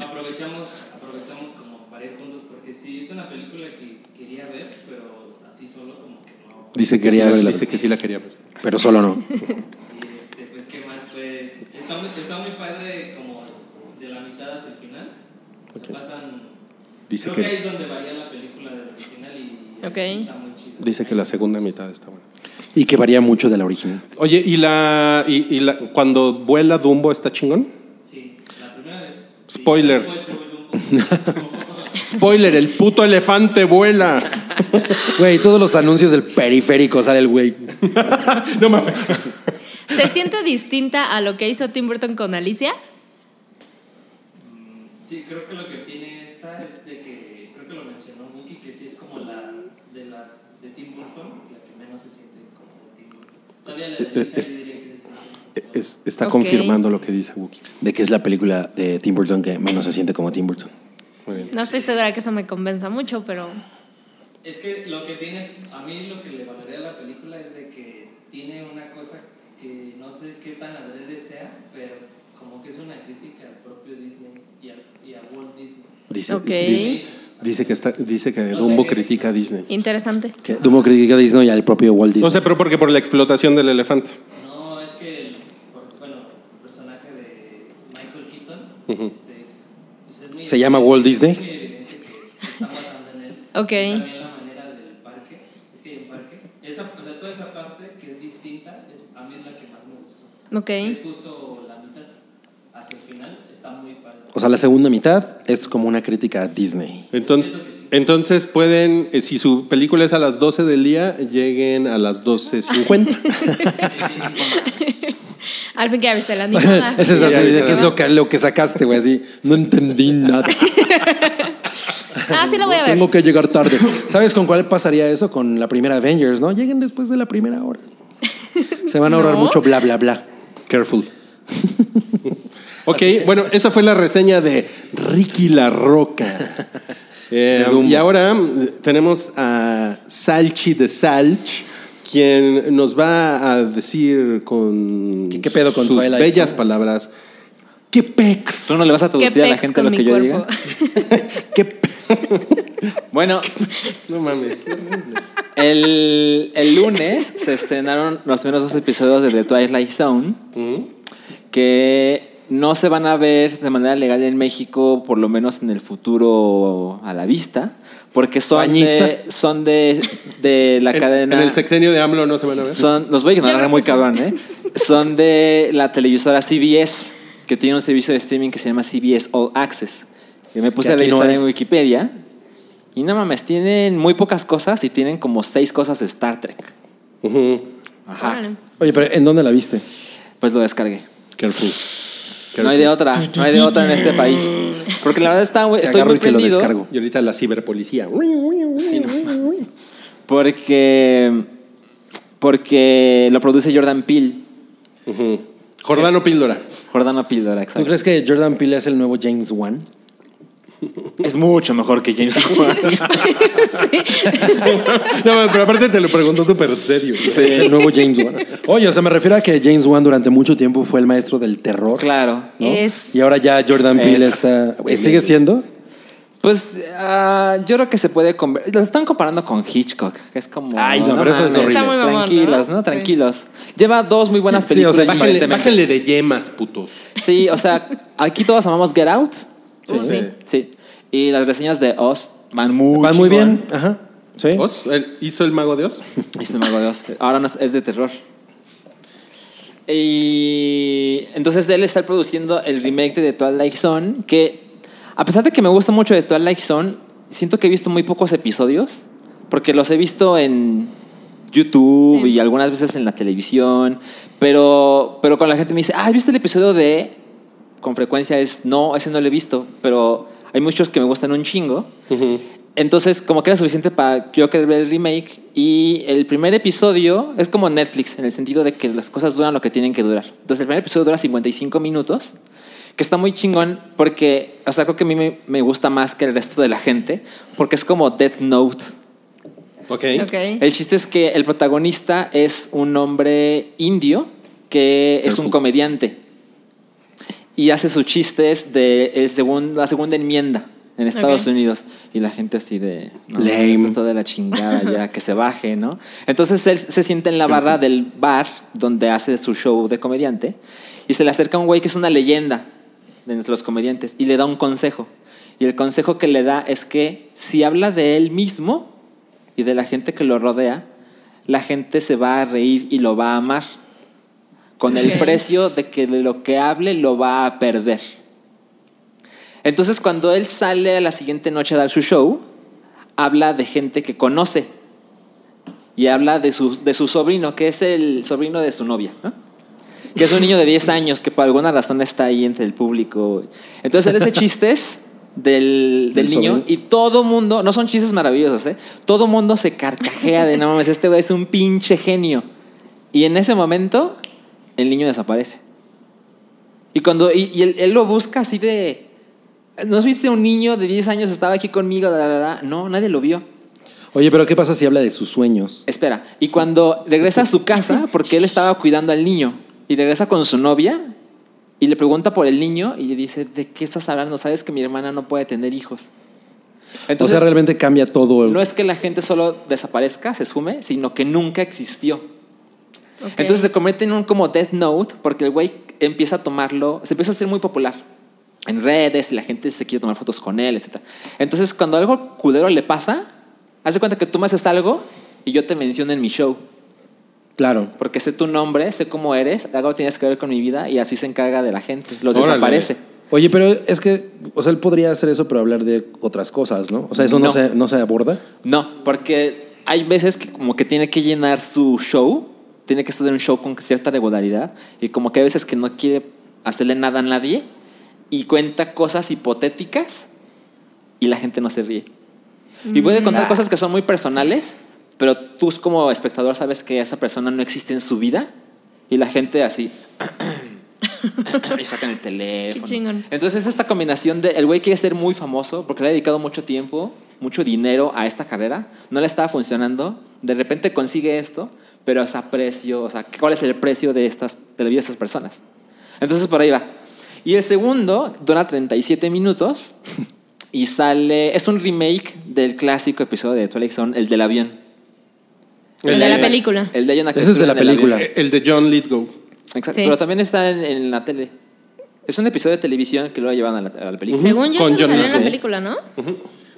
Speaker 9: aprovechamos, aprovechamos como para ir juntos porque sí, es una película que quería ver, pero así solo como que no.
Speaker 4: Dice que
Speaker 2: sí
Speaker 4: quería
Speaker 2: la-
Speaker 4: verla.
Speaker 2: Dice que sí la quería ver.
Speaker 4: Pero solo no.
Speaker 9: Y este, pues qué más, pues está muy, está muy padre como de la mitad hacia el final. Se pasan...
Speaker 2: Dice
Speaker 9: creo
Speaker 2: que-
Speaker 9: que ahí es donde varía la película del original y, y
Speaker 5: Ok.
Speaker 9: está muy chido.
Speaker 2: Dice que la segunda mitad está buena.
Speaker 4: Y que varía mucho de la original.
Speaker 2: Oye, ¿y la, y, y la cuando vuela Dumbo está chingón?
Speaker 9: Sí, la primera vez. sí,
Speaker 2: Spoiler.
Speaker 9: después se vuelve un poco...
Speaker 2: Spoiler, el puto elefante vuela.
Speaker 4: Güey, todos los anuncios del periférico sale el güey.
Speaker 2: no mames.
Speaker 5: ¿Se siente distinta a lo que hizo Tim Burton con Alicia?
Speaker 9: Sí, creo que lo que tiene esta es de que, creo que lo mencionó Buki, que sí es como la de las de Tim Burton, la que menos se siente como de Tim Burton. Todavía la de Alicia yo diría que se siente.
Speaker 2: Es- está
Speaker 5: Ok.
Speaker 2: confirmando lo que dice Wookie.
Speaker 4: De que es la película de Tim Burton que menos se siente como Tim Burton.
Speaker 2: Muy bien.
Speaker 5: No estoy segura que eso me convenza mucho, pero
Speaker 9: Es que lo que tiene, a mí lo que le valdría a la película es de que tiene una cosa que no sé qué tan adrede sea, pero como que es una crítica al propio Disney y, al- y a Walt Disney.
Speaker 2: Dice,
Speaker 5: Ok.
Speaker 2: dice, dice que está, dice que Dumbo critica a Disney.
Speaker 5: interesante.
Speaker 4: Que Dumbo critica a Disney y al propio Walt Disney.
Speaker 2: No sé, pero porque por la explotación del elefante.
Speaker 9: No, es que el, por- bueno, el personaje de Michael Keaton este, pues es muy
Speaker 4: Se llama Walt Disney.
Speaker 9: Es muy evidente que se está basando en él.
Speaker 5: Ok.
Speaker 9: También la manera del parque, es que hay un parque. Esa, o sea, toda esa parte que es distinta, es, a mí es la que más me gustó.
Speaker 5: Ok.
Speaker 9: Es justo la mitad hacia el final, está muy padre.
Speaker 4: O sea, la segunda mitad es como una crítica a Disney.
Speaker 2: Entonces, entonces pueden, eh, si su película es a
Speaker 6: *laughs*
Speaker 2: las 12 del día, lleguen a las 12.50.
Speaker 5: Al fin que ya viste
Speaker 3: *laughs*
Speaker 5: la animada.
Speaker 3: Ese *laughs* es,
Speaker 5: Ya
Speaker 3: así,
Speaker 5: viste
Speaker 3: de que
Speaker 5: la
Speaker 3: es lo, que, lo que sacaste, güey, así. No entendí
Speaker 5: *laughs*
Speaker 3: nada.
Speaker 5: Ah, sí la voy a ver.
Speaker 3: Tengo que llegar tarde. ¿Sabes con cuál pasaría eso? Con la primera Avengers, ¿no? Lleguen después de la primera hora. Se van a ahorrar
Speaker 5: No.
Speaker 3: mucho bla, bla, bla.
Speaker 2: Careful. ok, bueno, esa fue la reseña de Ricky La Roca.
Speaker 6: *laughs*
Speaker 2: Eh,
Speaker 3: De Dumbo.
Speaker 2: y ahora mm, tenemos a Salchi de Salch, quien nos va a decir con
Speaker 3: ¿Qué- qué pedo con
Speaker 2: sus
Speaker 3: Twilight
Speaker 2: bellas
Speaker 3: Zone?
Speaker 2: palabras. ¿Qué pex?
Speaker 6: Tú no le vas a
Speaker 5: ¿Qué
Speaker 6: traducir a la
Speaker 5: pex
Speaker 6: gente
Speaker 5: con
Speaker 6: lo
Speaker 5: mi
Speaker 6: que yo diga.
Speaker 5: cuerpo?
Speaker 2: ¿Qué pe-
Speaker 6: Bueno,
Speaker 2: No mames.
Speaker 6: el, el lunes se estrenaron los primeros dos episodios de The Twilight Zone que no se van a ver de manera legal en México, por lo menos en el futuro a la vista, porque son de,
Speaker 3: ¿Bañista?
Speaker 6: son de, de *laughs* la
Speaker 2: En-
Speaker 6: cadena...
Speaker 2: En el sexenio de AMLO no se van a ver.
Speaker 6: Son, los voy a
Speaker 5: Yo
Speaker 6: ignorar
Speaker 5: creo
Speaker 6: muy
Speaker 5: que sí.
Speaker 6: cabrón, ¿eh? Son de la televisora CBS, que tiene un servicio de streaming que se llama CBS All Access. Que me puse
Speaker 3: Que
Speaker 6: a
Speaker 3: aquí no
Speaker 6: revisar
Speaker 3: hay.
Speaker 6: en Wikipedia. Y no mames, tienen muy pocas cosas y tienen como seis cosas de Star Trek.
Speaker 2: Ujú.
Speaker 6: Ajá.
Speaker 5: Órale.
Speaker 3: Oye, pero ¿en dónde la viste?
Speaker 6: Pues lo descargué.
Speaker 2: Careful.
Speaker 6: No hay de otra, no hay de otra en este país. Porque la verdad está, güey,
Speaker 3: Te
Speaker 6: estoy
Speaker 3: agarro
Speaker 6: muy
Speaker 3: y te lo
Speaker 6: prendido.
Speaker 3: descargo.
Speaker 2: Y ahorita la ciberpolicía.
Speaker 6: Porque, porque lo produce Jordan Peele.
Speaker 2: Ujú. Jordano Píldora.
Speaker 6: Jordana Pildora,
Speaker 3: ¿Tú crees que Jordan Peele es el nuevo James Wan?
Speaker 6: Es mucho mejor que
Speaker 3: *laughs*
Speaker 6: James
Speaker 2: *laughs* No, pero aparte te lo pregunto súper serio.
Speaker 3: Es el nuevo James Wan. Oye, o sea, me refiero a que James Wan durante mucho tiempo fue el maestro del terror.
Speaker 6: Claro.
Speaker 3: ¿no?
Speaker 5: Es-
Speaker 3: Y ahora ya Jordan Peele
Speaker 6: Es-
Speaker 3: está. ¿eh, ¿Sigue siendo?
Speaker 6: Pues ah, yo creo que se puede conver- Lo están comparando con Hitchcock, que es como.
Speaker 3: Ay, no, pero eso es horrible.
Speaker 5: Está muy mamón,
Speaker 6: Tranquilos,
Speaker 5: ¿no?
Speaker 6: ¿no?
Speaker 5: Sí.
Speaker 6: Tranquilos. Lleva dos muy buenas
Speaker 3: *laughs* Sí, o
Speaker 6: películas.
Speaker 3: sea,
Speaker 2: Bájenle,
Speaker 6: aparentemente.
Speaker 2: bájenle de yemas, putos.
Speaker 6: Sí, o sea, aquí todos amamos Get Out.
Speaker 5: Uh, sí.
Speaker 2: ¿Eh?
Speaker 6: Sí. Y las reseñas de Oz van muy
Speaker 3: Van muy
Speaker 6: chingón.
Speaker 3: bien. Ajá. Sí.
Speaker 2: ¿Oz? ¿El- ¿Hizo el mago de Oz?
Speaker 6: *laughs* Y se me acordó de Oz. Ahora no Este es, es de terror. Y entonces él está produciendo el remake de The Twilight Zone, que a pesar de que me gusta mucho de Twilight Zone, siento que he visto muy pocos episodios, porque los he visto en YouTube
Speaker 5: Sí.
Speaker 6: y algunas veces en la televisión, pero, pero con la gente me dice, ah, ¿has visto el episodio de...? Con frecuencia es, no, ese no lo he visto, pero hay muchos que me gustan un chingo. Entonces, como que era suficiente para yo querer ver el remake. Y el primer episodio es como Netflix, en el sentido de que las cosas duran lo que tienen que durar. Entonces, el primer episodio dura 55 minutos, que está muy chingón porque, o sea, creo que a mí me, me gusta más que el resto de la gente, porque es como Death Note.
Speaker 2: Ok. Eh,
Speaker 5: Ok.
Speaker 6: El chiste es que el protagonista es un hombre indio que es un
Speaker 2: Careful.
Speaker 6: comediante y hace sus chistes de el segun- la segunda enmienda en Estados
Speaker 5: Ok.
Speaker 6: Unidos y la gente así de no,
Speaker 3: Lame.
Speaker 6: esto está de la chingada ya que se baje, ¿no? Entonces él se sienta en la barra del bar donde hace su show de comediante y se le acerca un güey que es una leyenda de entre los comediantes y le da un consejo. Y el consejo que le da es que si habla de él mismo y de la gente que lo rodea, la gente se va a reír y lo va a amar. Con el
Speaker 5: Ok.
Speaker 6: precio de que de lo que hable lo va a perder. Entonces, cuando él sale a la siguiente noche a dar su show, habla de gente que conoce y habla de su, de su sobrino, que es el sobrino de su novia, ¿no? que es un niño de 10 años que por alguna razón está ahí entre el público. Entonces, él hace chistes del, del
Speaker 3: Del
Speaker 6: niño
Speaker 3: sobrino.
Speaker 6: y todo mundo, no son chistes maravillosos, ¿eh? todo mundo se carcajea de, no mames, este güey es un pinche genio. Y en ese momento, el niño desaparece. Y cuando y, y él, él lo busca así de... ¿No viste un niño de 10 años estaba aquí conmigo? la, la, la? No, nadie lo vio.
Speaker 3: Oye, pero ¿qué pasa si habla de sus sueños?
Speaker 6: Espera, y cuando regresa a
Speaker 3: *laughs*
Speaker 6: su casa, porque él estaba cuidando al niño, y regresa con su novia, y le pregunta por el niño, y le dice, ¿de qué estás hablando? Sabes que mi hermana no puede tener hijos. Entonces,
Speaker 3: o sea, realmente cambia todo.
Speaker 6: no es que la gente solo desaparezca, se esfume, sino que nunca existió.
Speaker 5: ok.
Speaker 6: Entonces se convierte en un como Death Note porque el güey empieza a tomarlo, se empieza a hacer muy popular en redes y la gente se quiere tomar fotos con él, etc. Entonces cuando algo culero le pasa, haz de cuenta que tú me haces algo y yo te menciono en mi show.
Speaker 3: Claro.
Speaker 6: Porque sé tu nombre, sé cómo eres, algo tienes que ver con mi vida y así se encarga de la gente. Los
Speaker 2: Órale.
Speaker 6: desaparece.
Speaker 3: Oye, pero es que, o sea, él podría hacer eso, pero hablar de otras cosas, ¿no? O sea, eso no,
Speaker 6: No.
Speaker 3: se, no se aborda.
Speaker 6: No, porque hay veces que como que tiene que llenar su show tiene que hacer un show con cierta regularidad y como que a veces que no quiere hacerle nada a nadie y cuenta cosas hipotéticas y la gente no se ríe. Y puede
Speaker 5: Mm.
Speaker 6: contar cosas que son muy personales, pero tú como espectador sabes que esa persona no existe en su vida y la gente así... *coughs* y sacan el teléfono.
Speaker 5: Qué chingón.
Speaker 6: Entonces esta combinación de el güey quiere ser muy famoso porque le ha dedicado mucho tiempo, mucho dinero a esta carrera, no le estaba funcionando, de repente consigue esto, pero es a precio, o sea, ¿cuál es el precio de estas de la vida de estas personas? Entonces por ahí va. Y el segundo dura 37 minutos y sale, es un remake del clásico episodio de Twilight Zone, el del avión.
Speaker 5: El de la película.
Speaker 6: El de Jonah
Speaker 3: Ese es de la
Speaker 6: Cochran, el del
Speaker 3: película.
Speaker 6: avión.
Speaker 2: Eh, El de John Lithgow.
Speaker 6: Exacto,
Speaker 5: Sí.
Speaker 6: pero también está en, en la tele. Es un episodio de televisión que lo llevan a la, a la película.
Speaker 5: Según yo,
Speaker 2: Con John
Speaker 5: solo salió en
Speaker 2: Lithgow.
Speaker 5: la película, ¿no?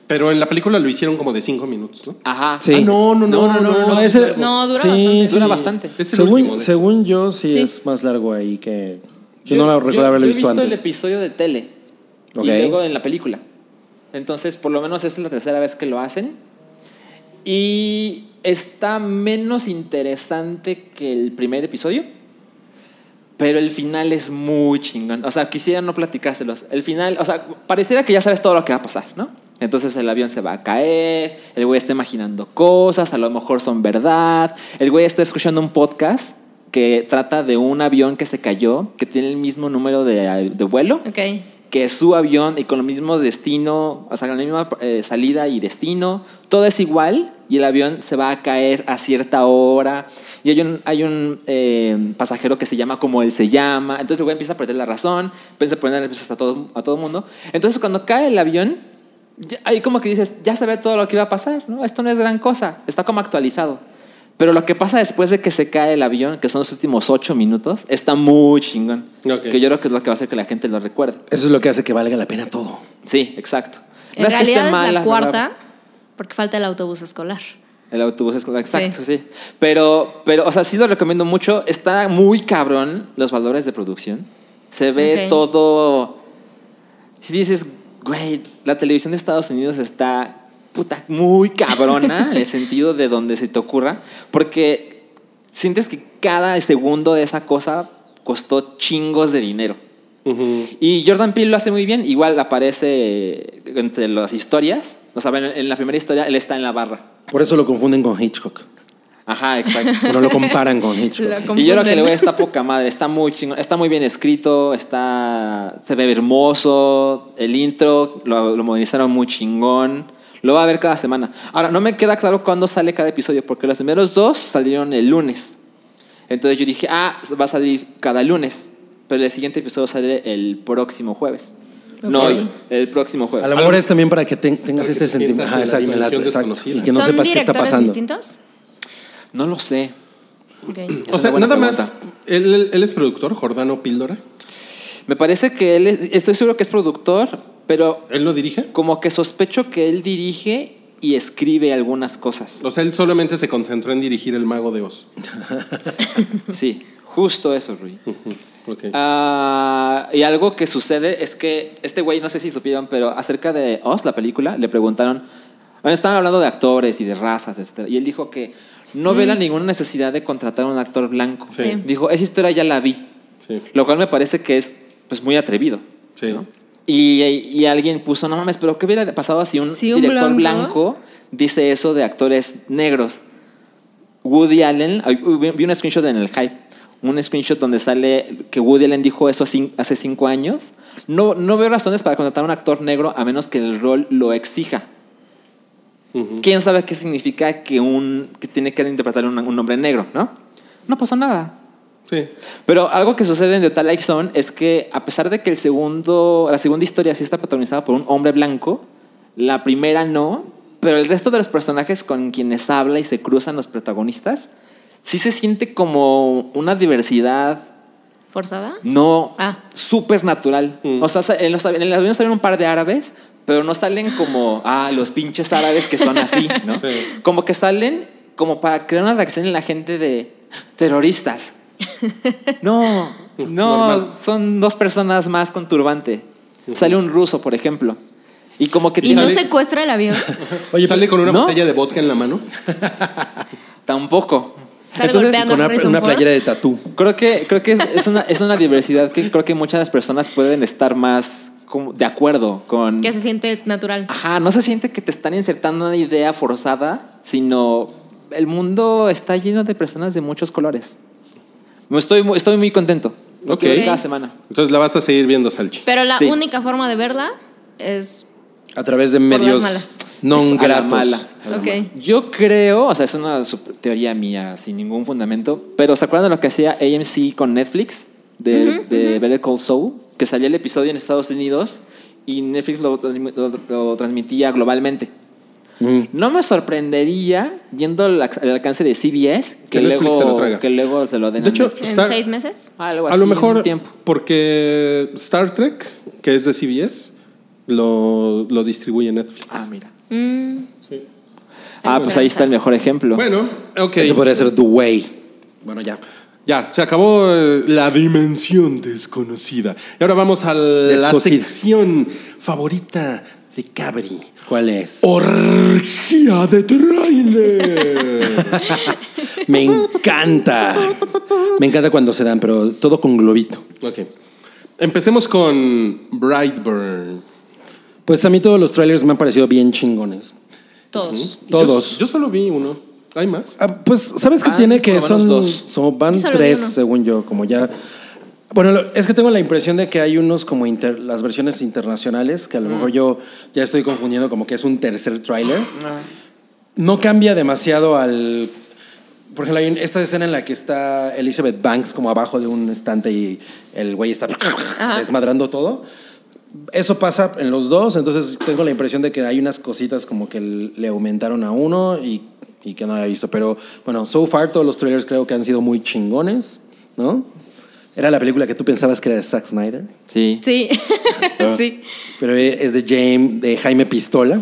Speaker 2: Pero en la película lo hicieron como de cinco minutos, ¿no?
Speaker 6: Ajá.
Speaker 3: Sí.
Speaker 6: Ah, no, no, no, no, no, no,
Speaker 3: ese-
Speaker 6: sí,
Speaker 5: No, dura
Speaker 3: sí,
Speaker 5: bastante.
Speaker 6: Dura
Speaker 3: sí.
Speaker 6: bastante.
Speaker 2: Es el
Speaker 3: según,
Speaker 2: último, de-
Speaker 3: según yo, sí,
Speaker 5: Sí.
Speaker 3: es más largo ahí que. Yo, no lo recuerdo haberlo
Speaker 6: yo he
Speaker 3: visto,
Speaker 6: el
Speaker 3: antes.
Speaker 6: episodio de tele
Speaker 3: Ok.
Speaker 6: y luego en la película. Entonces, por lo menos esta es la tercera vez que lo hacen. Y está menos interesante que el primer episodio. Pero el final es muy chingón. O sea, quisiera no platicárselos. El final, o sea, pareciera que ya sabes todo lo que va a pasar, ¿no? Entonces el avión se va a caer, el güey está imaginando cosas, a lo mejor son verdad. El güey está escuchando un podcast que trata de un avión que se cayó, que tiene el mismo número de, de vuelo
Speaker 5: Ok.
Speaker 6: que su avión y con el mismo destino, o sea, con la misma eh, salida y destino, todo es igual y el avión se va a caer a cierta hora. Y hay un, hay un eh, pasajero que se llama como él se llama. Entonces el güey empieza a perder la razón, empieza a poner nerviosos a todo, a todo mundo. Entonces cuando cae el avión, ya- ahí como que dices, ya sabía todo lo que iba a pasar, ¿no? Esto no es gran cosa, está como actualizado. Pero lo que pasa después de que se cae el avión, que son los últimos ocho minutos, está muy chingón.
Speaker 2: Ok.
Speaker 6: Que yo creo que es lo que va a hacer que la gente lo recuerde.
Speaker 3: Eso es lo que hace que valga la pena todo.
Speaker 6: Sí, exacto.
Speaker 5: En
Speaker 6: No es que esté
Speaker 5: realidad es
Speaker 6: mala,
Speaker 5: la
Speaker 6: no
Speaker 5: cuarta, porque falta el autobús escolar.
Speaker 6: el autobús es exacto, sí. Pero, pero, o sea, sí lo recomiendo mucho. Está muy cabrón los valores de producción. Se ve
Speaker 5: Ok.
Speaker 6: todo. Si dices, güey, la televisión de Estados Unidos está puta muy cabrona en el sentido de donde se te ocurra, porque sientes que cada segundo de esa cosa costó chingos de dinero. Y Jordan Peele lo hace muy bien. Igual aparece entre las historias. O sea, en- en la primera historia él está en la barra.
Speaker 3: Por eso lo confunden con Hitchcock.
Speaker 6: Ajá, exacto.
Speaker 3: No lo comparan *laughs*
Speaker 5: *laughs*
Speaker 3: con
Speaker 5: Lo
Speaker 3: Hitchcock.
Speaker 6: y yo lo que
Speaker 5: confunden.
Speaker 6: le veo está poca madre, está muy chingón, está muy bien escrito, está se ve hermoso, el intro lo, lo modernizaron muy chingón. Lo va a ver cada semana. Ahora, no me queda claro cuándo sale cada episodio, porque los primeros dos salieron el lunes. Entonces yo dije, ah, va a salir cada lunes, pero el siguiente episodio sale el próximo jueves. No,
Speaker 5: Ok.
Speaker 6: hoy, el próximo
Speaker 3: A
Speaker 6: jueves.
Speaker 3: lo mejor es también para que ten-
Speaker 2: Para
Speaker 3: tengas
Speaker 2: que
Speaker 3: este
Speaker 2: te sientas
Speaker 3: sentimiento. Ajá,
Speaker 2: en la
Speaker 3: exacto, en la-
Speaker 2: dimensión
Speaker 3: exacto,
Speaker 2: desconocida.
Speaker 3: Y que no
Speaker 5: ¿Son
Speaker 3: sepas qué está
Speaker 5: directores
Speaker 3: pasando.
Speaker 5: distintos?
Speaker 6: No lo sé.
Speaker 5: Ok.
Speaker 6: Es
Speaker 2: O sea,
Speaker 6: una buena
Speaker 2: nada más.
Speaker 6: pregunta.
Speaker 2: Él, él- él es productor, Jordano Píldora.
Speaker 6: Me parece que él, es- estoy seguro que es productor, pero
Speaker 2: Él lo dirige.
Speaker 6: como que sospecho que él dirige y escribe algunas cosas.
Speaker 2: O sea, él solamente se concentró en dirigir El Mago de Oz.
Speaker 6: Sí, justo eso, Rui.
Speaker 2: Ok.
Speaker 6: Ah, y algo que sucede es que este güey, no sé si supieron, pero acerca de Oz, la película, le preguntaron, bueno, estaban hablando de actores y de razas, etcétera, y él dijo que no vela ninguna necesidad de contratar a un actor blanco.
Speaker 2: Sí. Sí.
Speaker 6: Dijo, esa historia ya la vi,
Speaker 2: Sí.
Speaker 6: lo cual me parece que es pues, muy atrevido.
Speaker 2: Sí.
Speaker 6: Y, y alguien puso, no mames, pero ¿qué hubiera pasado si un
Speaker 5: Si un
Speaker 6: director blanco?
Speaker 5: blanco?
Speaker 6: dice eso de actores negros? Woody Allen, ay, vi vi un screenshot en el hype, un screenshot donde sale que Woody Allen dijo eso cin- hace cinco años. No, no veo razones para contratar a un actor negro a menos que el rol lo exija. ¿Quién sabe qué significa que un que tiene que interpretar un, un hombre negro, no? No pasó nada.
Speaker 2: Sí.
Speaker 6: Pero algo que sucede en The Twilight Zone es que a pesar de que el segundo, la segunda historia sí está protagonizada por un hombre blanco, la primera no, pero el resto de los personajes con quienes habla y se cruzan los protagonistas, sí se siente como una diversidad
Speaker 5: ¿Forzada?
Speaker 6: no
Speaker 5: Ah.
Speaker 6: súper natural.
Speaker 2: Mm.
Speaker 6: O sea, sa- en, los, avi- en el avión salen un par de árabes, pero no salen como, ah, los pinches árabes que son así, ¿no?
Speaker 2: Sí.
Speaker 6: Como que salen como para crear una reacción en la gente de terroristas. No, no,
Speaker 2: Normal.
Speaker 6: son dos personas más con turbante. Sale un ruso, por ejemplo. Y como que
Speaker 5: ¿Y no
Speaker 6: tiene-
Speaker 2: sale-
Speaker 5: secuestra el avión?
Speaker 2: Oye, sale con una
Speaker 6: ¿no?
Speaker 2: botella de vodka en la mano.
Speaker 6: Tampoco.
Speaker 5: Sale
Speaker 6: Entonces,
Speaker 5: golpeando
Speaker 3: Con una,
Speaker 5: a Harrison
Speaker 3: una
Speaker 5: Ford.
Speaker 3: playera de tatú.
Speaker 6: Creo que, creo que es, es una, es una diversidad que creo que muchas personas pueden estar más como de acuerdo con.
Speaker 5: Que se siente natural.
Speaker 6: Ajá, no se siente que te están insertando una idea forzada, sino el mundo está lleno de personas de muchos colores. Estoy, mu- estoy muy contento. Lo
Speaker 2: Ok.
Speaker 6: quiero ver cada
Speaker 2: Ah,
Speaker 6: semana.
Speaker 2: Entonces la vas a seguir viendo, Salchi.
Speaker 5: Pero la
Speaker 6: Sí.
Speaker 5: única forma de verla es.
Speaker 3: A través de
Speaker 5: las
Speaker 3: medios
Speaker 5: malas.
Speaker 3: non
Speaker 6: A la
Speaker 3: gratos.
Speaker 6: mala.
Speaker 5: Ok.
Speaker 2: Pues
Speaker 6: Yo creo, o sea, es una sup- teoría mía sin ningún fundamento, pero ¿se acuerdan de lo que hacía AMC con Netflix de, de Better Call Saul? Que salía el episodio en Estados Unidos y Netflix lo, transmi- lo- lo transmitía globalmente.
Speaker 2: Mm.
Speaker 6: No me sorprendería viendo el, ac- el alcance de CBS que,
Speaker 2: Que Netflix
Speaker 6: luego,
Speaker 2: se lo traiga.
Speaker 6: que luego se lo den.
Speaker 2: De hecho,
Speaker 5: ¿En
Speaker 2: Está-
Speaker 5: seis meses?
Speaker 6: algo así,
Speaker 2: A lo mejor
Speaker 6: un tiempo.
Speaker 2: porque Star Trek, que es de CBS, lo, lo distribuye Netflix.
Speaker 6: Ah, mira.
Speaker 5: Mm,
Speaker 6: Ah, pues ahí está el mejor ejemplo.
Speaker 2: Bueno, ok.
Speaker 3: Eso podría ser The Way. Bueno, ya.
Speaker 2: Ya, se acabó eh, la dimensión desconocida. Y ahora vamos a la
Speaker 3: Descocida.
Speaker 2: sección favorita de Cabri.
Speaker 3: ¿Cuál es?
Speaker 2: Orgía de
Speaker 3: *laughs*
Speaker 2: trailer.
Speaker 3: Me encanta. Me encanta cuando se dan, pero todo con globito.
Speaker 2: ok. Empecemos con Brightburn.
Speaker 3: Pues a mí todos los trailers me han parecido bien chingones.
Speaker 5: todos.
Speaker 3: Todos.
Speaker 2: Yo, yo solo vi uno. ¿Hay más?
Speaker 3: Ah, pues, ¿sabes qué
Speaker 6: Van
Speaker 3: tiene que
Speaker 6: por lo
Speaker 3: son,
Speaker 6: menos dos.
Speaker 3: son- van
Speaker 5: Yo solo vi
Speaker 3: tres,
Speaker 5: uno.
Speaker 3: según yo, como ya. Bueno, lo- es que tengo la impresión de que hay unos como inter- las versiones internacionales que a lo
Speaker 6: Mm.
Speaker 3: mejor yo ya estoy confundiendo como que es un tercer tráiler. No cambia demasiado al. Por ejemplo, hay un- esta escena en la que está Elizabeth Banks como abajo de un estante y el güey está desmadrando todo. Eso pasa en los dos, entonces tengo la impresión de que hay unas cositas como que le aumentaron a uno y, y que no había visto. Pero bueno, so far todos los trailers creo que han sido muy chingones, ¿no? Era la película que tú pensabas que era de Zack Snyder,
Speaker 6: Sí.
Speaker 5: Sí. *laughs* sí.
Speaker 3: pero e, es de, James, de Jaime Pistola,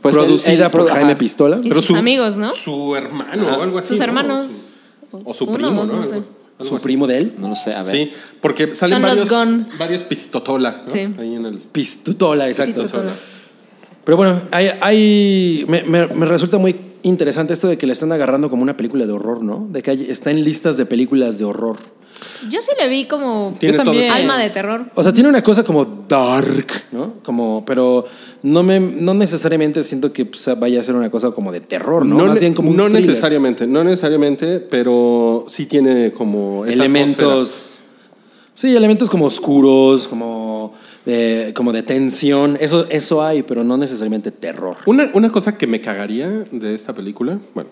Speaker 6: Pues el-
Speaker 3: producida
Speaker 6: el pro-
Speaker 3: por Jaime
Speaker 6: ajá.
Speaker 3: Pistola.
Speaker 5: Y
Speaker 2: Pero
Speaker 5: sus
Speaker 2: su-
Speaker 5: amigos, ¿no?
Speaker 2: Su hermano o algo así.
Speaker 5: Sus
Speaker 2: ¿no?
Speaker 5: hermanos.
Speaker 2: O su
Speaker 5: Uno,
Speaker 2: primo,
Speaker 5: dos,
Speaker 2: ¿no?
Speaker 5: no sé.
Speaker 2: Algo- algo
Speaker 3: Su
Speaker 2: así.
Speaker 3: primo de él,
Speaker 6: No lo sé, a ver.
Speaker 2: Sí, porque salen
Speaker 5: Son
Speaker 2: varios,
Speaker 5: los Gun.
Speaker 2: varios pistotola ¿no?
Speaker 5: Sí.
Speaker 2: ahí en el.
Speaker 3: Pistola, exacto.
Speaker 5: Pistola.
Speaker 3: Pero bueno, hay, hay- me, me- me resulta muy interesante esto de que le están agarrando como una película de horror, ¿no? De que hay- está en listas de películas de horror.
Speaker 5: Yo sí le vi como
Speaker 2: Tiene
Speaker 6: Yo
Speaker 2: todo
Speaker 6: también.
Speaker 2: esto.
Speaker 5: alma de terror.
Speaker 3: O sea, tiene una cosa como dark, ¿no? Como, pero no me, no necesariamente siento que pues, vaya a ser una cosa como de terror, ¿no? Más
Speaker 2: ne-
Speaker 3: bien como un
Speaker 2: no
Speaker 3: thriller.
Speaker 2: necesariamente, no necesariamente, pero sí tiene como esa atmósfera.
Speaker 3: elementos. Sí, elementos como oscuros, como de, como de tensión. Eso, eso hay, pero no necesariamente terror.
Speaker 2: Una, una cosa que me cagaría de esta película, bueno,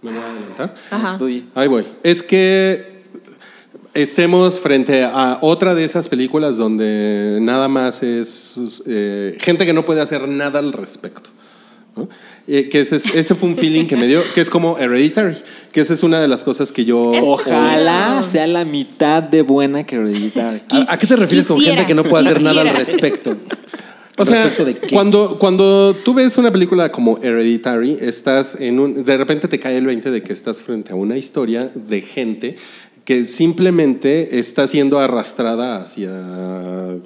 Speaker 2: me voy a adelantar.
Speaker 5: Ajá.
Speaker 6: Tú di.
Speaker 2: Ahí voy. Es que estemos frente a otra de esas películas donde nada más es eh, gente que no puede hacer nada al respecto. ¿no? Eh, que ese, es- ese fue un feeling que me dio, que es como Hereditary, que esa es una de las cosas que yo...
Speaker 5: Es-
Speaker 6: Ojalá
Speaker 5: Sí.
Speaker 6: sea la mitad de buena que
Speaker 5: *laughs*
Speaker 6: Hereditary.
Speaker 3: ¿A, a qué te refieres con
Speaker 5: quisiera,
Speaker 3: gente que no puede hacer nada al
Speaker 5: quisiera.
Speaker 3: respecto?
Speaker 2: O sea,
Speaker 3: ¿Respecto de qué?
Speaker 2: cuando, cuando tú ves una película como Hereditary, estás en un. De repente te cae el 20 de que estás frente a una historia de gente que simplemente está siendo arrastrada hacia.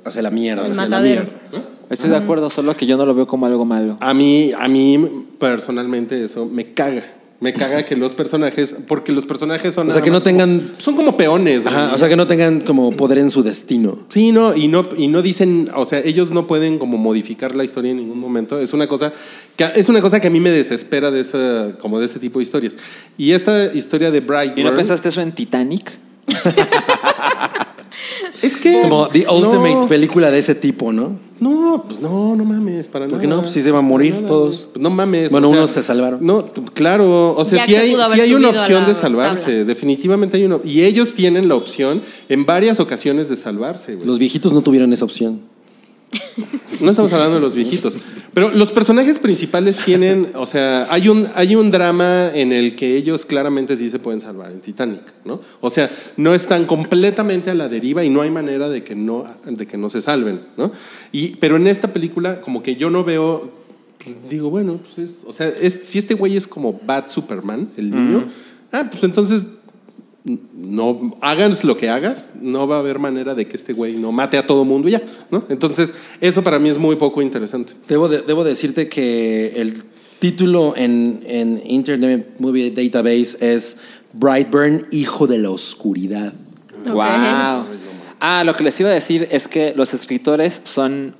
Speaker 3: Hacia la mierda.
Speaker 5: El
Speaker 3: hacia la
Speaker 5: matadero.
Speaker 3: mierda.
Speaker 6: Estoy de acuerdo, solo que yo no lo veo como algo malo.
Speaker 2: A mí, a mí personalmente, eso me caga. Me caga que los personajes. Porque los personajes son.
Speaker 3: O sea,
Speaker 2: nada
Speaker 3: que no
Speaker 2: más como-
Speaker 3: tengan-
Speaker 2: son como peones.
Speaker 3: Ajá,
Speaker 2: güey.
Speaker 3: o sea, que no tengan como poder en su destino.
Speaker 2: Sí, no, y no, y no dicen, o sea, ellos no pueden como modificar la historia en ningún momento. Es una cosa que, es una cosa que a mí me desespera de esa, como de ese tipo de historias. Y esta historia de Bright
Speaker 6: ¿Y no pensaste eso en Titanic?
Speaker 2: es que
Speaker 3: Como The
Speaker 2: no,
Speaker 3: Ultimate película de ese tipo, ¿no?
Speaker 2: No, pues no, no mames, para
Speaker 3: ¿Por
Speaker 2: nada.
Speaker 3: qué no? Pues sí se van a morir
Speaker 2: Para nada,
Speaker 3: todos.
Speaker 2: güey. Pues no mames.
Speaker 3: Bueno,
Speaker 2: o sea,
Speaker 3: unos se salvaron.
Speaker 2: No, t- claro, o sea,
Speaker 5: Jack
Speaker 2: sí
Speaker 5: se
Speaker 2: hay,
Speaker 5: pudo
Speaker 2: sí
Speaker 5: haber
Speaker 2: hay una
Speaker 5: subido a
Speaker 2: opción
Speaker 5: la
Speaker 2: de salvarse,
Speaker 5: tabla.
Speaker 2: definitivamente hay una. Y ellos tienen la opción en varias ocasiones de salvarse, güey.
Speaker 3: Los viejitos no tuvieron esa opción.
Speaker 2: No estamos hablando de los viejitos. Pero los personajes principales tienen, o sea, hay un, hay un drama en el que ellos claramente sí se pueden salvar en Titanic, ¿no? O sea, no están completamente a la deriva y no hay manera de que no, de que no se salven, ¿no? Y, pero en esta película, como que yo no veo, pues, digo, bueno, pues es- o sea, es- si este güey es como Bad Superman, el niño, ah, pues entonces no hagas lo que hagas, no va a haber manera de que este güey no mate a todo mundo y ya, ¿no? Entonces, eso para mí es muy poco interesante.
Speaker 3: Debo, de- debo decirte que el título en, en Internet Movie Database es Brightburn, hijo de la oscuridad.
Speaker 5: Ok.
Speaker 6: Wow. Ah, lo que les iba a decir es que los escritores son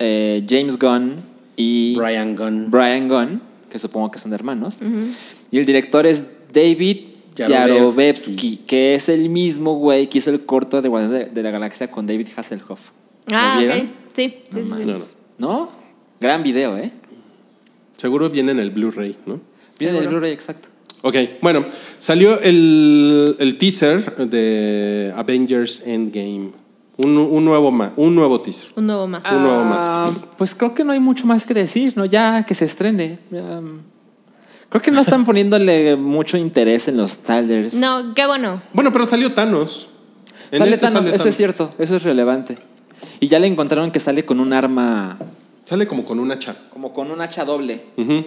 Speaker 6: eh, James Gunn y
Speaker 3: Brian Gunn.
Speaker 6: Brian Gunn, que supongo que son hermanos. Y el director es David
Speaker 3: Yarovetsky.
Speaker 6: Yarovetsky, que es el mismo güey que hizo el corto de Guardianes de- de la Galaxia con David Hasselhoff. ¿Lo
Speaker 5: Ah, ok.
Speaker 6: vieron?
Speaker 5: Sí, sí, sí. sí.
Speaker 2: No, no.
Speaker 6: ¿No? Gran video, ¿eh?
Speaker 2: Seguro viene en el Blu-ray, ¿no?
Speaker 6: Viene del Blu-ray, exacto.
Speaker 2: Ok, bueno, salió el, el teaser de Avengers Endgame. Un, un nuevo ma- un nuevo teaser.
Speaker 5: Un nuevo más.
Speaker 2: Un nuevo más.
Speaker 6: Ah, Pues creo que no hay mucho más que decir, ¿no? Ya que se estrene. Ya, mm. creo que no están poniéndole mucho interés en los trailers.
Speaker 5: No, qué bueno.
Speaker 2: Bueno, pero salió Thanos. En
Speaker 6: Sale
Speaker 2: este
Speaker 6: Thanos,
Speaker 2: sale
Speaker 6: eso es cierto, eso es relevante. Y ya le encontraron que sale con un arma,
Speaker 2: Sale como con un hacha.
Speaker 6: como con un hacha doble.
Speaker 2: Ujú.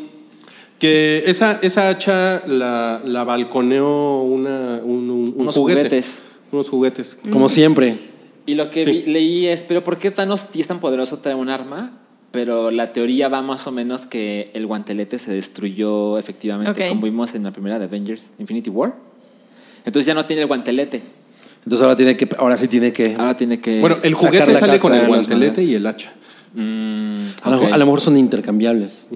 Speaker 2: Que esa, esa hacha la, la balconeó una, un, un- un
Speaker 6: Unos
Speaker 2: juguete.
Speaker 6: juguetes. Eh,
Speaker 2: Unos juguetes.
Speaker 3: Como siempre.
Speaker 6: Y lo que
Speaker 2: Sí.
Speaker 6: vi- leí es, pero ¿por qué Thanos sí es tan poderoso trae un arma? Pero la teoría va más o menos que el guantelete se destruyó efectivamente,
Speaker 5: Ok.
Speaker 6: como vimos en la primera de Avengers Infinity War. Entonces ya no tiene el guantelete,
Speaker 3: Entonces ahora tiene que, ahora sí tiene que.
Speaker 6: ahora tiene que...
Speaker 2: Bueno, el
Speaker 3: Sacar
Speaker 2: juguete
Speaker 3: la
Speaker 2: sale
Speaker 3: casta
Speaker 2: con
Speaker 6: de
Speaker 2: el
Speaker 6: las
Speaker 2: guantelete
Speaker 6: manos.
Speaker 2: y el hacha.
Speaker 3: a, lo,
Speaker 6: ok.
Speaker 3: a lo mejor son intercambiables.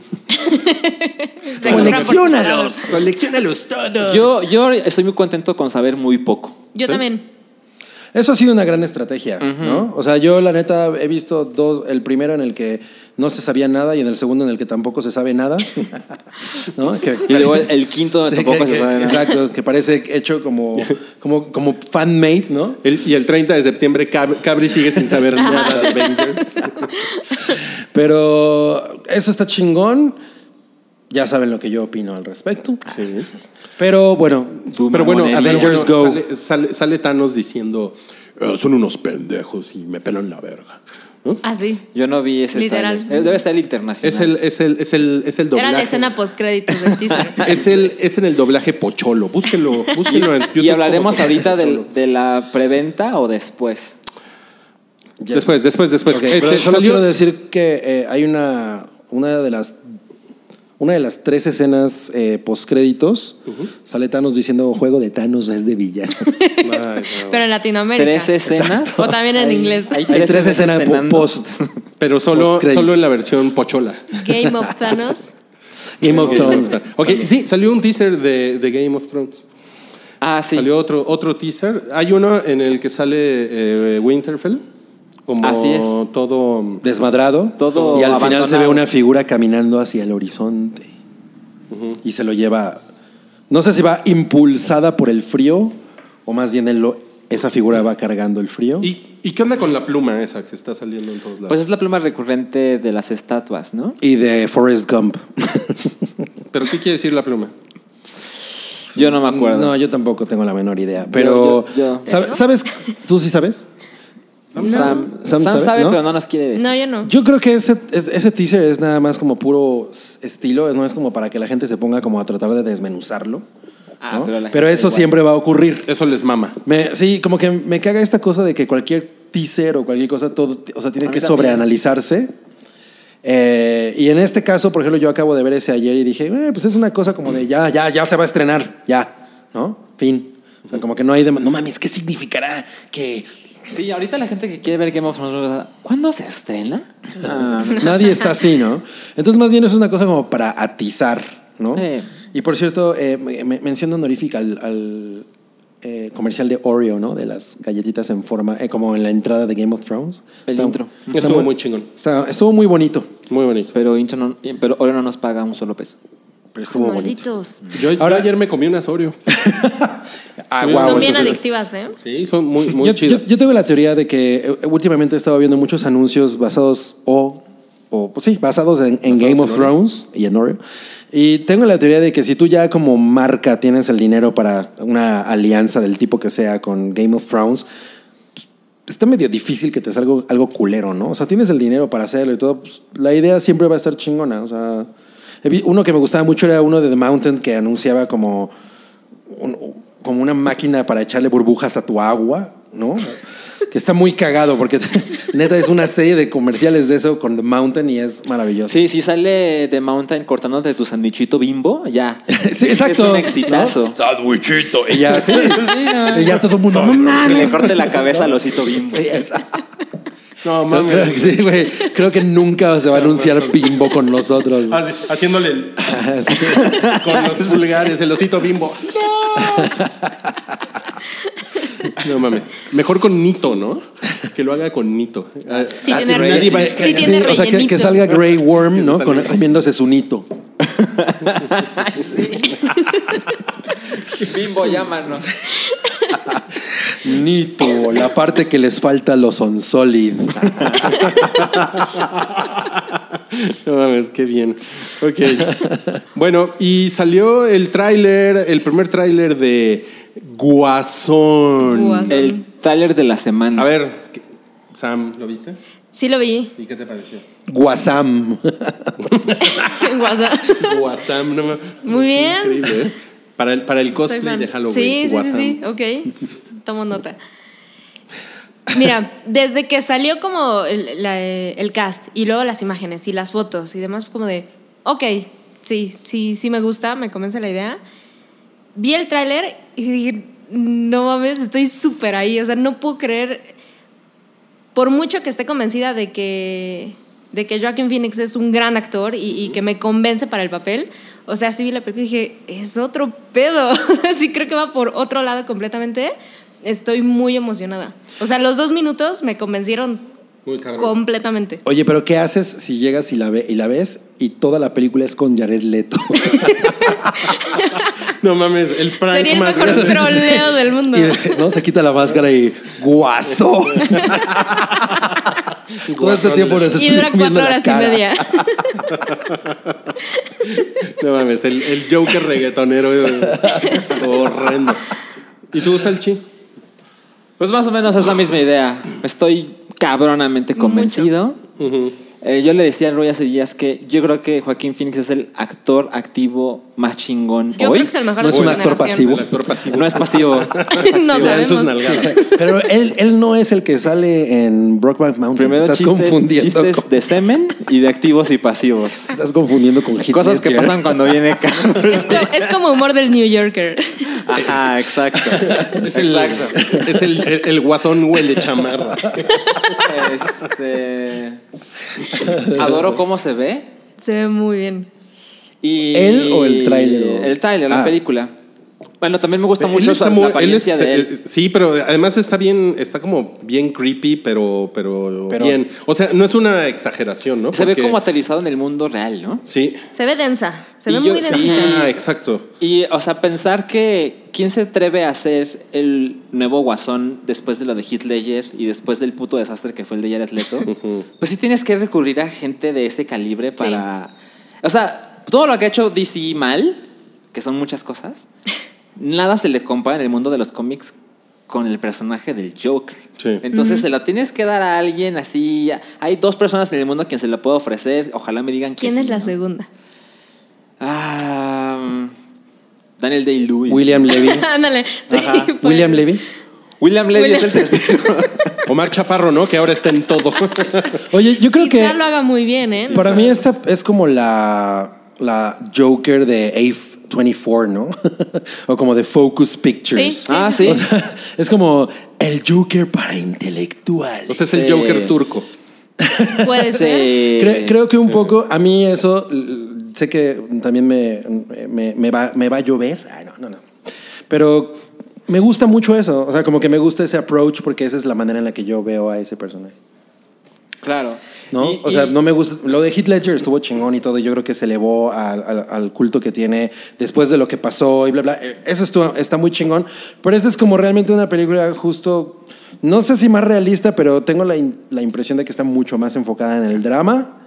Speaker 5: Se compran por separado.
Speaker 2: Colecciónalos todos.
Speaker 6: Yo, yo estoy muy contento con saber muy poco.
Speaker 5: Yo también.
Speaker 3: Eso ha sido una gran estrategia, ¿no? O sea, yo la neta he visto dos, el primero en el que no se sabía nada y en el segundo en el que tampoco se sabe nada. *laughs* ¿No? Que-
Speaker 6: Y luego el, el quinto
Speaker 3: Sí,
Speaker 6: tampoco
Speaker 3: que-
Speaker 6: se
Speaker 3: que-
Speaker 6: sabe nada.
Speaker 3: Exacto, que parece hecho como, como, como fan-made, ¿no?
Speaker 2: El- y el 30 de septiembre Cab- Cabri sigue sin saber
Speaker 6: *laughs*
Speaker 2: nada de Avengers.
Speaker 3: Pero eso está chingón. Ya saben lo que yo opino al respecto.
Speaker 2: Sí.
Speaker 3: Pero bueno,
Speaker 2: Pero bueno,
Speaker 6: mamonería.
Speaker 2: Avengers
Speaker 3: Pero bueno,
Speaker 2: Go. Sale, sale- sale Thanos diciendo, "Eh, son unos pendejos y me pelan la verga. ¿No?
Speaker 5: Así.
Speaker 6: Yo no vi ese
Speaker 5: Literal.
Speaker 6: tráiler. Eh, Debe estar el internacional.
Speaker 2: Es el, es el, es el, es el doblaje.
Speaker 5: Era la escena postcréditos del teaser.
Speaker 2: *laughs* es, el, es en el doblaje pocholo. Búsquenlo, búsquenlo en YouTube.
Speaker 6: *laughs* y hablaremos
Speaker 2: como-
Speaker 6: ahorita del-
Speaker 2: Pocholo.
Speaker 6: de, la preventa o después.
Speaker 3: ya-
Speaker 2: Después, después, después.
Speaker 3: Ok,
Speaker 2: Este,
Speaker 3: pero solo
Speaker 2: salió-
Speaker 3: quiero decir que eh, hay una, una de las una de las tres escenas eh, postcréditos sale Thanos diciendo juego de Thanos es de
Speaker 2: *laughs*
Speaker 3: villano.
Speaker 2: Ay, no.
Speaker 5: Pero en Latinoamérica.
Speaker 6: Tres escenas.
Speaker 5: O también en
Speaker 6: Hay-
Speaker 5: inglés.
Speaker 3: Hay tres escenas po-
Speaker 2: *laughs*
Speaker 6: cenando.
Speaker 3: post
Speaker 2: Pero solo,
Speaker 3: Post-credit.
Speaker 2: solo en la versión pochola.
Speaker 5: Game of Thanos.
Speaker 3: Game of Thrones.
Speaker 2: Ok, sí, salió un teaser de, de Game of Thrones.
Speaker 6: Ah, sí.
Speaker 2: Salió otro, otro teaser. Hay uno en el que sale eh, Winterfell. Como
Speaker 6: Así es.
Speaker 2: todo.
Speaker 3: Desmadrado.
Speaker 6: Todo
Speaker 3: y al final se ve
Speaker 6: abandonado.
Speaker 3: una figura caminando hacia el horizonte. Y se lo lleva. No sé si va impulsada por el frío o más bien él lo- esa figura va cargando el frío.
Speaker 2: ¿Y, ¿Y qué onda con la pluma esa que está saliendo en todos lados?
Speaker 6: Pues es la pluma recurrente de las estatuas, ¿no?
Speaker 3: y de Forrest Gump. *laughs*
Speaker 2: ¿Pero qué quiere decir la pluma?
Speaker 6: Yo no me acuerdo.
Speaker 3: Pues, No, yo tampoco tengo la menor idea. Pero,
Speaker 6: yo- yo.
Speaker 3: ¿sabe- ¿sabes? ¿Tú sí sabes?
Speaker 6: Sam,
Speaker 3: Sam
Speaker 6: Sam sabe,
Speaker 3: sabe, ¿no?
Speaker 6: pero no nos quiere decir.
Speaker 5: No, yo no.
Speaker 3: Yo creo que ese, es- ese teaser es nada más como puro s- estilo, no es como para que la gente se ponga como a tratar de desmenuzarlo.
Speaker 6: Ah,
Speaker 3: ¿no?
Speaker 6: pero la gente
Speaker 3: Pero eso
Speaker 6: igual.
Speaker 3: siempre va a ocurrir.
Speaker 2: Eso les mama.
Speaker 3: Me- sí, como que me caga esta cosa de que cualquier teaser o cualquier cosa, todo, o sea, tiene
Speaker 6: A mí
Speaker 3: que
Speaker 6: también.
Speaker 3: sobreanalizarse. Eh, y en este caso, por ejemplo, yo acabo de ver ese ayer y dije, "Eh, pues es una cosa como de ya, ya, ya se va a estrenar, ya, ¿no? Fin. O sea, como que no hay de, no mames, ¿qué significará que
Speaker 6: Sí, ahorita la gente que quiere ver Game of Thrones, ¿cuándo se estrena? Ah,
Speaker 3: Nadie está así, ¿no? Entonces, más bien es una cosa como para atizar, ¿no?
Speaker 6: Sí.
Speaker 3: Y por cierto, eh, me- me- mención honorífica al, al, eh, comercial de Oreo, ¿no? De las galletitas en forma, eh, como en la entrada de Game of Thrones.
Speaker 6: El intro.
Speaker 2: Estuvo muy chingón.
Speaker 3: está- estuvo muy bonito,
Speaker 2: Muy bonito.
Speaker 6: pero, Incho no, eh, pero ahora no nos paga un solo peso.
Speaker 3: pero estuvo bonito.
Speaker 5: Malditos.
Speaker 2: Yo, yo
Speaker 3: Ahora-
Speaker 2: ayer me comí unas Oreo.
Speaker 3: Ah,
Speaker 2: Son
Speaker 5: Son
Speaker 2: bueno,
Speaker 5: bien
Speaker 2: entonces-
Speaker 5: adictivas, ¿eh?
Speaker 2: Sí, son muy, muy
Speaker 3: *laughs* yo,
Speaker 2: chidas.
Speaker 3: yo- yo tengo la teoría de que eh, últimamente he estado viendo muchos anuncios basados o, o pues sí, basados en, en Game of
Speaker 2: en Oreo.
Speaker 3: Thrones y en Oreo. Y tengo la teoría de que si tú ya como marca tienes el dinero para una alianza del tipo que sea con Game of Thrones, está medio difícil que te salga algo, algo culero, ¿no? O sea, tienes el dinero para hacerlo y todo. pues, la idea siempre va a estar chingona. O sea, he vi- uno que me gustaba mucho era uno de The Mountain que anunciaba
Speaker 6: *laughs*
Speaker 3: como, un- como una máquina para echarle burbujas a tu agua, ¿no? Que está muy cagado porque *laughs* neta es una serie de comerciales de eso con The Mountain y es maravilloso.
Speaker 6: Sí, si sale The Mountain cortándote tu sandwichito bimbo, ya. *laughs*
Speaker 3: Sí, exacto.
Speaker 6: Es un
Speaker 3: ¿no?
Speaker 6: exitazo.
Speaker 3: Sandwichito. Y
Speaker 6: *laughs*
Speaker 3: ya, sí.
Speaker 6: no.
Speaker 3: Y ya todo el mundo, no
Speaker 6: Que le
Speaker 3: mames.
Speaker 6: corte la cabeza al osito bimbo.
Speaker 3: Sí, exacto.
Speaker 2: No,
Speaker 3: Creo,
Speaker 2: mames.
Speaker 3: que sí, güey. Creo que nunca se va a anunciar Bimbo con nosotros.
Speaker 6: Ah,
Speaker 2: Así, haciéndole el-
Speaker 3: Ajá, *laughs* sí.
Speaker 2: con los pulgares, el osito bimbo. ¡No! No mames. Mejor con Nito, ¿no? Que lo haga con Nito. Ah,
Speaker 5: Sí,
Speaker 2: ah,
Speaker 5: tiene
Speaker 2: nadie va a-
Speaker 5: Sí, tiene
Speaker 3: o sea, que, que
Speaker 5: rellenito.
Speaker 3: salga Grey
Speaker 2: Que
Speaker 3: Worm,
Speaker 2: no
Speaker 3: ¿no? Con,
Speaker 2: salga.
Speaker 3: viéndose su nito.
Speaker 6: *laughs* Bimbo, llámanos.
Speaker 3: Nito, la parte que les falta a los Solid.
Speaker 2: No mames, qué bien. Ok. Bueno, y salió el tráiler, el primer tráiler de Guasón.
Speaker 5: Guasón.
Speaker 6: El Tyler de la semana.
Speaker 2: A ver, ¿qué- Sam, ¿lo viste?
Speaker 5: Sí lo vi *laughs*
Speaker 2: ¿Y qué te pareció?
Speaker 3: Guasam.
Speaker 5: en WhatsApp.
Speaker 2: Guasam, no mames.
Speaker 5: Muy bien.
Speaker 2: Increíble, ¿eh? Para el, para el
Speaker 5: Soy
Speaker 2: cosplay
Speaker 5: fan.
Speaker 2: de Halloween.
Speaker 5: Sí, sí, sí,
Speaker 2: Guasam.
Speaker 5: sí, ok. Tomo nota. Mira, desde que salió como el, la, eh, el cast y luego las imágenes y las fotos y demás, fue como de, ok, sí, sí, sí me gusta, me convence la idea. Vi el tráiler y dije, no mames, estoy súper ahí, o sea, no puedo creer, por mucho que esté convencida de que, de que Joaquin Phoenix es un gran actor y, y que me convence para el papel, o sea, sí vi la película y dije, es otro pedo, *laughs* o sea, sí creo que va por otro lado completamente, estoy muy emocionada. O sea, los dos minutos me convencieron
Speaker 2: Muy cabrón.
Speaker 5: completamente.
Speaker 3: *laughs* Oye, pero ¿qué haces si llegas y la, ve, y la ves y toda la película es con Jared
Speaker 5: *laughs*
Speaker 3: Leto?
Speaker 2: No mames, el prank
Speaker 5: Sería el
Speaker 2: más
Speaker 5: mejor
Speaker 2: grande.
Speaker 5: troleo del
Speaker 3: *laughs*
Speaker 5: mundo.
Speaker 3: Y de- no, se quita la máscara y guaso. Todo este tiempo les
Speaker 5: Y
Speaker 3: estoy
Speaker 5: dura
Speaker 3: viendo
Speaker 5: cuatro
Speaker 3: la
Speaker 5: horas y
Speaker 3: cara.
Speaker 5: media.
Speaker 2: No mames, el, el Joker reggaetonero. eh, Horrendo. ¿Y tú, Salchi?
Speaker 6: Pues más o menos es la misma idea. Estoy cabronamente convencido. Eh, yo le decía a Roy hace días que yo creo que Joaquín Phoenix es el actor activo más chingón
Speaker 5: Yo
Speaker 6: hoy.
Speaker 5: creo que es el mejor
Speaker 3: no
Speaker 5: de
Speaker 3: es
Speaker 5: su
Speaker 3: un actor
Speaker 5: generación.
Speaker 2: El actor pasivo.
Speaker 6: No es *laughs* pasivo.
Speaker 5: *laughs* no
Speaker 2: Le dan sus
Speaker 5: sabemos.
Speaker 2: nalgadas.
Speaker 3: *laughs* Pero él, él no es el que sale en Brockback Mountain.
Speaker 6: Primero
Speaker 3: Te estás
Speaker 6: chistes,
Speaker 3: confundiendo.
Speaker 6: chistes
Speaker 3: con-
Speaker 6: de semen y de activos y pasivos.
Speaker 3: te estás confundiendo con Heath
Speaker 6: Cosas que
Speaker 3: Ledger.
Speaker 6: pasan cuando *laughs* viene Carlos.
Speaker 5: Es co- es como humor del New Yorker. *laughs*
Speaker 6: Ajá, exacto.
Speaker 2: Es el,
Speaker 6: Exacto.
Speaker 2: es el, el- el guasón huele chamarras.
Speaker 6: Este, adoro cómo se ve.
Speaker 5: Se ve muy bien.
Speaker 6: Y
Speaker 3: ¿Él o el tráiler?
Speaker 6: El tráiler,
Speaker 3: Ah.
Speaker 6: la película. Bueno, también me gusta
Speaker 2: Eh,
Speaker 6: mucho
Speaker 2: Él
Speaker 6: su-
Speaker 2: está muy-
Speaker 6: la
Speaker 2: él
Speaker 6: apariencia
Speaker 2: es-
Speaker 6: de él.
Speaker 2: eh, Sí, pero además está bien, está como bien creepy, pero, pero,
Speaker 3: Pero-
Speaker 2: bien. O sea, no es una exageración, ¿no?
Speaker 6: Se ve
Speaker 2: eh, Porque-
Speaker 6: como aterrizado en el mundo real, ¿no?
Speaker 2: Sí.
Speaker 5: Se ve densa. Se
Speaker 6: Y
Speaker 5: ve
Speaker 6: yo-
Speaker 5: muy
Speaker 6: sí.
Speaker 5: densita.
Speaker 2: Ah, exacto.
Speaker 6: Y, o sea, pensar que quién se atreve a ser el nuevo guasón después de lo de Heath Ledger y después del puto desastre que fue el de Jared Leto, pues sí tienes que recurrir a gente de ese calibre para... O sea, todo lo que ha hecho DC mal, que son muchas
Speaker 5: *laughs*
Speaker 6: cosas, nada se le compara en el mundo de los cómics con el personaje del Joker.
Speaker 2: Sí.
Speaker 6: Entonces se lo tienes que dar a alguien así. Hay dos personas en el mundo a quien se lo puedo ofrecer. Ojalá me digan que
Speaker 5: ¿Quién es
Speaker 6: sí,
Speaker 5: la
Speaker 6: ¿no?
Speaker 5: segunda?
Speaker 6: Ah, mm, Daniel Day-Lewis.
Speaker 3: William Levy.
Speaker 5: *laughs* Ándale. sí,
Speaker 6: Ajá.
Speaker 5: pues.
Speaker 3: William Levy.
Speaker 6: William Levy
Speaker 5: William-
Speaker 6: es el testigo.
Speaker 2: Omar Chaparro, ¿no? Que ahora está en todo.
Speaker 3: Oye, yo creo
Speaker 5: Quizá
Speaker 3: que
Speaker 5: lo haga muy bien, ¿eh?
Speaker 3: para mí esta es como la, la Joker de A24, ¿no? *laughs* o como de Focus
Speaker 5: Sí,
Speaker 3: Pictures.
Speaker 5: sí,
Speaker 6: Ah,
Speaker 5: sí,
Speaker 6: sí.
Speaker 3: O sea, es como el Joker para intelectuales.
Speaker 2: O sea, es el
Speaker 6: Sí.
Speaker 2: Joker turco.
Speaker 5: sí, Puede ser.
Speaker 3: Cre- creo que un poco, a mí eso, l- sé que también me, me- me va, me va a llover. Ay, no, no, no. Pero me gusta mucho eso. O sea, como que me gusta ese approach porque esa es la manera en la que yo veo a ese personaje.
Speaker 6: Claro.
Speaker 3: ¿No?
Speaker 6: Y-
Speaker 3: o sea,
Speaker 6: y-
Speaker 3: no me gusta. Lo de Heath Ledger estuvo chingón y todo. Yo creo que se elevó al, al- al culto que tiene después de lo que pasó y bla, bla. Eh, Eso estuvo- está muy chingón. Pero esta es como realmente una película justo. No sé si más realista, pero tengo la, in- la impresión de que está mucho más enfocada en el drama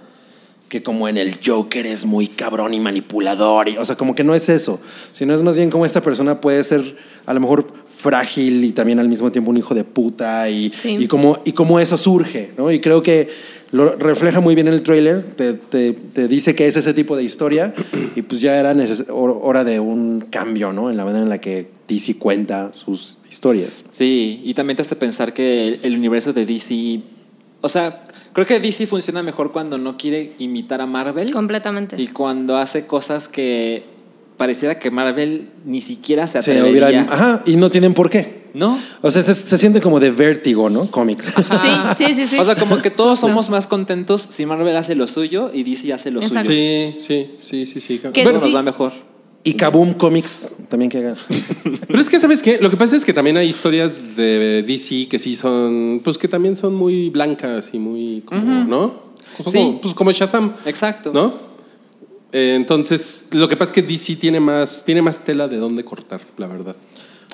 Speaker 3: que como en el Joker es muy cabrón y manipulador. y- o sea, como que no es eso. Sino es más bien como esta persona puede ser a lo mejor frágil y también al mismo tiempo un hijo de puta y,
Speaker 5: Sí.
Speaker 3: y cómo, y cómo eso surge, ¿no? Y creo que lo refleja muy bien el tráiler, te, te- te dice que es ese tipo de historia y pues ya era neces- hor- hora de un cambio, ¿no? En la manera en la que DC cuenta sus historias.
Speaker 6: Sí, y también te hace pensar que el, el universo de DC. O sea, creo que DC funciona mejor cuando no quiere imitar a Marvel.
Speaker 5: Completamente.
Speaker 6: Y cuando hace cosas que pareciera que Marvel ni siquiera se
Speaker 3: Se
Speaker 6: atrevería.
Speaker 3: hubiera- ajá, y no tienen por qué.
Speaker 6: ¿No?
Speaker 3: O sea, se, se siente como de vértigo, ¿no? Cómics.
Speaker 6: Ajá.
Speaker 5: Sí, sí, sí, sí.
Speaker 6: O sea, como que todos somos más contentos si Marvel hace lo suyo y DC hace lo
Speaker 5: Exacto.
Speaker 6: suyo.
Speaker 2: Sí, sí, sí, sí, sí.
Speaker 5: Que
Speaker 6: Bueno,
Speaker 5: sí.
Speaker 6: nos va mejor.
Speaker 3: Y Kaboom Comics también que hagan.
Speaker 2: Pero es que, ¿sabes qué? Lo que pasa es que también hay historias de DC que sí son, pues que también son muy blancas y muy, como, ¿no? Son
Speaker 6: Sí.
Speaker 2: Como, pues como Shazam,
Speaker 6: Exacto.
Speaker 2: ¿no? Eh, entonces, lo que pasa es que DC tiene más, tiene más tela de dónde cortar, la verdad.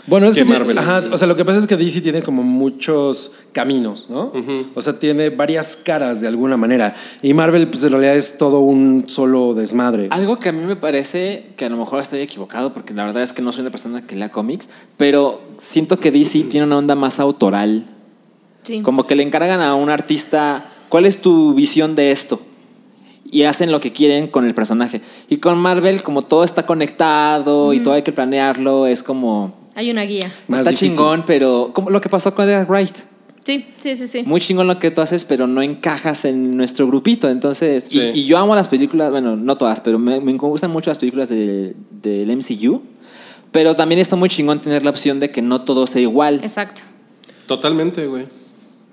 Speaker 3: Bueno, es
Speaker 2: Que
Speaker 3: que sí,
Speaker 2: Marvel.
Speaker 3: ajá, o sea, lo que pasa es que DC tiene como muchos caminos, ¿no? O sea, tiene varias caras de alguna manera. Y Marvel, pues en realidad es todo un solo desmadre.
Speaker 6: Algo que a mí me parece que a lo mejor estoy equivocado, porque la verdad es que no soy una persona que lea cómics, pero siento que DC tiene una onda más autoral.
Speaker 5: Sí.
Speaker 6: Como que le encargan a un artista, ¿cuál es tu visión de esto? Y hacen lo que quieren con el personaje. Y con Marvel, como todo está conectado y todo hay que planearlo, es como.
Speaker 5: Hay una guía.
Speaker 3: Más
Speaker 6: está
Speaker 3: difícil.
Speaker 6: chingón, pero. Como lo que pasó con Edgar Wright.
Speaker 5: Sí, sí, sí, sí.
Speaker 6: Muy chingón lo que tú haces, pero no encajas en nuestro grupito. Entonces, y-
Speaker 2: Sí.
Speaker 6: y, yo amo las películas, bueno, no todas, pero me, me gustan mucho las películas de- del MCU. Pero también está muy chingón tener la opción de que no todo sea igual.
Speaker 5: Exacto.
Speaker 2: Totalmente, güey.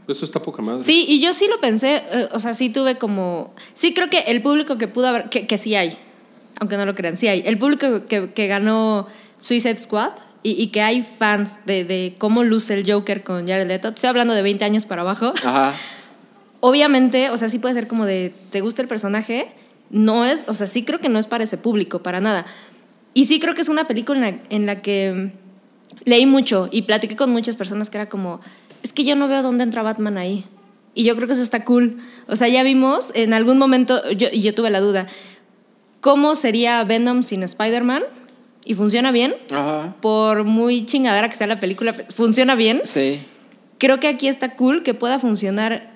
Speaker 2: Eso está poca madre.
Speaker 5: Sí, y yo sí lo pensé, eh, o sea, sí tuve como... Sí creo que el público que pudo haber, que, que sí hay, aunque no lo crean, sí hay. El público que, que ganó Suicide Squad y, y que hay fans de, de cómo luce el Joker con Jared Leto, estoy hablando de 20 años para abajo,
Speaker 6: Ajá.
Speaker 5: obviamente, o sea, sí puede ser como de, ¿te gusta el personaje? No es, o sea, sí creo que no es para ese público, para nada. Y sí creo que es una película en la, en la que mm, leí mucho y platiqué con muchas personas que era como, es que yo no veo dónde entra Batman ahí. Y yo creo que eso está cool. O sea, ya vimos, en algún momento, yo, y yo tuve la duda, ¿cómo sería Venom sin Spider-Man? Y funciona bien.
Speaker 6: Ajá.
Speaker 5: Por muy chingadera que sea la película, pues, funciona bien
Speaker 6: Sí.
Speaker 5: creo que aquí está cool que pueda funcionar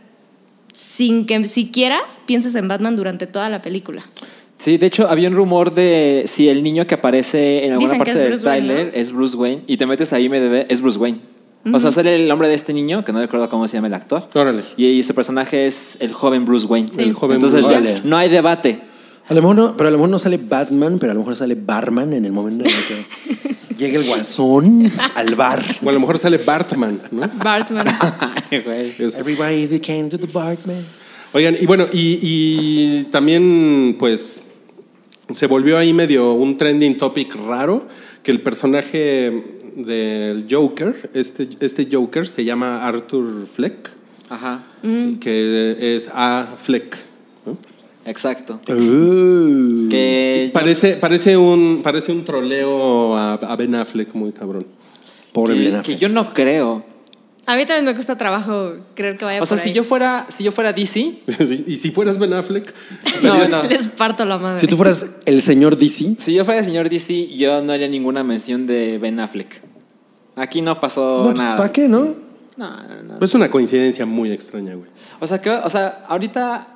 Speaker 5: sin que siquiera pienses en Batman durante toda la película.
Speaker 6: Sí, de hecho había un rumor de si el niño que aparece en alguna
Speaker 5: Dicen que
Speaker 6: parte
Speaker 5: es
Speaker 6: del
Speaker 5: Bruce Wayne,
Speaker 6: tráiler
Speaker 5: ¿no?
Speaker 6: es Bruce Wayne y te metes ahí me debe es Bruce Wayne. O sea, sale el nombre de este niño, que no recuerdo cómo se llama el actor.
Speaker 2: Órale.
Speaker 6: Y su personaje es el joven Bruce Wayne.
Speaker 5: Sí. El
Speaker 2: joven
Speaker 6: Entonces
Speaker 2: Bruce
Speaker 6: ya
Speaker 3: Wayne.
Speaker 6: no hay debate.
Speaker 3: A lo mejor no, pero a lo mejor no sale Batman, pero a lo mejor sale Barman en el momento en el que llega el guasón al bar.
Speaker 2: O a lo mejor sale Bartman,
Speaker 6: *laughs*
Speaker 2: ¿no?
Speaker 5: Batman.
Speaker 6: Ay, güey.
Speaker 2: Eso es-
Speaker 3: Everybody we came to the Bartman.
Speaker 2: Oigan, y bueno, y, y también, pues, se volvió ahí medio un trending topic raro que el personaje del Joker, este, este Joker se llama Arthur Fleck,
Speaker 6: Ajá.
Speaker 2: que es A. Fleck. ¿no?
Speaker 6: Exacto.
Speaker 3: Uh.
Speaker 6: Que
Speaker 2: Parece, parece, un, parece un troleo a, a Ben Affleck muy cabrón. *laughs*
Speaker 3: Pobre
Speaker 6: que-
Speaker 3: Ben
Speaker 6: que
Speaker 3: Affleck.
Speaker 6: yo no creo.
Speaker 5: A mí también me cuesta trabajo creer que vaya
Speaker 6: O sea,
Speaker 5: Eh, por
Speaker 6: si
Speaker 5: ahí.
Speaker 6: yo fuera, si yo fuera DC,
Speaker 2: Sí, y si fueras Ben Affleck,
Speaker 6: no,
Speaker 5: les,
Speaker 6: no.
Speaker 5: les parto la madre.
Speaker 3: Si tú fueras el señor DC,
Speaker 6: Si yo fuera el señor DC, yo no haría ninguna mención de Ben Affleck. Aquí no pasó
Speaker 3: no, pues,
Speaker 6: nada.
Speaker 3: ¿para qué, no?
Speaker 6: No, no, no.
Speaker 2: pues es una coincidencia muy extraña, güey.
Speaker 6: O sea, que, o sea, ahorita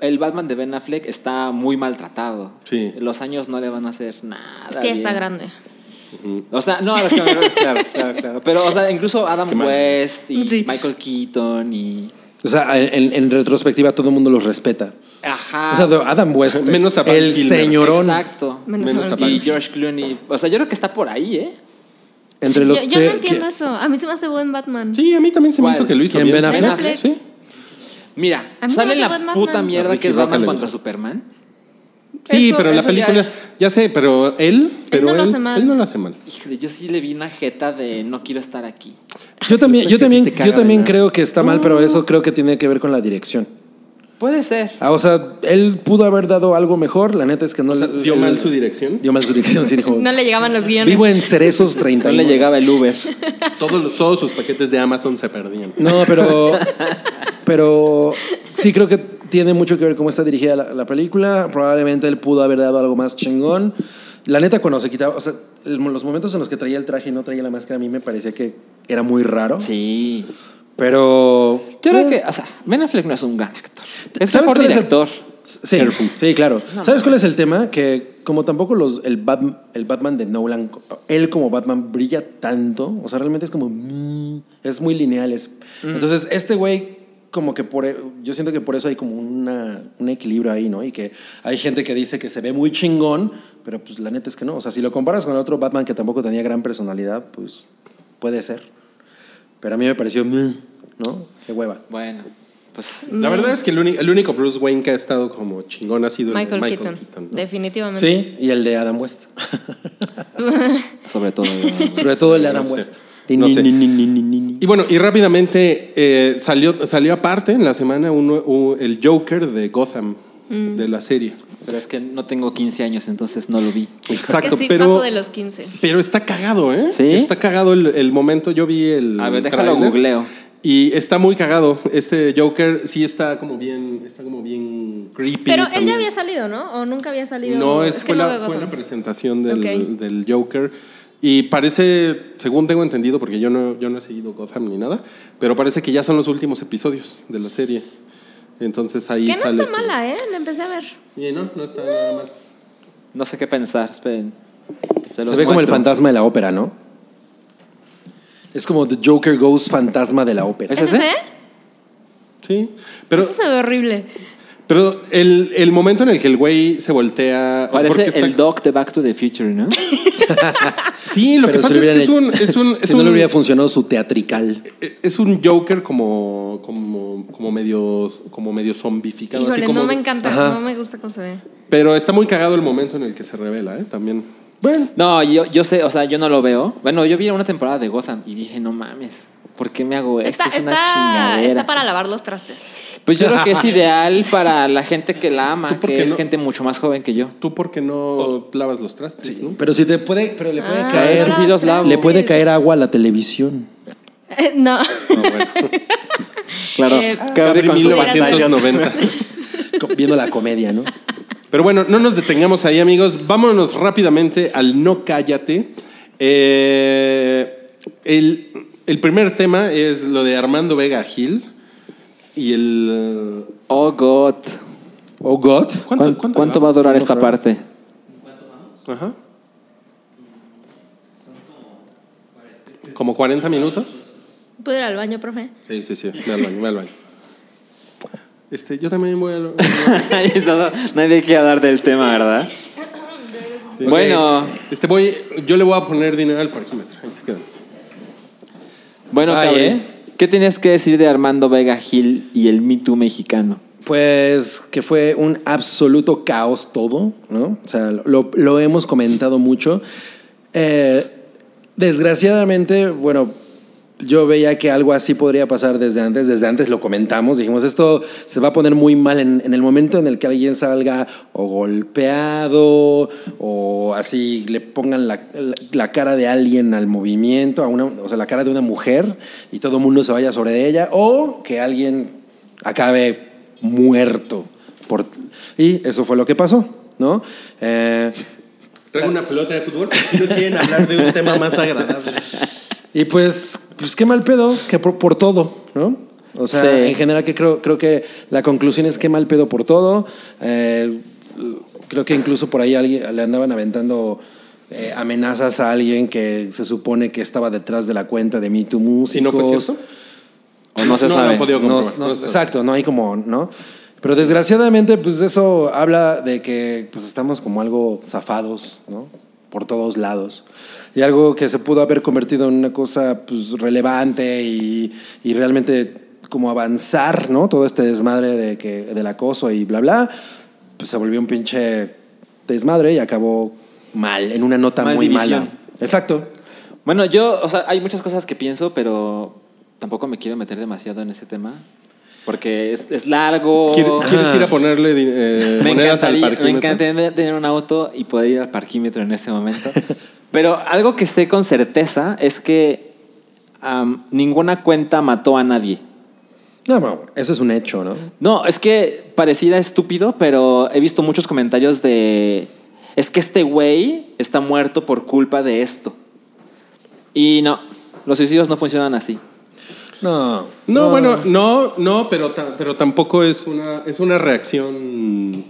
Speaker 6: el Batman de Ben Affleck está muy maltratado.
Speaker 2: Sí.
Speaker 6: Los años no le van a hacer nada.
Speaker 5: es que ya está
Speaker 6: bien.
Speaker 5: grande.
Speaker 6: O sea, no, claro, claro, claro, claro. Pero, o sea, incluso Adam West y
Speaker 5: Sí.
Speaker 6: Michael Keaton y.
Speaker 3: O sea, en, en retrospectiva todo el mundo los respeta.
Speaker 6: Ajá.
Speaker 3: O sea, Adam West
Speaker 2: *laughs*
Speaker 3: es
Speaker 2: Menos a Val
Speaker 3: el
Speaker 2: Kilmer.
Speaker 3: señorón
Speaker 6: Exacto.
Speaker 5: Menos
Speaker 2: Menos
Speaker 5: a
Speaker 2: a
Speaker 5: Batman.
Speaker 6: Y George Clooney. O sea, yo creo que está por ahí, ¿eh?
Speaker 3: entre
Speaker 5: Yo,
Speaker 3: los
Speaker 5: yo no
Speaker 3: que-
Speaker 5: entiendo
Speaker 3: que-
Speaker 5: eso. A mí se me hace buen Batman.
Speaker 2: Sí, a mí también se me
Speaker 6: ¿Cuál?
Speaker 2: hizo que lo hizo
Speaker 3: ¿Quién,
Speaker 2: bien.
Speaker 3: Ben Affleck?
Speaker 5: Ben Affleck.
Speaker 2: Sí.
Speaker 6: Mira,
Speaker 5: A mí se me
Speaker 6: sale
Speaker 5: hace
Speaker 6: la
Speaker 5: buen Batman.
Speaker 6: puta mierda que es
Speaker 2: Ricky Roca
Speaker 6: Batman
Speaker 2: le
Speaker 6: contra
Speaker 2: gusta.
Speaker 6: Superman.
Speaker 2: Sí,
Speaker 6: Eso-
Speaker 2: pero la
Speaker 6: eso ya
Speaker 2: película,
Speaker 6: es-
Speaker 2: ya, sé, pero él, pero
Speaker 5: no
Speaker 2: él,
Speaker 5: lo hace mal.
Speaker 2: él no lo hace mal.
Speaker 6: Híjole, yo sí le vi una jeta de no quiero estar aquí.
Speaker 3: Yo también,
Speaker 2: Pues
Speaker 3: yo también,
Speaker 6: Te caga,
Speaker 3: yo también
Speaker 6: ¿verdad?
Speaker 3: creo que está mal, pero eso creo que tiene que ver con la dirección.
Speaker 6: Puede ser.
Speaker 3: Ah, o sea, él pudo haber dado algo mejor. La neta es que no
Speaker 2: sea,
Speaker 3: le-
Speaker 2: ¿dio
Speaker 3: él-
Speaker 2: mal su dirección?
Speaker 3: Dio mal su dirección, sí dijo.
Speaker 5: *laughs* No le llegaban los guiones.
Speaker 3: Vivo en
Speaker 5: *laughs*
Speaker 3: Cerezos 30.
Speaker 6: No le llegaba el Uber.
Speaker 2: Todos, los- todos sus paquetes de Amazon se perdían.
Speaker 3: No,
Speaker 5: *laughs*
Speaker 3: pero, pero sí creo que tiene mucho que ver cómo está dirigida la, la película. Probablemente él pudo haber dado algo más chingón. La neta, cuando se quitaba, o sea, el- los momentos en los que traía el traje y no traía la máscara, a mí me parecía que era muy raro.
Speaker 6: Sí.
Speaker 3: Pero.
Speaker 6: Yo creo
Speaker 3: eh,
Speaker 6: que, o sea, Ben Affleck no es un gran actor. Es
Speaker 3: ¿Sabes
Speaker 6: mejor
Speaker 3: cuál es el-
Speaker 6: director.
Speaker 3: Sí, sí, claro. ¿Sabes cuál es el tema? Que como tampoco los, el, Batman, el Batman de Nolan, él como Batman brilla tanto, o sea, realmente es como... mm, Es muy lineal. es-
Speaker 6: Mm.
Speaker 3: Entonces, este güey, como que por... Yo siento que por eso hay como una, un equilibrio ahí, ¿no? Y que hay gente que dice que se ve muy chingón, pero pues la neta es que no. O sea, si lo comparas con el otro Batman que tampoco tenía gran personalidad, pues puede ser. Pero a mí me pareció... mm, ¿No? Qué hueva.
Speaker 6: Bueno, pues
Speaker 2: La
Speaker 5: Mm.
Speaker 2: verdad es que el, uni- el único Bruce Wayne que ha estado como chingón ha sido el de
Speaker 5: Michael, Keaton,
Speaker 2: ¿no?
Speaker 5: definitivamente.
Speaker 3: Sí, y el de
Speaker 2: *laughs*
Speaker 3: Adam West.
Speaker 6: sobre todo.
Speaker 3: Sobre todo el de Adam
Speaker 2: No sé.
Speaker 3: West.
Speaker 2: No sé.
Speaker 3: Ni, ni, ni, ni, ni, ni.
Speaker 2: Y bueno, y rápidamente eh, salió, salió aparte en la semana uno, u- el Joker de Gotham,
Speaker 5: Mm.
Speaker 2: de la serie.
Speaker 6: Pero es que no tengo 15 años, entonces no lo vi.
Speaker 2: Exacto,
Speaker 5: que sí,
Speaker 2: pero,
Speaker 5: paso de los 15.
Speaker 2: pero está cagado, ¿eh?
Speaker 6: ¿Sí?
Speaker 2: Está cagado el, el momento. Yo vi el.
Speaker 6: A ver, déjalo
Speaker 2: tráiler
Speaker 6: googleo.
Speaker 2: Y está muy cagado. Este Joker sí está como bien, está como bien creepy.
Speaker 5: Pero él ya
Speaker 2: también.
Speaker 5: había salido, ¿no? ¿O nunca había salido?
Speaker 2: No, es, fue, la,
Speaker 5: no veo
Speaker 2: fue la
Speaker 5: Gotham.
Speaker 2: presentación del,
Speaker 5: Ok.
Speaker 2: del Joker. Y parece, según tengo entendido, porque yo no, yo no he seguido Gotham ni nada, pero parece que ya son los últimos episodios de la serie. Entonces ahí
Speaker 5: Que no
Speaker 2: sale
Speaker 5: está
Speaker 2: este-
Speaker 5: mala, ¿eh? La empecé a ver.
Speaker 2: Y no, no está nada mal.
Speaker 6: No sé qué pensar, esperen. Se,
Speaker 3: Se
Speaker 6: los
Speaker 3: ve como el
Speaker 6: muestro.
Speaker 3: fantasma de la ópera, ¿no? Es como The Joker Goes Fantasma de la ópera.
Speaker 6: ¿Es
Speaker 5: ¿Eso
Speaker 6: ese?
Speaker 5: sé?
Speaker 2: Sí, pero,
Speaker 5: Eso se ve horrible.
Speaker 2: pero el, el momento en el que el güey se voltea... pues, porque
Speaker 6: Parece
Speaker 2: está-
Speaker 6: el doc de Back to the Future, ¿no?
Speaker 2: Sí, lo que
Speaker 3: Pero si
Speaker 2: pasa es
Speaker 3: le
Speaker 2: que es un...
Speaker 3: hubieran-
Speaker 2: Es
Speaker 3: *laughs*
Speaker 2: un, es
Speaker 3: si no
Speaker 2: un-
Speaker 3: le hubiera funcionado su teatrical.
Speaker 2: es un Joker como, como, como medio, como medio zombificado. así
Speaker 5: Híjole,
Speaker 2: como-
Speaker 5: no me encanta,
Speaker 3: Ajá.
Speaker 5: no me gusta cómo se ve.
Speaker 2: Pero está muy cagado el momento en el que se revela, ¿eh? También.
Speaker 3: Bueno,
Speaker 6: No, yo, yo sé, o sea, yo no lo veo. Bueno, yo vi una temporada de Gotham y dije, no mames, ¿por qué me hago esto?
Speaker 5: Está,
Speaker 6: es una
Speaker 5: está,
Speaker 6: chingadera.
Speaker 5: está para lavar los trastes.
Speaker 6: Pues yo creo que es ideal para la gente que la ama,
Speaker 2: ¿Tú por
Speaker 6: que
Speaker 2: qué
Speaker 6: es
Speaker 2: no?
Speaker 6: gente mucho más joven que yo.
Speaker 2: Tú porque no
Speaker 3: Oh.
Speaker 2: lavas los trastes,
Speaker 3: *laughs*
Speaker 2: ¿no?
Speaker 3: pero si te puede, pero le puede
Speaker 5: Ah,
Speaker 6: es
Speaker 3: caer.
Speaker 6: que sí los lavo.
Speaker 3: Le puede caer agua a la televisión.
Speaker 5: Eh, *laughs* no. *laughs*
Speaker 2: Ah,
Speaker 6: Claro,
Speaker 5: Eh,
Speaker 6: Cabri con su
Speaker 5: Capri
Speaker 6: vacío.
Speaker 2: 1990.
Speaker 3: Co- Viendo la comedia, ¿no?
Speaker 2: *laughs* Pero bueno, no nos detengamos ahí, amigos. Vámonos rápidamente al no cállate. Eh, el, el primer tema es lo de Armando Vega Gil. Y el. eh,
Speaker 6: Oh, God.
Speaker 3: Oh, God.
Speaker 2: ¿Cuánto,
Speaker 6: ¿Cuán-
Speaker 2: cuánto
Speaker 6: cuánto va a durar esta parte?
Speaker 2: Ajá. ¿Como 40 minutos?
Speaker 5: ¿Puedo ir al baño, profe?
Speaker 2: Sí, sí, sí. Ve al baño, ve al baño. Este, yo también voy al
Speaker 6: Nadie quiere hablar del tema, ¿verdad?
Speaker 2: Sí.
Speaker 6: Bueno.
Speaker 2: Ok. Este voy, yo le voy a poner dinero al parquímetro. Ahí se quedan.
Speaker 6: Bueno,
Speaker 3: Ay,
Speaker 6: Cabri,
Speaker 3: ¿eh?
Speaker 6: ¿qué tenías que decir de Armando Vega Gil y el Me Too mexicano?
Speaker 3: Pues que fue un absoluto caos todo, ¿no? O sea, lo, lo hemos comentado mucho. Eh, desgraciadamente, bueno, yo veía que algo así podría pasar desde antes. Desde antes lo comentamos. Dijimos, esto se va a poner muy mal en, en el momento en el que alguien salga o golpeado o así le pongan la, la- la cara de alguien al movimiento, a una, o sea, la cara de una mujer y todo el mundo se vaya sobre ella o que alguien acabe muerto. Por, y eso fue lo que pasó, ¿no? Eh,
Speaker 2: Traigo una pelota de fútbol si no quieren hablar de un tema más agradable.
Speaker 3: y pues, pues qué mal pedo, que por, por todo, ¿no? O sea,
Speaker 6: Sí.
Speaker 3: en general que creo, creo que la conclusión es qué mal pedo por todo. Eh, creo que incluso por ahí alguien, le andaban aventando eh, amenazas a alguien que se supone que estaba detrás de la cuenta de Me Too Músicos.
Speaker 2: Si no fue cierto.
Speaker 6: O no se
Speaker 2: No,
Speaker 6: sabe.
Speaker 2: no podía-
Speaker 3: No,
Speaker 2: comprobar.
Speaker 3: no,
Speaker 2: No se sabe.
Speaker 3: exacto, no hay como, ¿no? Pero desgraciadamente, pues eso habla de que pues estamos como algo zafados, ¿no? Por todos lados. Y algo que se pudo haber convertido en una cosa pues, relevante y, y realmente como avanzar, ¿no? Todo este desmadre de que, del acoso y bla, bla, pues se volvió un pinche desmadre y acabó mal, en una nota
Speaker 6: Más
Speaker 3: muy
Speaker 6: división.
Speaker 3: mala. Exacto.
Speaker 6: Bueno, yo, o sea, hay muchas cosas que pienso, pero tampoco me quiero meter demasiado en ese tema. Porque es, es largo.
Speaker 2: ¿Quieres ir a ponerle di- eh,
Speaker 6: me
Speaker 2: monedas al
Speaker 6: encantaría, me
Speaker 2: parquímetro?
Speaker 6: encantaría tener un auto y poder ir al parquímetro en este momento. *laughs* Pero algo que sé con certeza es que am, ninguna cuenta mató a nadie.
Speaker 3: No, no, eso es un hecho, ¿no?
Speaker 6: No, es que pareciera estúpido, pero he visto muchos comentarios de. es que este güey está muerto por culpa de esto. Y no, los suicidios no funcionan así.
Speaker 3: No.
Speaker 2: No, bueno, no, no, pero, ta- pero tampoco es una, es una reacción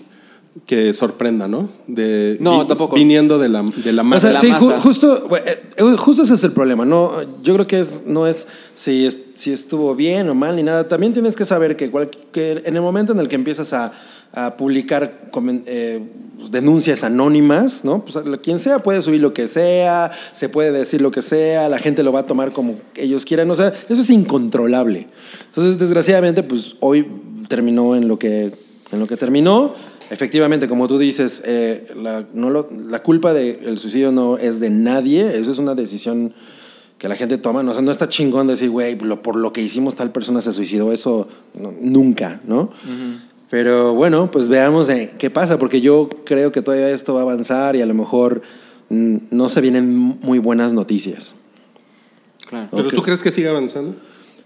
Speaker 2: que sorprenda, ¿no? De,
Speaker 6: No, tampoco.
Speaker 2: Viniendo de la, de la
Speaker 3: O
Speaker 2: masa.
Speaker 3: sea,
Speaker 6: la
Speaker 3: sí,
Speaker 6: masa.
Speaker 3: ju- justo, güey, eh, eh, justo ese es el problema. No, yo creo que es, no es si, es- si estuvo bien o mal ni nada. También tienes que saber que, cual- que en el momento en el que empiezas a, a publicar comen- eh, pues, denuncias anónimas, ¿no? Pues, lo- quien sea puede subir lo que sea, se puede decir lo que sea, la gente lo va a tomar como ellos quieran. O sea, eso es incontrolable. Entonces, desgraciadamente, pues hoy terminó en lo que, en lo que terminó. Efectivamente, como tú dices, eh, la, no lo- la culpa del suicidio no es de nadie, eso es una decisión que la gente toma, no, o sea, no está chingón decir, güey, lo- por lo que hicimos tal persona se suicidó, eso no- nunca, ¿no? Pero bueno, pues veamos eh, qué pasa, porque yo creo que todavía esto va a avanzar y a lo mejor mm, no se vienen muy buenas noticias.
Speaker 6: Claro.
Speaker 2: ¿Pero
Speaker 3: ok.
Speaker 2: tú crees que sigue avanzando?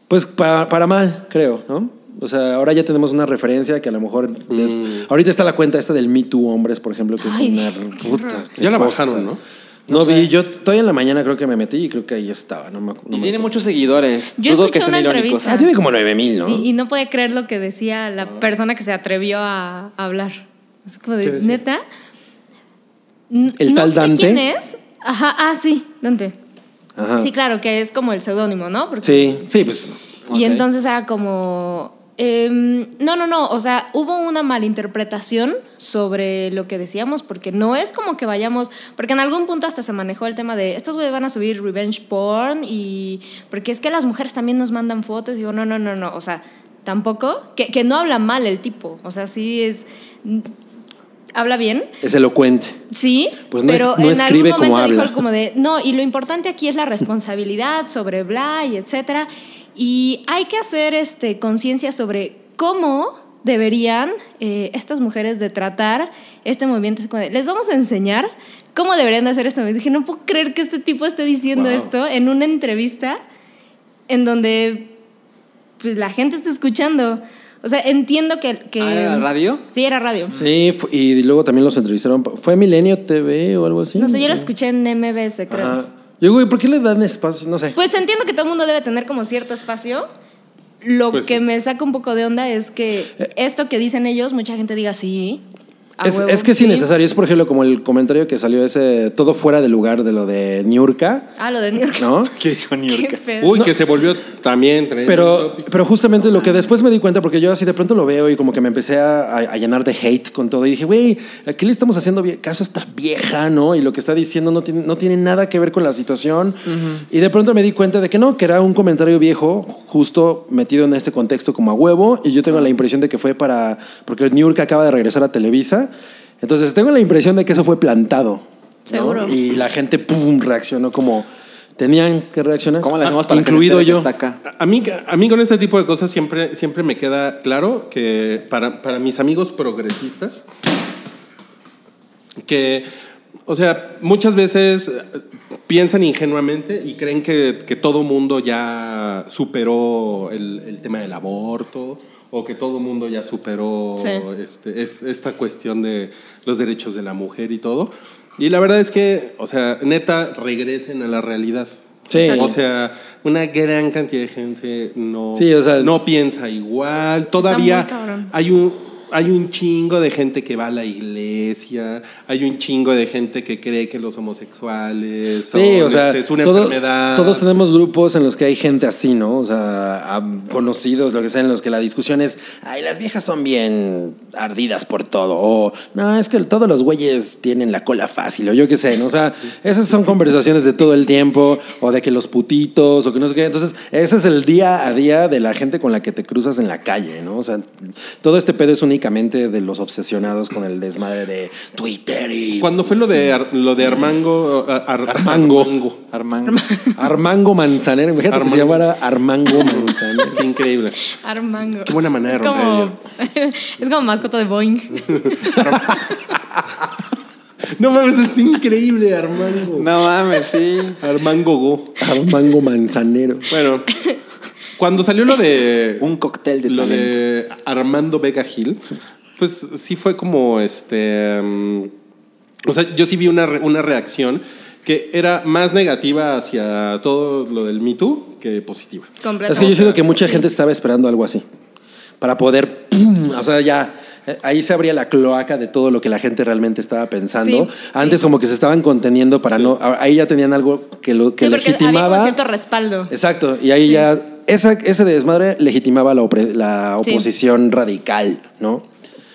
Speaker 3: Pues para, para mal, creo, ¿no? O sea, ahora ya tenemos una referencia que a lo mejor... des- Ahorita está la cuenta esta del Me Too Hombres, por ejemplo, que es
Speaker 5: Ay,
Speaker 3: una
Speaker 5: qué
Speaker 3: puta. qué
Speaker 2: Ya la
Speaker 3: cosa.
Speaker 2: bajaron, ¿no?
Speaker 3: No, vi, yo todavía en la mañana creo que me metí y creo que ahí estaba, no me acu- no
Speaker 6: Y
Speaker 3: me
Speaker 6: tiene
Speaker 3: acuerdo.
Speaker 6: muchos seguidores.
Speaker 5: Yo
Speaker 6: Dudo
Speaker 5: escuché
Speaker 6: que sean
Speaker 5: una
Speaker 6: irónicos.
Speaker 5: entrevista.
Speaker 3: Ah, tiene como 9000, ¿no?
Speaker 5: Y, y no podía creer lo que decía la persona que se atrevió a, a hablar. Es como de, neta. N-
Speaker 3: ¿El
Speaker 5: no
Speaker 3: tal
Speaker 5: sé
Speaker 3: Dante?
Speaker 5: quién es. Ajá, ah, sí, Dante.
Speaker 3: Ajá.
Speaker 5: Sí, claro, que es como el seudónimo, ¿no? Porque-
Speaker 3: Sí, sí, pues...
Speaker 6: Ok.
Speaker 5: Y entonces era como. em, no, no, no. O sea, hubo una malinterpretación sobre lo que decíamos, porque no es como que vayamos. Porque en algún punto hasta se manejó el tema de estos güeyes van a subir revenge porn y. Porque es que las mujeres también nos mandan fotos. Digo, no, no, no, no. O sea, tampoco. Que, que no habla mal el tipo. O sea, sí es. Habla bien.
Speaker 3: Es elocuente.
Speaker 5: Sí,
Speaker 3: Pues no
Speaker 5: pero
Speaker 3: es- no
Speaker 5: en
Speaker 3: escribe
Speaker 5: algún
Speaker 3: como
Speaker 5: momento dijo
Speaker 3: habla.
Speaker 5: algo como de, no, y lo importante aquí es la responsabilidad sobre bla y etcétera. Y hay que hacer este, conciencia sobre cómo deberían eh, estas mujeres de tratar este movimiento. Es como de, Les vamos a enseñar cómo deberían de hacer esto. Me dije, no puedo creer que este tipo esté diciendo esto en una entrevista en donde pues, la gente está escuchando. O sea, entiendo que... que
Speaker 6: Ah, ¿era radio?
Speaker 5: Sí, era radio.
Speaker 3: Sí, fu- y luego también los entrevistaron. ¿Fue Milenio TV o algo así?
Speaker 5: No sé, yo lo escuché en MBS, creo.
Speaker 3: Ajá. Yo, güey, ¿por qué le dan espacio? No sé.
Speaker 5: Pues entiendo que todo el mundo debe tener como cierto espacio. Lo
Speaker 2: Pues
Speaker 5: que
Speaker 2: sí.
Speaker 5: me saca un poco de onda es que esto que dicen ellos, mucha gente diga sí. a
Speaker 3: Eh, Es,
Speaker 5: huevo,
Speaker 3: es que es innecesario. Es, por ejemplo, como el comentario que salió ese todo fuera de lugar de lo de Niurka,
Speaker 5: Ah, lo de New York. *laughs*
Speaker 3: ¿no?
Speaker 5: Qué pedo.
Speaker 2: Uy, que se volvió también trending
Speaker 3: Pero,
Speaker 2: topic.
Speaker 3: pero justamente lo que después me di cuenta, porque yo así de pronto lo veo y como que me empecé a, a- a llenar de hate con todo. Y dije, güey, aquí le estamos haciendo vie- caso a esta vieja, ¿no? Y lo que está diciendo no tiene, no tiene nada que ver con la situación. Y de pronto me di cuenta de que no, que era un comentario viejo, justo metido en este contexto como a huevo. Y yo tengo la impresión de que fue para. Porque Niurka acaba de regresar a Televisa. Entonces tengo la impresión de que eso fue plantado. ¿no?
Speaker 5: Seguro.
Speaker 3: Y la gente, pum, reaccionó como. Tenían que reaccionar.
Speaker 6: ¿Cómo le hacemos para que
Speaker 3: Incluido
Speaker 6: la gente
Speaker 3: yo.
Speaker 6: vea que está acá?
Speaker 2: A- A mí, a mí con este tipo de cosas siempre, siempre me queda claro que para, para mis amigos progresistas, que, o sea, muchas veces eh, piensan ingenuamente y creen que, que todo mundo ya superó el, el tema del aborto o que todo mundo ya superó
Speaker 5: Sí.
Speaker 2: este, es- esta cuestión de los derechos de la mujer y todo. Y la verdad es que, o sea, neta, regresen a la realidad.
Speaker 3: Sí.
Speaker 2: O sea, una gran cantidad de gente no,
Speaker 3: Sí, o sea-
Speaker 2: no piensa igual. Todavía
Speaker 5: muy cabrón.
Speaker 2: hay un, hay un chingo de gente que va a la iglesia, hay un chingo de gente que cree que los homosexuales son,
Speaker 3: Sí, o sea,
Speaker 2: este, es una
Speaker 3: todo-
Speaker 2: enfermedad.
Speaker 3: todos tenemos grupos en los que hay gente así, ¿no? O sea, am- conocidos, lo que sea, en los que la discusión es, ay, las viejas son bien ardidas por todo, o no, es que todos los güeyes tienen la cola fácil, o yo qué sé, ¿no? O sea, esas son conversaciones de todo el tiempo, o de que los putitos, o que no sé qué. Entonces, ese es el día a día de la gente con la que te cruzas en la calle, ¿no? O sea, todo este pedo es únicamente de los obsesionados con el desmadre de Twitter y
Speaker 2: Cuando fue lo de, Ar- lo de Armango, Ar- Ar-
Speaker 3: Armango.
Speaker 6: Armando.
Speaker 3: Armango Manzanero. Imagínate que se
Speaker 2: Armango.
Speaker 3: llamara Armango Manzanero.
Speaker 2: Qué increíble.
Speaker 5: Armango.
Speaker 2: Qué buena manera
Speaker 5: es
Speaker 2: de romper
Speaker 5: como, *laughs* es como mascota
Speaker 2: *laughs*
Speaker 5: de Boeing.
Speaker 2: No mames, es increíble, Armango.
Speaker 6: No mames, sí.
Speaker 2: Armango Go.
Speaker 3: Armango Manzanero.
Speaker 2: Bueno, cuando salió lo de.
Speaker 6: Un cóctel de
Speaker 2: Lo de Armando Vega Gil, pues sí fue como este. mm, O sea, yo sí vi una, re- una reacción que era más negativa hacia todo lo del Me Too que positiva.
Speaker 3: Es que yo siento que mucha gente estaba esperando algo así. Para poder, ¡pum! o sea, ya. eh, Ahí se abría la cloaca de todo lo que la gente realmente estaba pensando.
Speaker 5: Sí,
Speaker 3: Antes
Speaker 5: sí.
Speaker 3: como que se estaban conteniendo para no... a- Ahí ya tenían algo que lo que
Speaker 5: sí, porque había
Speaker 3: legitimaba...
Speaker 5: como cierto respaldo.
Speaker 3: Exacto. Y ahí
Speaker 5: Sí.
Speaker 3: ya... Esa, ese desmadre legitimaba la, opre- la
Speaker 5: Sí.
Speaker 3: oposición radical, ¿no?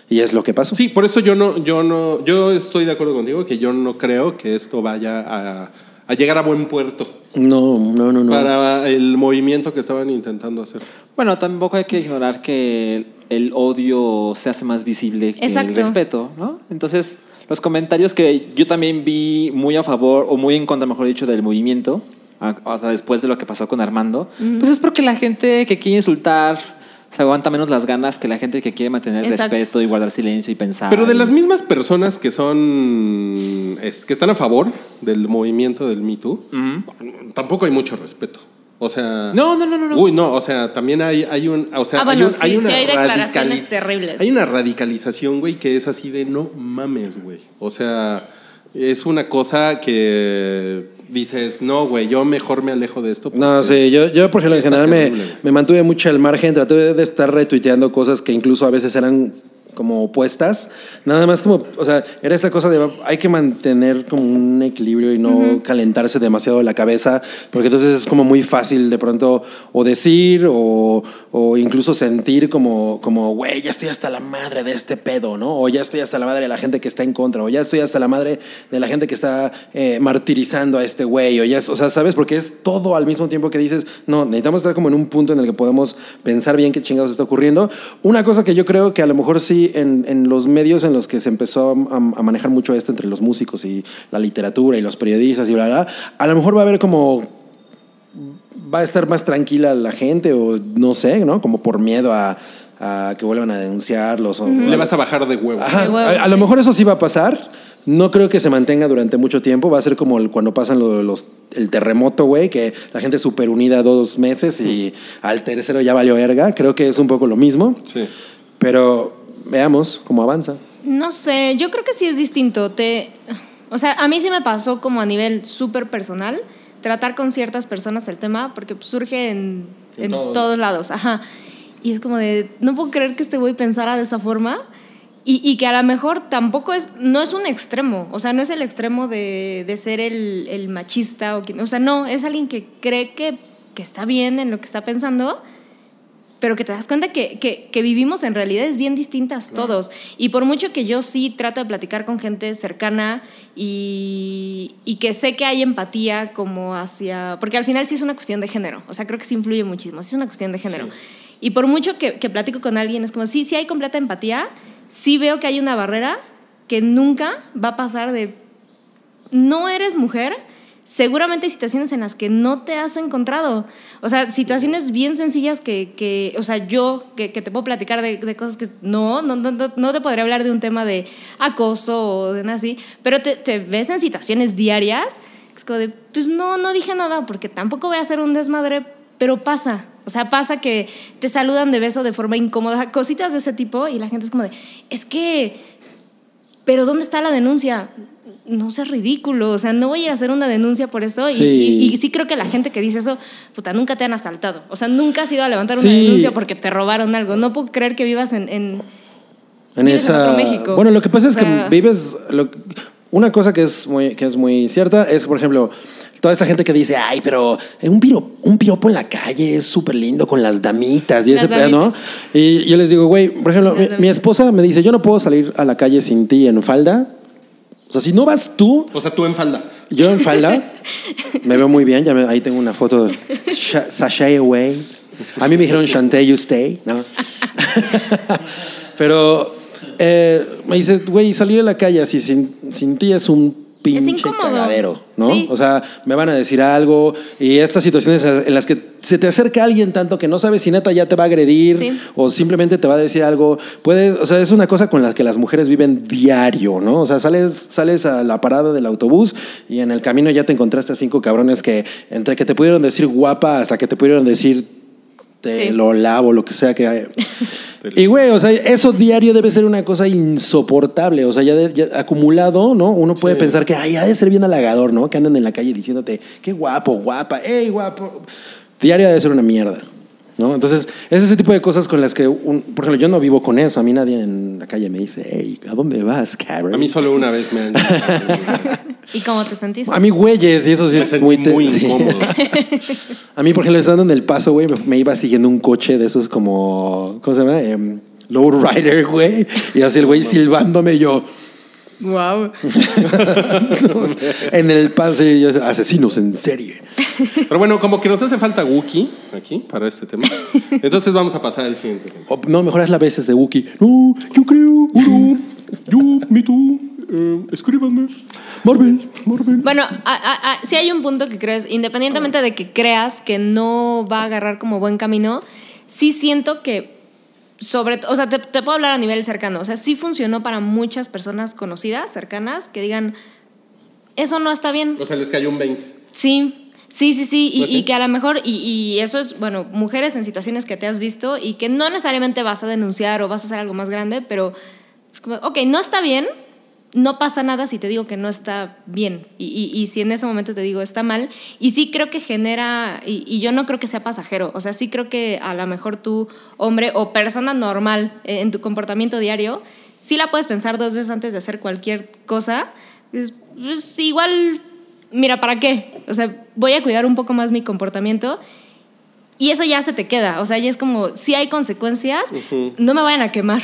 Speaker 3: Y es lo que pasó.
Speaker 2: Sí, por eso yo no, yo no, yo estoy de acuerdo contigo que yo no creo que esto vaya a, a llegar a buen puerto
Speaker 3: No, no, no, no.
Speaker 2: para el movimiento que estaban intentando hacer.
Speaker 6: Bueno, tampoco hay que ignorar que el odio se hace más visible que
Speaker 5: Exacto.
Speaker 6: el respeto, ¿no? Entonces, los comentarios que yo también vi muy a favor o muy en contra, mejor dicho, del movimiento, a- o sea, después de lo que pasó con Armando, pues es porque la gente que quiere insultar se aguanta menos las ganas que la gente que quiere mantener
Speaker 5: Exacto.
Speaker 6: respeto y guardar silencio y pensar.
Speaker 2: Pero de las mismas personas que son es- que están a favor del movimiento del Me Too, tampoco hay mucho respeto. O sea,
Speaker 6: No, no, no, no, no.
Speaker 2: Uy, no, o sea, también hay, hay un, o sea,
Speaker 5: Ah, bueno,
Speaker 2: un-
Speaker 5: sí, sí, hay declaraciones
Speaker 2: radicali-
Speaker 5: terribles.
Speaker 2: Hay una radicalización, güey, que es así de no mames, güey. O sea, es una cosa que dices, no, güey, yo mejor me alejo de esto.
Speaker 3: No,
Speaker 2: porque-
Speaker 3: sí, yo, yo por ejemplo en
Speaker 2: Está
Speaker 3: general me,
Speaker 2: terrible, güey.
Speaker 3: me mantuve mucho al margen, traté de estar retuiteando cosas que incluso a veces eran como opuestas, nada más como, o sea, era esta cosa de hay que mantener como un equilibrio y no calentarse demasiado la cabeza, porque entonces es como muy fácil de pronto o decir o, o incluso sentir como, como, güey, ya estoy hasta la madre de este pedo, ¿no? O ya estoy hasta la madre de la gente que está en contra, o ya estoy hasta la madre de la gente que está eh, martirizando a este güey, o ya, es- o sea, ¿sabes? Porque es todo al mismo tiempo que dices, no, necesitamos estar como en un punto en el que podamos pensar bien qué chingados está ocurriendo. Una cosa que yo creo que a lo mejor sí en, en los medios en los que se empezó a, a- a manejar mucho esto entre los músicos y la literatura y los periodistas y bla, bla, bla, a lo mejor va a haber como va a estar más tranquila la gente o no sé, ¿no? Como por miedo a, a que vuelvan a denunciarlos. o-
Speaker 2: Le vas a bajar de huevo.
Speaker 3: Ajá,
Speaker 5: De huevo,
Speaker 3: a, a lo
Speaker 5: sí.
Speaker 3: mejor eso sí va a pasar. No creo que se mantenga durante mucho tiempo. Va a ser como el- cuando pasan lo- los, el terremoto, güey, que la gente es súper unida dos meses y al tercero ya valió verga. Creo que es un poco lo mismo.
Speaker 2: Sí.
Speaker 3: Pero veamos cómo avanza.
Speaker 5: No sé, yo creo que sí es distinto. Te, o sea, a mí sí me pasó como a nivel súper personal tratar con ciertas personas el tema porque pues, surge en,
Speaker 2: En
Speaker 5: en
Speaker 2: todo.
Speaker 5: todos lados. Ajá. Y es como de, no puedo creer que este güey pensara de esa forma y, y que a lo mejor tampoco es, no es un extremo, o sea, no es el extremo de, de ser el, el machista o quien, o sea, no, es alguien que cree que, que está bien en lo que está pensando pero que te das cuenta que, que- que vivimos en realidades bien distintas todos. Y por mucho que yo sí trato de platicar con gente cercana y, y que sé que hay empatía como hacia... Porque al final sí es una cuestión de género, o sea, creo que sí influye muchísimo, sí es una cuestión de género. Y por mucho que, que platico con alguien, es como, sí, sí hay completa empatía, sí veo que hay una barrera que nunca va a pasar de no eres mujer, seguramente hay situaciones en las que no te has encontrado. O sea, situaciones bien sencillas que, que o sea, yo que, que te puedo platicar de, de cosas que no no, no, no, no te podría hablar de un tema de acoso o de nada así, pero te, te ves en situaciones diarias, es como de, pues no, no dije nada porque tampoco voy a hacer un desmadre, pero pasa. O sea, pasa que te saludan de beso de forma incómoda, cositas de ese tipo, y la gente es como de, es que pero ¿dónde está la denuncia? No sea ridículo, o sea, no voy a ir a hacer una denuncia por eso. y-
Speaker 3: Sí.
Speaker 5: Y, y sí creo que la gente que dice eso, puta, nunca te han asaltado. O sea, nunca has ido a levantar una
Speaker 3: Sí.
Speaker 5: denuncia porque te robaron algo. No puedo creer que vivas en... en-
Speaker 3: en
Speaker 5: Vives en
Speaker 3: esa
Speaker 5: otro México.
Speaker 3: bueno lo que pasa es
Speaker 5: O
Speaker 3: que
Speaker 5: sea-
Speaker 3: vives lo- una cosa que es muy que es muy cierta es por ejemplo toda esta gente que dice ay pero un piro- un piropo en la calle es súper lindo con las damitas y
Speaker 5: Las
Speaker 3: ese pedo, ¿no?
Speaker 5: damitas.
Speaker 3: y yo les digo güey por ejemplo mi,
Speaker 5: damitas.
Speaker 3: mi esposa me dice yo no puedo salir a la calle sin ti en falda o sea si no vas tú
Speaker 2: O sea, tú en falda.
Speaker 3: yo en falda me veo muy bien. Ya me- ahí tengo una foto de Sha- Sashay Away. A mí me dijeron Shantae You Stay. ¿no? Pero eh, me dice, güey, salir a la calle así sin, sin ti es un pinche
Speaker 5: incómodo.
Speaker 3: cagadero, ¿no?
Speaker 5: Sí.
Speaker 3: O sea, me van a decir algo y estas situaciones en las que se te acerca alguien tanto que no sabes si neta ya te va a agredir
Speaker 5: Sí.
Speaker 3: o simplemente te va a decir algo. Puedes, o sea, es una cosa con la que las mujeres viven diario, ¿no? O sea, sales, sales a la parada del autobús y en el camino ya te encontraste a cinco cabrones que entre que te pudieron decir guapa hasta que te pudieron decir te
Speaker 5: Sí.
Speaker 2: *laughs*
Speaker 3: lo lavo, lo que sea que haya. Y güey, o sea, eso diario debe ser una cosa insoportable. O sea, ya, de- ya acumulado, ¿no? Uno puede pensar que, ay, ha de ser bien halagador, ¿no? Que andan en la calle diciéndote, qué guapo, guapa, hey, guapo. Diario debe ser una mierda, ¿no? Entonces, es ese tipo de cosas con las que, un- por ejemplo, yo no vivo con eso. A mí nadie en la calle me dice, hey, ¿a dónde vas, cabrón?
Speaker 2: A mí solo una vez
Speaker 3: *laughs*
Speaker 2: me han
Speaker 5: ¿Y cómo te sentiste?
Speaker 3: A mí, güeyes, y eso
Speaker 2: *laughs*
Speaker 3: sí
Speaker 2: me
Speaker 3: es
Speaker 2: sentí
Speaker 3: muy,
Speaker 2: muy,
Speaker 3: te- *laughs* sí.
Speaker 2: incómodo.
Speaker 3: A mí, por ejemplo, estando en el paso, güey, me, me iba siguiendo un coche de esos como. ¿Cómo se llama? Em, Lowrider, güey. Y así el güey silbándome y yo. *laughs*
Speaker 5: Wow.
Speaker 3: en el paso, y yo, asesinos en serie.
Speaker 2: Pero bueno, como que nos hace falta Wookie aquí para este tema. Entonces vamos a pasar al siguiente tema.
Speaker 3: O, no, mejor haz las veces de Wookie. No, yo creo, uno, yo, me tú, eh, escríbanme. Marvel, Marvel.
Speaker 5: Bueno, si hay un punto que crees, independientemente de que creas que no va a agarrar como buen camino, sí siento que, sobre t- o sea, te, te puedo hablar a nivel cercano, o sea, sí funcionó para muchas personas conocidas, cercanas, que digan, eso no está bien.
Speaker 2: O sea, les cayó un 20.
Speaker 5: Sí, sí, sí, sí. Y,
Speaker 2: Ok.
Speaker 5: y que a lo mejor, y, y eso es, bueno, mujeres en situaciones que te has visto y que no necesariamente vas a denunciar o vas a hacer algo más grande, pero, como, ok, no está bien, no pasa nada si te digo que no está bien. Y, y- y si en ese momento te digo está mal, y sí creo que genera, y, y yo no creo que sea pasajero, o sea, sí creo que a lo mejor tú, hombre o persona normal eh, en tu comportamiento diario, sí la puedes pensar dos veces antes de hacer cualquier cosa. Es, pues, igual mira, ¿para qué? O sea, voy a cuidar un poco más mi comportamiento y eso ya se te queda. O sea, ya es como, si hay consecuencias, no me vayan a quemar.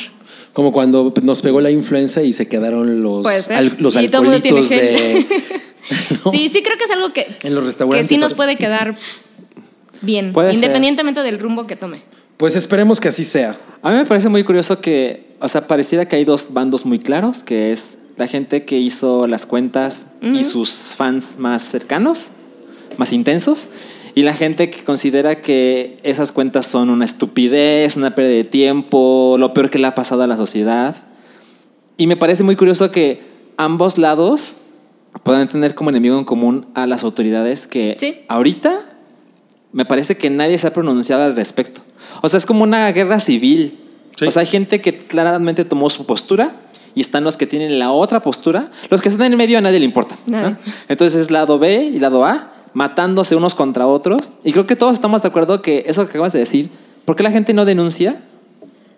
Speaker 3: Como cuando nos pegó la influenza y se quedaron los,
Speaker 5: Puede ser.
Speaker 3: al- los
Speaker 5: Y todo el mundo tiene
Speaker 3: alcoholitos de. ¿no?
Speaker 5: Sí, sí creo que es algo que,
Speaker 3: En los
Speaker 5: que
Speaker 3: restaurantes.
Speaker 5: sí nos
Speaker 3: ahora-
Speaker 5: puede quedar bien,
Speaker 6: Puede ser.
Speaker 5: independientemente del rumbo que tome.
Speaker 3: *laughs* Pues esperemos que así sea.
Speaker 6: A mí me parece muy curioso que, o sea, pareciera que hay dos bandos muy claros, que es la gente que hizo las cuentas y sus fans más cercanos, más intensos, y la gente que considera que esas cuentas son una estupidez, una pérdida de tiempo, lo peor que le ha pasado a la sociedad. Y me parece muy curioso que ambos lados puedan tener como enemigo en común a las autoridades que
Speaker 5: Sí.
Speaker 6: ahorita me parece que nadie se ha pronunciado al respecto. O sea, es como una guerra civil. O sea, hay gente que claramente tomó su postura y están los que tienen la otra postura. Los que están en medio a nadie le importa. ¿no?
Speaker 5: Nadie.
Speaker 6: Entonces es lado B y lado A matándose unos contra otros. Y creo que todos estamos de acuerdo que eso que acabas de decir, ¿por qué la gente no denuncia?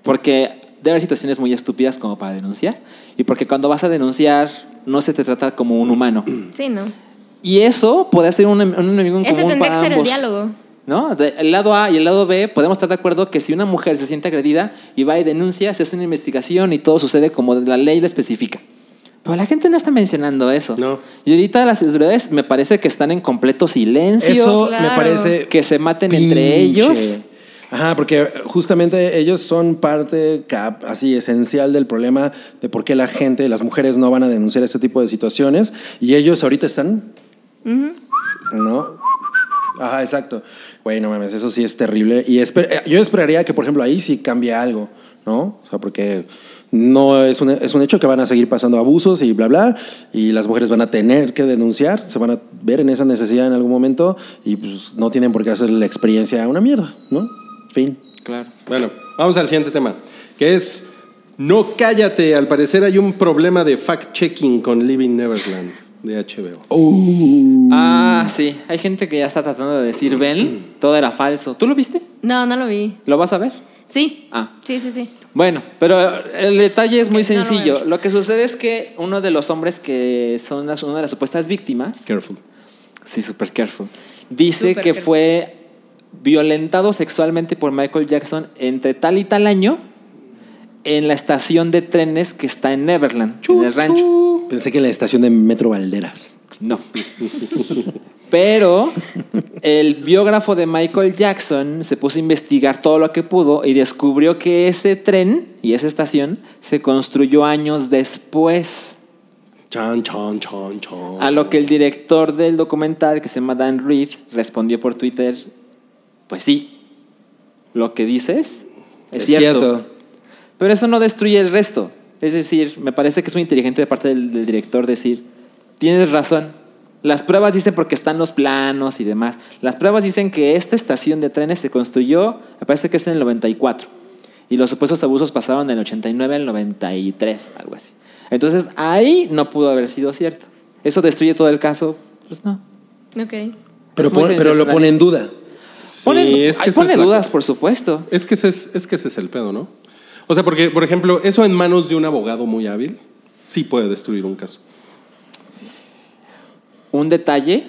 Speaker 6: Porque debe haber situaciones muy estúpidas como para denunciar. Y porque cuando vas a denunciar, no se te trata como un humano.
Speaker 5: Sí, ¿no?
Speaker 6: Y eso puede ser un, un enemigo en
Speaker 5: Ese
Speaker 6: común para
Speaker 5: tendría que ser el
Speaker 6: ambos.
Speaker 5: diálogo.
Speaker 6: ¿No? De- el lado A y el lado B podemos estar de acuerdo que si una mujer se siente agredida y va y denuncia, se hace una investigación y todo sucede como la ley lo especifica. Pero la gente no está mencionando eso.
Speaker 2: No.
Speaker 6: Y ahorita las autoridades me parece que están en completo silencio.
Speaker 3: Eso me
Speaker 5: Claro.
Speaker 3: parece.
Speaker 6: Que se maten
Speaker 3: pinche.
Speaker 6: entre ellos.
Speaker 3: Ajá, porque justamente ellos son parte cap- así esencial del problema de por qué la gente, las mujeres no van a denunciar este tipo de situaciones y ellos ahorita están. ¿No? Ajá, exacto. Güey, no mames, eso sí es terrible. Y esper- eh, yo esperaría que, por ejemplo, ahí sí cambie algo, ¿no? O sea, porque no es un, es un hecho que van a seguir pasando abusos y bla, bla, y las mujeres van a tener que denunciar, se van a ver en esa necesidad en algún momento y pues no tienen por qué hacer la experiencia una mierda, ¿no? Fin.
Speaker 6: Claro.
Speaker 2: Bueno, vamos al siguiente tema, que es No cállate. Al parecer hay un problema de fact-checking con Living Neverland de HBO.
Speaker 6: Ah, sí. Hay gente que ya está tratando de decir, ven, todo era falso. ¿Tú lo viste?
Speaker 5: No, no lo vi.
Speaker 6: ¿Lo vas a ver?
Speaker 5: Sí.
Speaker 6: Ah.
Speaker 5: Sí, sí, sí.
Speaker 6: Bueno, pero el detalle es muy
Speaker 5: No lo voy a
Speaker 6: sencillo.
Speaker 5: ver.
Speaker 6: Lo que sucede es que uno de los hombres que son las- una de las supuestas víctimas,
Speaker 2: Careful.
Speaker 6: sí, super careful, dice
Speaker 5: Super
Speaker 6: que
Speaker 5: careful.
Speaker 6: fue violentado sexualmente por Michael Jackson entre tal y tal año en la estación de trenes que está en Neverland, en el rancho.
Speaker 3: Pensé que en la estación de Metro Valderas.
Speaker 6: No. Pero el biógrafo de Michael Jackson se puso a investigar todo lo que pudo y descubrió que ese tren y esa estación se construyó años después.
Speaker 2: Chan, chan, chan, chan.
Speaker 6: A lo que el director del documental, que se llama Dan Reed, respondió por Twitter, pues sí, lo que dices es, cierto. Pero eso no destruye el resto. Es decir, me parece que es muy inteligente de parte del, del director decir, tienes razón. Las pruebas dicen porque están los planos y demás. Las pruebas dicen que esta estación de trenes se construyó, me parece que es en el 94. y los supuestos abusos pasaron del 89 al 93, algo así. Entonces ahí no pudo haber sido cierto. ¿Eso destruye todo el caso? Pues no.
Speaker 5: Ok.
Speaker 3: Pero,
Speaker 6: Es muy
Speaker 3: pon- pero lo pone en duda.
Speaker 6: Pone,
Speaker 2: es que
Speaker 6: ay,
Speaker 2: esa
Speaker 6: pone
Speaker 2: es la
Speaker 6: dudas,
Speaker 2: cosa.
Speaker 6: por supuesto.
Speaker 2: Es que, ese es, es que ese es el pedo, ¿no? O sea, porque, por ejemplo, eso en manos de un abogado muy hábil sí puede destruir un caso.
Speaker 6: Un detalle.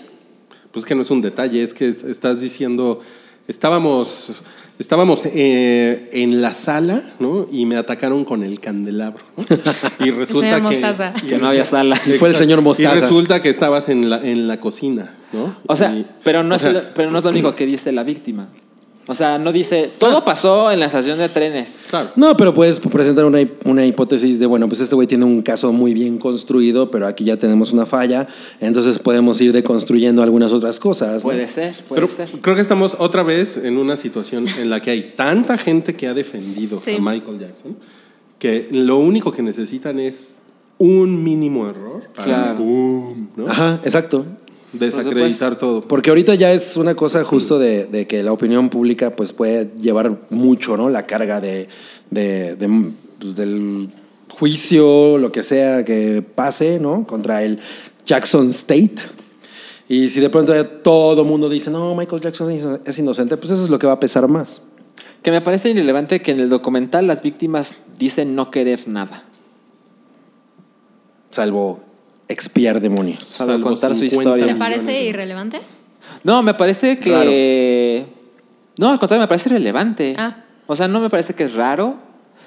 Speaker 2: Pues que no es un detalle, es que es- estás diciendo, estábamos, estábamos eh, en la sala, ¿no? Y me atacaron con el candelabro, ¿no?
Speaker 5: *laughs*
Speaker 2: Y resulta
Speaker 5: señor
Speaker 2: que,
Speaker 5: Mostaza.
Speaker 2: y-
Speaker 6: Que no había sala.
Speaker 3: Fue el señor Mostaza.
Speaker 2: Y resulta que estabas en la, en la cocina, ¿no?
Speaker 6: O sea,
Speaker 2: Y-
Speaker 6: pero, no
Speaker 2: o
Speaker 6: es
Speaker 2: sea,
Speaker 6: lo, pero no es lo único que dice la víctima. O sea, no dice, todo pasó en la estación de trenes.
Speaker 2: claro.
Speaker 3: No, pero puedes presentar una, hip- una hipótesis de, bueno, pues este güey tiene un caso muy bien construido, pero aquí ya tenemos una falla, entonces podemos ir deconstruyendo algunas otras cosas. ¿no?
Speaker 6: Puede ser, puede
Speaker 2: Pero
Speaker 6: ser.
Speaker 2: creo que estamos otra vez en una situación en la que hay tanta gente que ha defendido
Speaker 5: Sí.
Speaker 2: a Michael Jackson que lo único que necesitan es un mínimo error para
Speaker 6: Claro.
Speaker 2: boom, ¿no?
Speaker 3: Ajá, exacto.
Speaker 2: desacreditar todo.
Speaker 3: Porque ahorita ya es una cosa justo de, de que la opinión pública pues puede llevar mucho, ¿no? La carga de, de- de, pues, del juicio, lo que sea que pase, ¿no? Contra el Jackson State. Y si de pronto ya todo mundo dice, no, Michael Jackson es ino- es inocente, pues eso es lo que va a pesar más.
Speaker 6: Que me parece irrelevante que en el documental las víctimas dicen no querer nada.
Speaker 3: Salvo expiar demonios.
Speaker 6: Salvo
Speaker 2: Salvo
Speaker 6: contar su
Speaker 2: 50
Speaker 6: historia.
Speaker 5: ¿Te
Speaker 2: millones.
Speaker 5: parece irrelevante?
Speaker 6: No, me parece que. No, al contrario, me parece relevante.
Speaker 5: Ah.
Speaker 6: O sea, no me parece que es raro.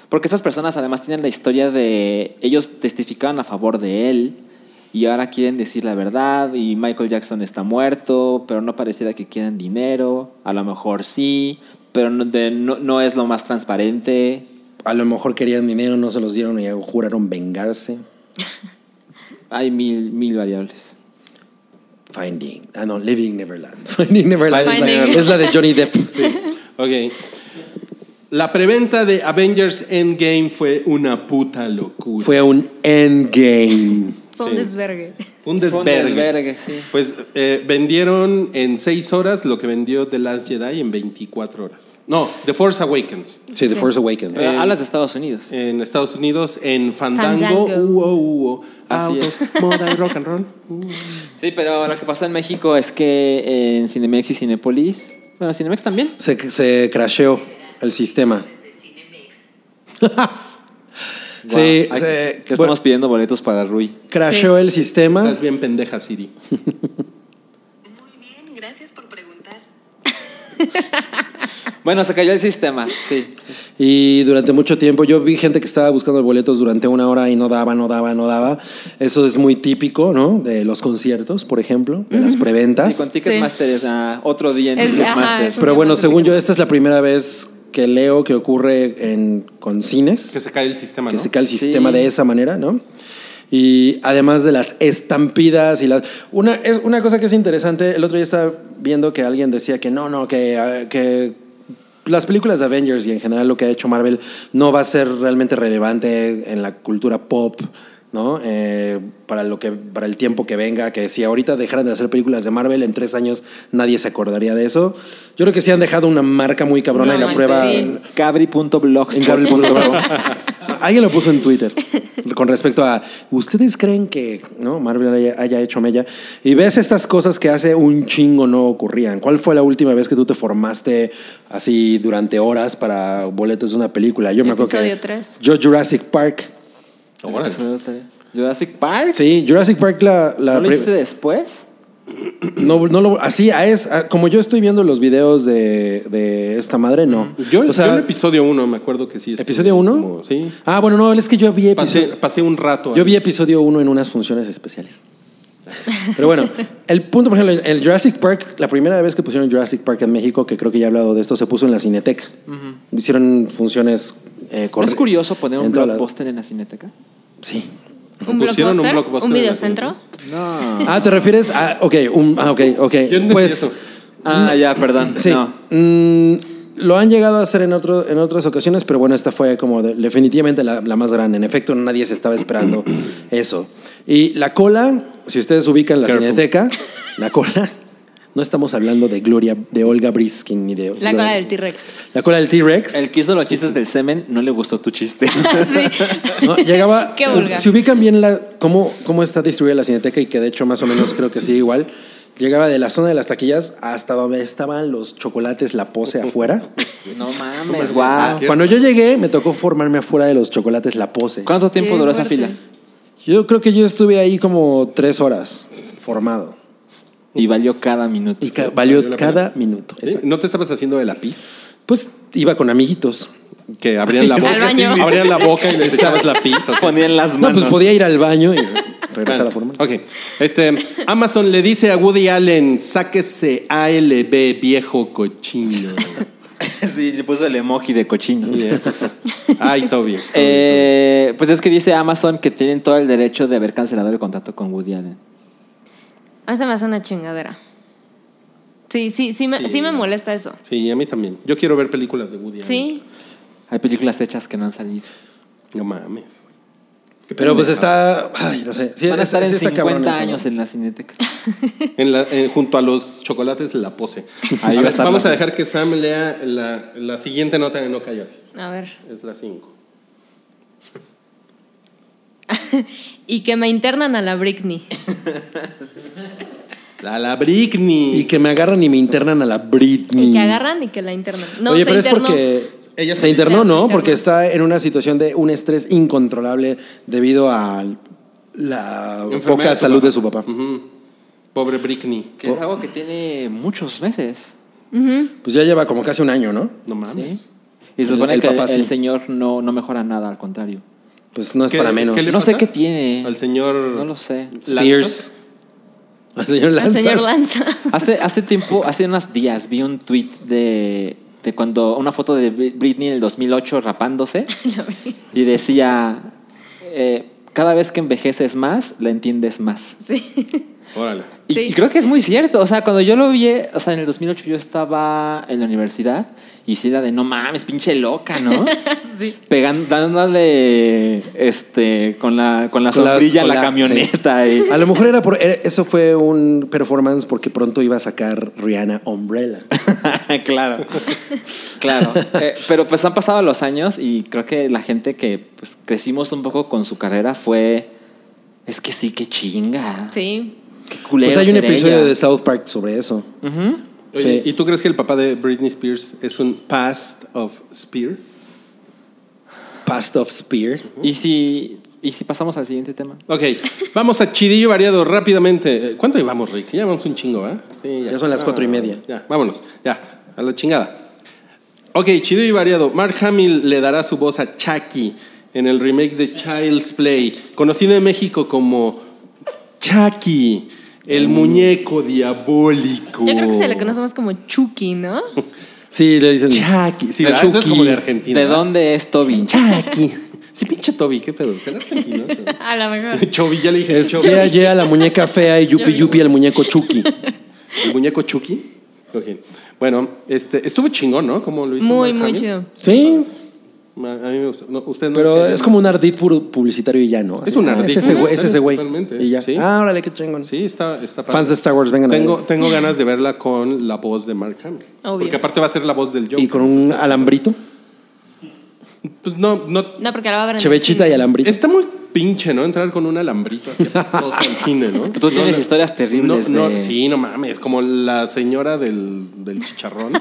Speaker 6: Porque estas personas además tienen la historia de. Ellos testificaban a favor de él. Y ahora quieren decir la verdad. Y Michael Jackson está muerto. Pero no pareciera que quieran dinero. A lo mejor sí. Pero no, de- no- no es lo más transparente.
Speaker 3: A lo mejor querían dinero, no se los dieron y juraron vengarse.
Speaker 6: Hay mil, mil variables.
Speaker 3: Finding. Ah, no, Living Neverland. *laughs* Finding Neverland es la-
Speaker 5: Finding.
Speaker 3: es la de Johnny Depp.
Speaker 2: Ok. La preventa de Avengers Endgame fue una puta locura.
Speaker 3: Fue un endgame.
Speaker 5: Fue
Speaker 2: Sí.
Speaker 5: un desvergue.
Speaker 2: un
Speaker 6: Fue un
Speaker 2: desvergue.
Speaker 6: desvergue, sí.
Speaker 2: Pues eh, vendieron en 6 horas lo que vendió The Last Jedi en 24 horas. No, The Force Awakens.
Speaker 3: Sí, The Force Awakens.
Speaker 6: Pero Ah, hablas de Estados Unidos.
Speaker 2: en Estados Unidos en Fandango, Uh,
Speaker 5: Fandango.
Speaker 2: uo, uo,
Speaker 6: Así
Speaker 2: autos,
Speaker 3: *laughs*
Speaker 2: moda y rock and roll.
Speaker 6: Sí, pero lo que pasó en México es que en Cinemex y Cinepolis. Bueno, Cinemex también.
Speaker 3: Se, se crasheó el sistema.
Speaker 6: Wow.
Speaker 3: sí,
Speaker 6: Ay,
Speaker 3: se-
Speaker 6: que
Speaker 3: bueno,
Speaker 6: estamos pidiendo boletos para Rui.
Speaker 3: crasheó el sistema.
Speaker 2: Estás bien pendeja, Siri.
Speaker 10: Muy bien, gracias por preguntar.
Speaker 6: Bueno, se cayó el sistema, sí.
Speaker 3: Y durante mucho tiempo yo vi gente que estaba buscando boletos durante una hora y no daba, no daba, no daba. Eso es muy típico, ¿no? De los conciertos, por ejemplo, de las
Speaker 6: Y
Speaker 3: preventas.
Speaker 6: con Ticketmaster es ah, otro día en
Speaker 5: Pues, Es- ajá,
Speaker 6: Ticketmaster.
Speaker 5: es un-
Speaker 3: Pero bueno, según yo, esta es la primera vez que leo que ocurre en, con cines.
Speaker 2: Que se cae el sistema,
Speaker 3: que
Speaker 2: ¿no?
Speaker 3: se cae el sistema
Speaker 6: Sí.
Speaker 3: de esa manera, ¿no? Y además de las estampidas y las... Una, es una cosa que es interesante, el otro día estaba viendo que alguien decía que no, no, que, ah, que las películas de Avengers y en general lo que ha hecho Marvel no va a ser realmente relevante en la cultura pop, ¿no? Eh, para, lo que, para el tiempo que venga, que si ahorita dejaran de hacer películas de Marvel, en tres años nadie se acordaría de eso. Yo creo que sí han dejado una marca muy cabrona
Speaker 5: No,
Speaker 3: y la
Speaker 5: sí.
Speaker 3: prueba... En
Speaker 6: Cabri.blogspot.
Speaker 3: Gabriel.bravo. *laughs* Alguien lo puso en Twitter con respecto a ¿Ustedes creen que no Marvel haya, haya hecho mella? Y ves estas cosas que hace un chingo no ocurrían. ¿Cuál fue la última vez que tú te formaste así durante horas para boletos de una película? Yo me acuerdo que
Speaker 5: Episodio tres.
Speaker 3: yo Jurassic Park.
Speaker 2: Órale.
Speaker 6: Jurassic Park.
Speaker 3: Sí, Jurassic Park la, la
Speaker 6: ¿No lo
Speaker 3: pri-
Speaker 6: hiciste después?
Speaker 3: no, no lo- así a es a- como yo estoy viendo los videos de, de esta madre no.
Speaker 2: Yo,
Speaker 3: O sea,
Speaker 2: yo el episodio 1 me acuerdo que sí. estuve
Speaker 3: episodio 1?
Speaker 2: como- Sí.
Speaker 3: Ah, bueno, no, es que yo vi
Speaker 2: Pasé,
Speaker 3: episodio
Speaker 2: pasé un rato.
Speaker 3: Yo
Speaker 2: ahí.
Speaker 3: vi episodio 1 en unas funciones especiales. Pero bueno, el punto, por ejemplo, el Jurassic Park, la primera vez que pusieron Jurassic Park en México, que creo que ya he hablado de esto, se puso en la Cineteca. Hicieron funciones eh,
Speaker 6: ¿No
Speaker 3: corre-
Speaker 6: es curioso poner un
Speaker 3: en todas las-
Speaker 6: blockbuster en la Cineteca?
Speaker 3: Sí.
Speaker 2: Pusieron
Speaker 5: ¿Un blockbuster?
Speaker 2: un
Speaker 5: ¿Un,
Speaker 2: blockbuster en la
Speaker 5: videocentro?
Speaker 6: No.
Speaker 3: Ah, ¿te refieres a.? Ok, un, ah, ok, ok.
Speaker 2: entendí
Speaker 3: Pues.
Speaker 2: eso.
Speaker 6: Ah, ya, perdón.
Speaker 3: Sí.
Speaker 6: No.
Speaker 3: Mm, lo han llegado a hacer en, otro, en otras ocasiones, pero bueno, esta fue como de- definitivamente la, la más grande. En efecto, nadie se estaba esperando eso. Y la cola, si ustedes ubican la
Speaker 2: Careful.
Speaker 3: Cineteca, la cola No estamos hablando de Gloria, de Olga Briskin ni de.
Speaker 5: La
Speaker 3: Gloria-
Speaker 5: cola del T-Rex.
Speaker 3: La cola del T-Rex.
Speaker 11: El que hizo los chistes del semen no le gustó tu
Speaker 5: *laughs*
Speaker 11: chiste.
Speaker 5: Ah, Sí.
Speaker 3: No, llegaba.
Speaker 5: *laughs* Qué vulgar.
Speaker 3: Si ubican bien la, cómo, cómo está distribuida la cineteca y que de hecho más o menos creo que sigue igual. Llegaba de la zona de las taquillas hasta donde estaban los chocolates La Pose afuera.
Speaker 6: No
Speaker 3: Pues,
Speaker 6: mames, Ah, guau.
Speaker 3: Cuando yo llegué, me tocó formarme afuera de los chocolates La Pose.
Speaker 6: ¿Cuánto tiempo
Speaker 5: Qué
Speaker 6: duró esa
Speaker 5: fuerte.
Speaker 6: fila?
Speaker 3: Yo creo que yo estuve ahí como tres horas formado.
Speaker 6: Y valió cada minuto.
Speaker 3: Y ca- valió,
Speaker 2: la pena.
Speaker 3: cada minuto.
Speaker 2: ¿Eh?
Speaker 3: Exacto.
Speaker 2: ¿No te estabas haciendo de lápiz?
Speaker 3: Pues iba con amiguitos.
Speaker 2: Que abrían *laughs* la
Speaker 5: Al
Speaker 2: boca.
Speaker 5: baño.
Speaker 2: Abrían la boca y les echabas la pizza. *laughs*
Speaker 11: Ponían las
Speaker 3: No,
Speaker 11: manos.
Speaker 3: pues podía ir al baño y regresar a formar.
Speaker 2: Ok. Este, Amazon le dice a Woody Allen, sáquese ALB, viejo *laughs* cochino.
Speaker 6: *laughs*
Speaker 11: Sí, le puso el emoji de cochino.
Speaker 3: eh.
Speaker 2: Ay, Toby.
Speaker 6: Eh, pues es que dice Amazon que tienen todo el derecho de haber cancelado el contrato con Woody Allen.
Speaker 5: A mí se me hace una chingadera. Sí, sí, sí me, sí. me molesta eso.
Speaker 2: Sí, a mí también. Yo quiero ver películas de Woody Allen.
Speaker 5: Sí.
Speaker 6: Hay películas hechas que no han salido.
Speaker 2: No mames. Qué
Speaker 3: Pero pues
Speaker 2: pendejada.
Speaker 3: está. Ay, no sé. Sí,
Speaker 6: Van a
Speaker 3: es-
Speaker 6: estar
Speaker 3: sí
Speaker 6: en
Speaker 3: está
Speaker 6: 50
Speaker 3: cabrón eso, ¿no?
Speaker 6: años en la cineteca.
Speaker 2: En la- en- junto a los chocolates, la pose.
Speaker 11: Ahí
Speaker 2: A
Speaker 11: va
Speaker 2: ver,
Speaker 11: a estar
Speaker 2: vamos
Speaker 11: la-
Speaker 2: a dejar que Sam lea la, la siguiente nota de No Cállate.
Speaker 5: A ver.
Speaker 2: Es la 5.
Speaker 5: Y que me internan a la Britney.
Speaker 2: La, la Britney.
Speaker 3: Y que me agarran y me internan a la Britney.
Speaker 5: Y que agarran y que la internan. No,
Speaker 3: Mm. Oye,
Speaker 5: se
Speaker 3: pero
Speaker 5: internó.
Speaker 3: es porque
Speaker 2: Ella
Speaker 3: se
Speaker 2: se-
Speaker 3: internó,
Speaker 5: Se
Speaker 3: ¿no?
Speaker 5: internó.
Speaker 3: Porque está en una situación de un estrés incontrolable debido a la
Speaker 2: Enfermedad
Speaker 3: poca
Speaker 2: de su
Speaker 3: salud
Speaker 2: papá.
Speaker 3: de su papá.
Speaker 2: Ujú. Pobre Britney.
Speaker 6: Que es algo que tiene muchos meses.
Speaker 3: Pues ya lleva como casi un año, ¿no?
Speaker 2: No mames.
Speaker 6: ¿sí? Y se
Speaker 3: El-
Speaker 6: supone
Speaker 3: el
Speaker 6: que el,
Speaker 3: papá sí.
Speaker 6: el señor no, no mejora nada, al contrario.
Speaker 3: Pues no es
Speaker 2: ¿Qué-
Speaker 3: para menos.
Speaker 2: qué le-
Speaker 6: No sé
Speaker 2: pasa?
Speaker 6: qué tiene.
Speaker 2: Al señor.
Speaker 6: No lo sé.
Speaker 3: Spears. Al señor
Speaker 5: Al
Speaker 3: Lanzas.
Speaker 5: señor Lanza. *laughs*
Speaker 6: Hace, hace tiempo, hace unos días, vi un tweet de, de cuando una foto de Bri- Britney en el 2008
Speaker 5: *laughs*
Speaker 6: rapándose y decía, eh, cada vez que envejeces más, la entiendes más.
Speaker 5: Sí.
Speaker 2: Órale.
Speaker 6: Y,
Speaker 5: Sí.
Speaker 6: y creo que es muy cierto, o sea, cuando yo lo vi, o sea, en el 2008 yo estaba en la universidad y sí era de, no mames, pinche loca, ¿no?
Speaker 5: *laughs* Sí.
Speaker 6: Pegando, dándole, este, con la, con la
Speaker 3: Con las-
Speaker 6: sombrilla a
Speaker 3: con
Speaker 6: la,
Speaker 3: la-
Speaker 6: camioneta. y-
Speaker 3: A lo mejor era por, era- eso fue un performance porque pronto iba a sacar Rihanna Umbrella. *laughs*
Speaker 6: claro. *laughs* claro. Eh, pero pues han pasado los años y creo que la gente que pues, crecimos un poco con su carrera fue. Es que sí, qué chinga.
Speaker 5: Sí.
Speaker 6: Qué culero.
Speaker 3: Pues hay un
Speaker 6: ser
Speaker 3: episodio
Speaker 6: ella.
Speaker 3: de South Park sobre eso.
Speaker 2: Oye,
Speaker 3: Sí.
Speaker 2: ¿Y tú crees que el papá de Britney Spears es un past of Spear?
Speaker 3: Past of Spear.
Speaker 6: ¿Y si, y si pasamos al siguiente tema.
Speaker 2: Ok, vamos a Chidillo Variado rápidamente. Eh, ¿Cuánto llevamos, Rick? Ya vamos un chingo, ¿eh? Sí,
Speaker 3: Ya son las cuatro y
Speaker 2: Ah,
Speaker 3: media.
Speaker 2: Ya, vámonos, ya, a la chingada. Ok, Chidillo y Variado. Mark Hamill le dará su voz a Chucky en el remake de Child's Play, conocido en México como Chucky, el
Speaker 3: Mm.
Speaker 2: muñeco diabólico.
Speaker 5: Yo creo que se
Speaker 3: Uh.
Speaker 5: le conoce más como Chucky, ¿no?
Speaker 3: Sí, le dicen.
Speaker 2: Chucky, sí,
Speaker 3: El
Speaker 2: ¿verdad? Ah, Eso es
Speaker 3: Chucky.
Speaker 2: como de Argentina.
Speaker 6: ¿De dónde es Toby?
Speaker 2: Chucky. Sí, pinche Toby, qué pedo. ¿Será
Speaker 3: *laughs*
Speaker 2: argentino?
Speaker 5: *laughs* A lo mejor.
Speaker 2: Chobi, ya le dije.
Speaker 3: Es
Speaker 2: Chobi.
Speaker 3: Yea Yea la muñeca fea y Yupi Yupi el muñeco Chucky.
Speaker 2: El muñeco Chucky. Ok. Bueno, este, estuvo chingón, ¿no? Como lo hizo
Speaker 5: Muy,
Speaker 2: Mark
Speaker 5: muy
Speaker 2: Hamill.
Speaker 5: chido.
Speaker 3: Sí,
Speaker 2: Ma- A mí me gustó. No, usted no
Speaker 3: pero
Speaker 2: que-
Speaker 3: es como un ardid puro publicitario y ya, ¿no?
Speaker 2: Es un
Speaker 3: Ah,
Speaker 2: ardid
Speaker 3: Es ese güey. Es ese güey.
Speaker 2: Totalmente,
Speaker 3: Y ya.
Speaker 2: sí.
Speaker 3: Ah, órale, qué chingón.
Speaker 2: Sí, está, está
Speaker 3: Fans de Star Wars, vengan a
Speaker 2: tengo,
Speaker 3: ver.
Speaker 2: Tengo ganas de verla con la voz de Mark Hamill.
Speaker 5: Obvio.
Speaker 2: Porque aparte va a ser la voz del Joker.
Speaker 3: Y con un alambrito.
Speaker 2: Pues no, no.
Speaker 5: No, porque la va a ver en el
Speaker 3: Chevechita
Speaker 5: cine.
Speaker 3: y alambrito.
Speaker 2: Está muy pinche, ¿no? Entrar con un alambrito así apestoso al cine, ¿no?
Speaker 6: Tú tienes
Speaker 2: No, no.
Speaker 6: historias terribles
Speaker 2: No, no,
Speaker 6: de-
Speaker 2: Sí, no mames. Como la señora del, del
Speaker 5: *laughs*
Speaker 2: chicharrón.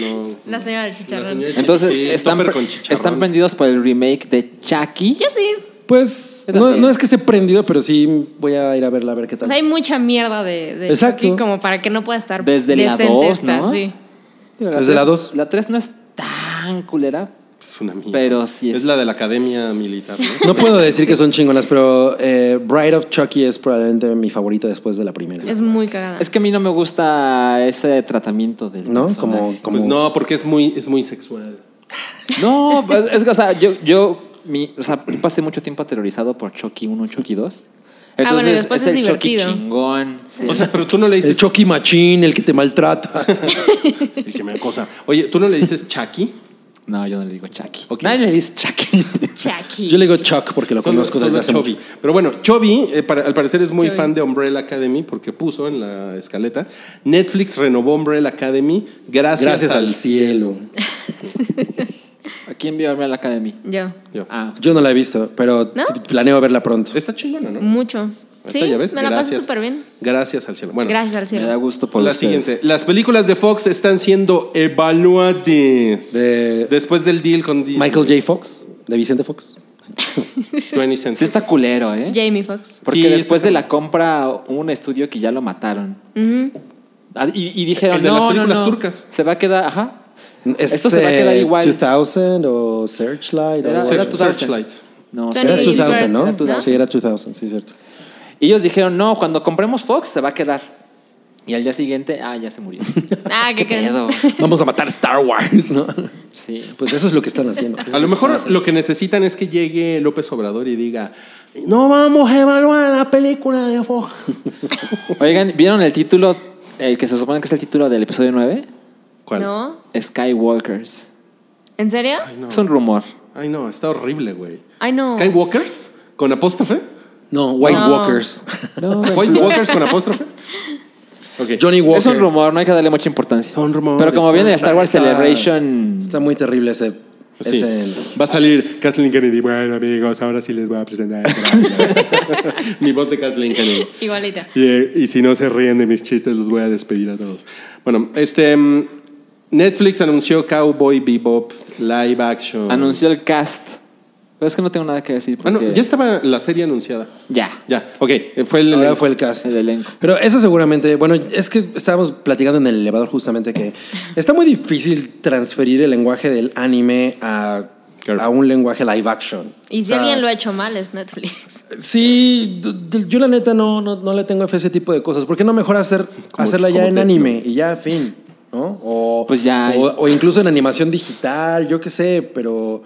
Speaker 2: No.
Speaker 5: La señora del
Speaker 2: La
Speaker 5: chicharrón.
Speaker 2: señora del
Speaker 6: Entonces,
Speaker 2: chi- sí,
Speaker 6: están,
Speaker 2: topper
Speaker 6: pre-
Speaker 2: con chicharrón.
Speaker 6: están prendidos por el remake de Chucky.
Speaker 5: Yo sí.
Speaker 3: Pues
Speaker 6: Yo
Speaker 3: no,
Speaker 6: también.
Speaker 3: no es que esté prendido, pero sí voy a ir a verla a ver qué
Speaker 5: O
Speaker 3: tal.
Speaker 5: sea, hay mucha mierda de, de
Speaker 3: Exacto.
Speaker 5: Chucky como para que no pueda estar
Speaker 6: Desde la
Speaker 5: decente
Speaker 6: dos,
Speaker 5: esta,
Speaker 6: ¿no?
Speaker 5: sí.
Speaker 3: Desde
Speaker 6: tres-
Speaker 3: la dos.
Speaker 6: La 3 no es tan culera.
Speaker 2: Es una mierda.
Speaker 6: Pero sí es-
Speaker 2: Es la de la academia militar, ¿no?
Speaker 3: No puedo decir
Speaker 5: *laughs*
Speaker 3: que son chingonas, pero eh, Bride of Chucky es probablemente mi favorita después de la primera.
Speaker 5: Es muy cagada.
Speaker 6: Es que a mí no me gusta ese tratamiento del
Speaker 3: ¿No?
Speaker 6: personaje.
Speaker 3: Como, como
Speaker 2: Pues no, porque es muy, es muy sexual.
Speaker 6: No, pues, es que, o sea, yo, yo, mi- o sea, yo pasé mucho tiempo aterrorizado por Chucky 1, Chucky 2. Entonces,
Speaker 5: Ah, bueno, después es
Speaker 6: el
Speaker 5: divertido.
Speaker 6: Chucky chingón. sí.
Speaker 2: O sea, pero tú no le *laughs*
Speaker 3: el
Speaker 2: dices
Speaker 3: Chucky machín, el que te maltrata.
Speaker 2: el que me acosa. Oye, tú no le dices Chucky.
Speaker 6: No, yo no le digo Chucky.
Speaker 2: Ok.
Speaker 6: Nadie le dice Chucky.
Speaker 5: Chucky.
Speaker 3: Yo le digo Chuck porque lo
Speaker 2: Solo-
Speaker 3: conozco
Speaker 2: solo
Speaker 3: desde hace
Speaker 2: Chobi.
Speaker 3: mucho.
Speaker 2: Pero bueno, Chobi, eh, para- al parecer es muy
Speaker 5: Chobi.
Speaker 2: fan de Umbrella Academy porque puso en la escaleta Netflix renovó Umbrella Academy gracias,
Speaker 3: Gracias al cielo.
Speaker 6: ¿A quién vio a la Academy?
Speaker 5: Yo.
Speaker 2: Yo.
Speaker 6: Ah,
Speaker 3: Yo no la he visto, pero
Speaker 5: ¿No?
Speaker 3: t- planeo verla pronto.
Speaker 2: Está chingona, ¿no?
Speaker 5: Mucho.
Speaker 2: Esta,
Speaker 5: Mm, Sí,
Speaker 2: ya ves,
Speaker 5: me la pasé
Speaker 2: gracias.
Speaker 5: súper bien.
Speaker 2: Gracias al cielo. Bueno,
Speaker 5: Gracias al
Speaker 6: me
Speaker 5: cielo.
Speaker 6: da gusto por
Speaker 2: la
Speaker 6: ustedes.
Speaker 2: siguiente. Las películas de Fox están siendo evaluadas
Speaker 3: De-
Speaker 2: después del deal con Disney.
Speaker 3: Michael J. Fox, de Vicente Fox.
Speaker 2: 20th Century.
Speaker 6: Sí está culero, ¿eh?
Speaker 5: Jamie Fox.
Speaker 6: Porque
Speaker 2: Sí,
Speaker 6: después
Speaker 2: está
Speaker 6: de la compra hubo un estudio que ya lo mataron. Ah, Y, y dijeron,
Speaker 2: El de
Speaker 6: no,
Speaker 2: las
Speaker 6: no,
Speaker 2: películas
Speaker 6: no,
Speaker 2: turcas.
Speaker 6: Se va a quedar, ajá.
Speaker 3: Es,
Speaker 6: Esto se va a quedar
Speaker 3: eh,
Speaker 6: igual.
Speaker 3: 2000 o Searchlight. o
Speaker 6: Era-
Speaker 3: algo
Speaker 6: era
Speaker 3: así.
Speaker 6: tu- 2000.
Speaker 2: Searchlight.
Speaker 6: No,
Speaker 5: Pero
Speaker 3: Era
Speaker 6: sí.
Speaker 3: 2000, ¿no?
Speaker 5: Era 2000.
Speaker 3: Sí, era 2000, sí, cierto.
Speaker 6: Y ellos dijeron, no, cuando compremos Fox se va a quedar. Y al día siguiente, ah, ya
Speaker 2: *laughs*
Speaker 6: se murió.
Speaker 5: Ah, qué, creen?
Speaker 6: pedo?
Speaker 3: Vamos a matar Star Wars, ¿no?
Speaker 6: Sí.
Speaker 3: Pues eso es lo que están *laughs* haciendo.
Speaker 2: A lo mejor lo que necesitan es que llegue López Obrador y diga, no vamos a evaluar la película de Fox.
Speaker 6: Oigan, ¿vieron el título, el que se supone que es el título del episodio 9?
Speaker 2: ¿Cuál?
Speaker 5: ¿No?
Speaker 6: Skywalkers.
Speaker 5: ¿En serio?
Speaker 6: Es un rumor.
Speaker 2: Ay, no, está horrible, güey.
Speaker 5: Ay, no.
Speaker 2: ¿Skywalkers? ¿Con apóstrofe?
Speaker 3: No, White
Speaker 5: No.
Speaker 3: Walkers.
Speaker 2: *laughs*
Speaker 6: No,
Speaker 2: ¿White Walkers con apóstrofe? Ok.
Speaker 3: Johnny Walker.
Speaker 6: es un rumor, no hay que darle mucha importancia.
Speaker 2: Son rumores,
Speaker 6: Pero como
Speaker 2: son-
Speaker 6: viene de Star Wars
Speaker 3: Está-
Speaker 6: Celebration, Pues
Speaker 3: Está muy terrible ese.
Speaker 2: Pues Sí.
Speaker 3: ese-
Speaker 2: Va a salir Kathleen Kennedy. Bueno, amigos, ahora sí les voy a presentar. Gracias. Mi voz de Kathleen Kennedy.
Speaker 5: Igualita.
Speaker 2: Y, eh, y si no se ríen de mis chistes, los voy a despedir a todos. Bueno, este. mm, Netflix anunció Cowboy Bebop live action.
Speaker 6: anunció el cast. Pero es que no tengo nada que decir.
Speaker 2: Ah, no,
Speaker 6: porque-
Speaker 2: ya estaba la serie anunciada.
Speaker 6: Ya.
Speaker 2: Ya, ok. eh, Fue el.
Speaker 3: Ahora fue el cast.
Speaker 6: El elenco.
Speaker 3: Pero eso seguramente, bueno, es que estábamos platicando en el elevador justamente que está muy difícil transferir el lenguaje del anime a,
Speaker 2: Claro.
Speaker 3: a un lenguaje live action.
Speaker 5: Y si
Speaker 3: O sea,
Speaker 5: alguien lo ha hecho mal es Netflix. *laughs*
Speaker 3: Sí, d- d- yo la neta no, no, no le tengo fe a ese tipo de cosas. ¿Por qué no mejor hacer,
Speaker 2: Como-
Speaker 3: hacerla ya
Speaker 2: como
Speaker 3: en
Speaker 2: Death
Speaker 3: anime y ya, fin? ¿no? O,
Speaker 6: Pues ya.
Speaker 3: O, o incluso en animación digital, yo qué sé, pero.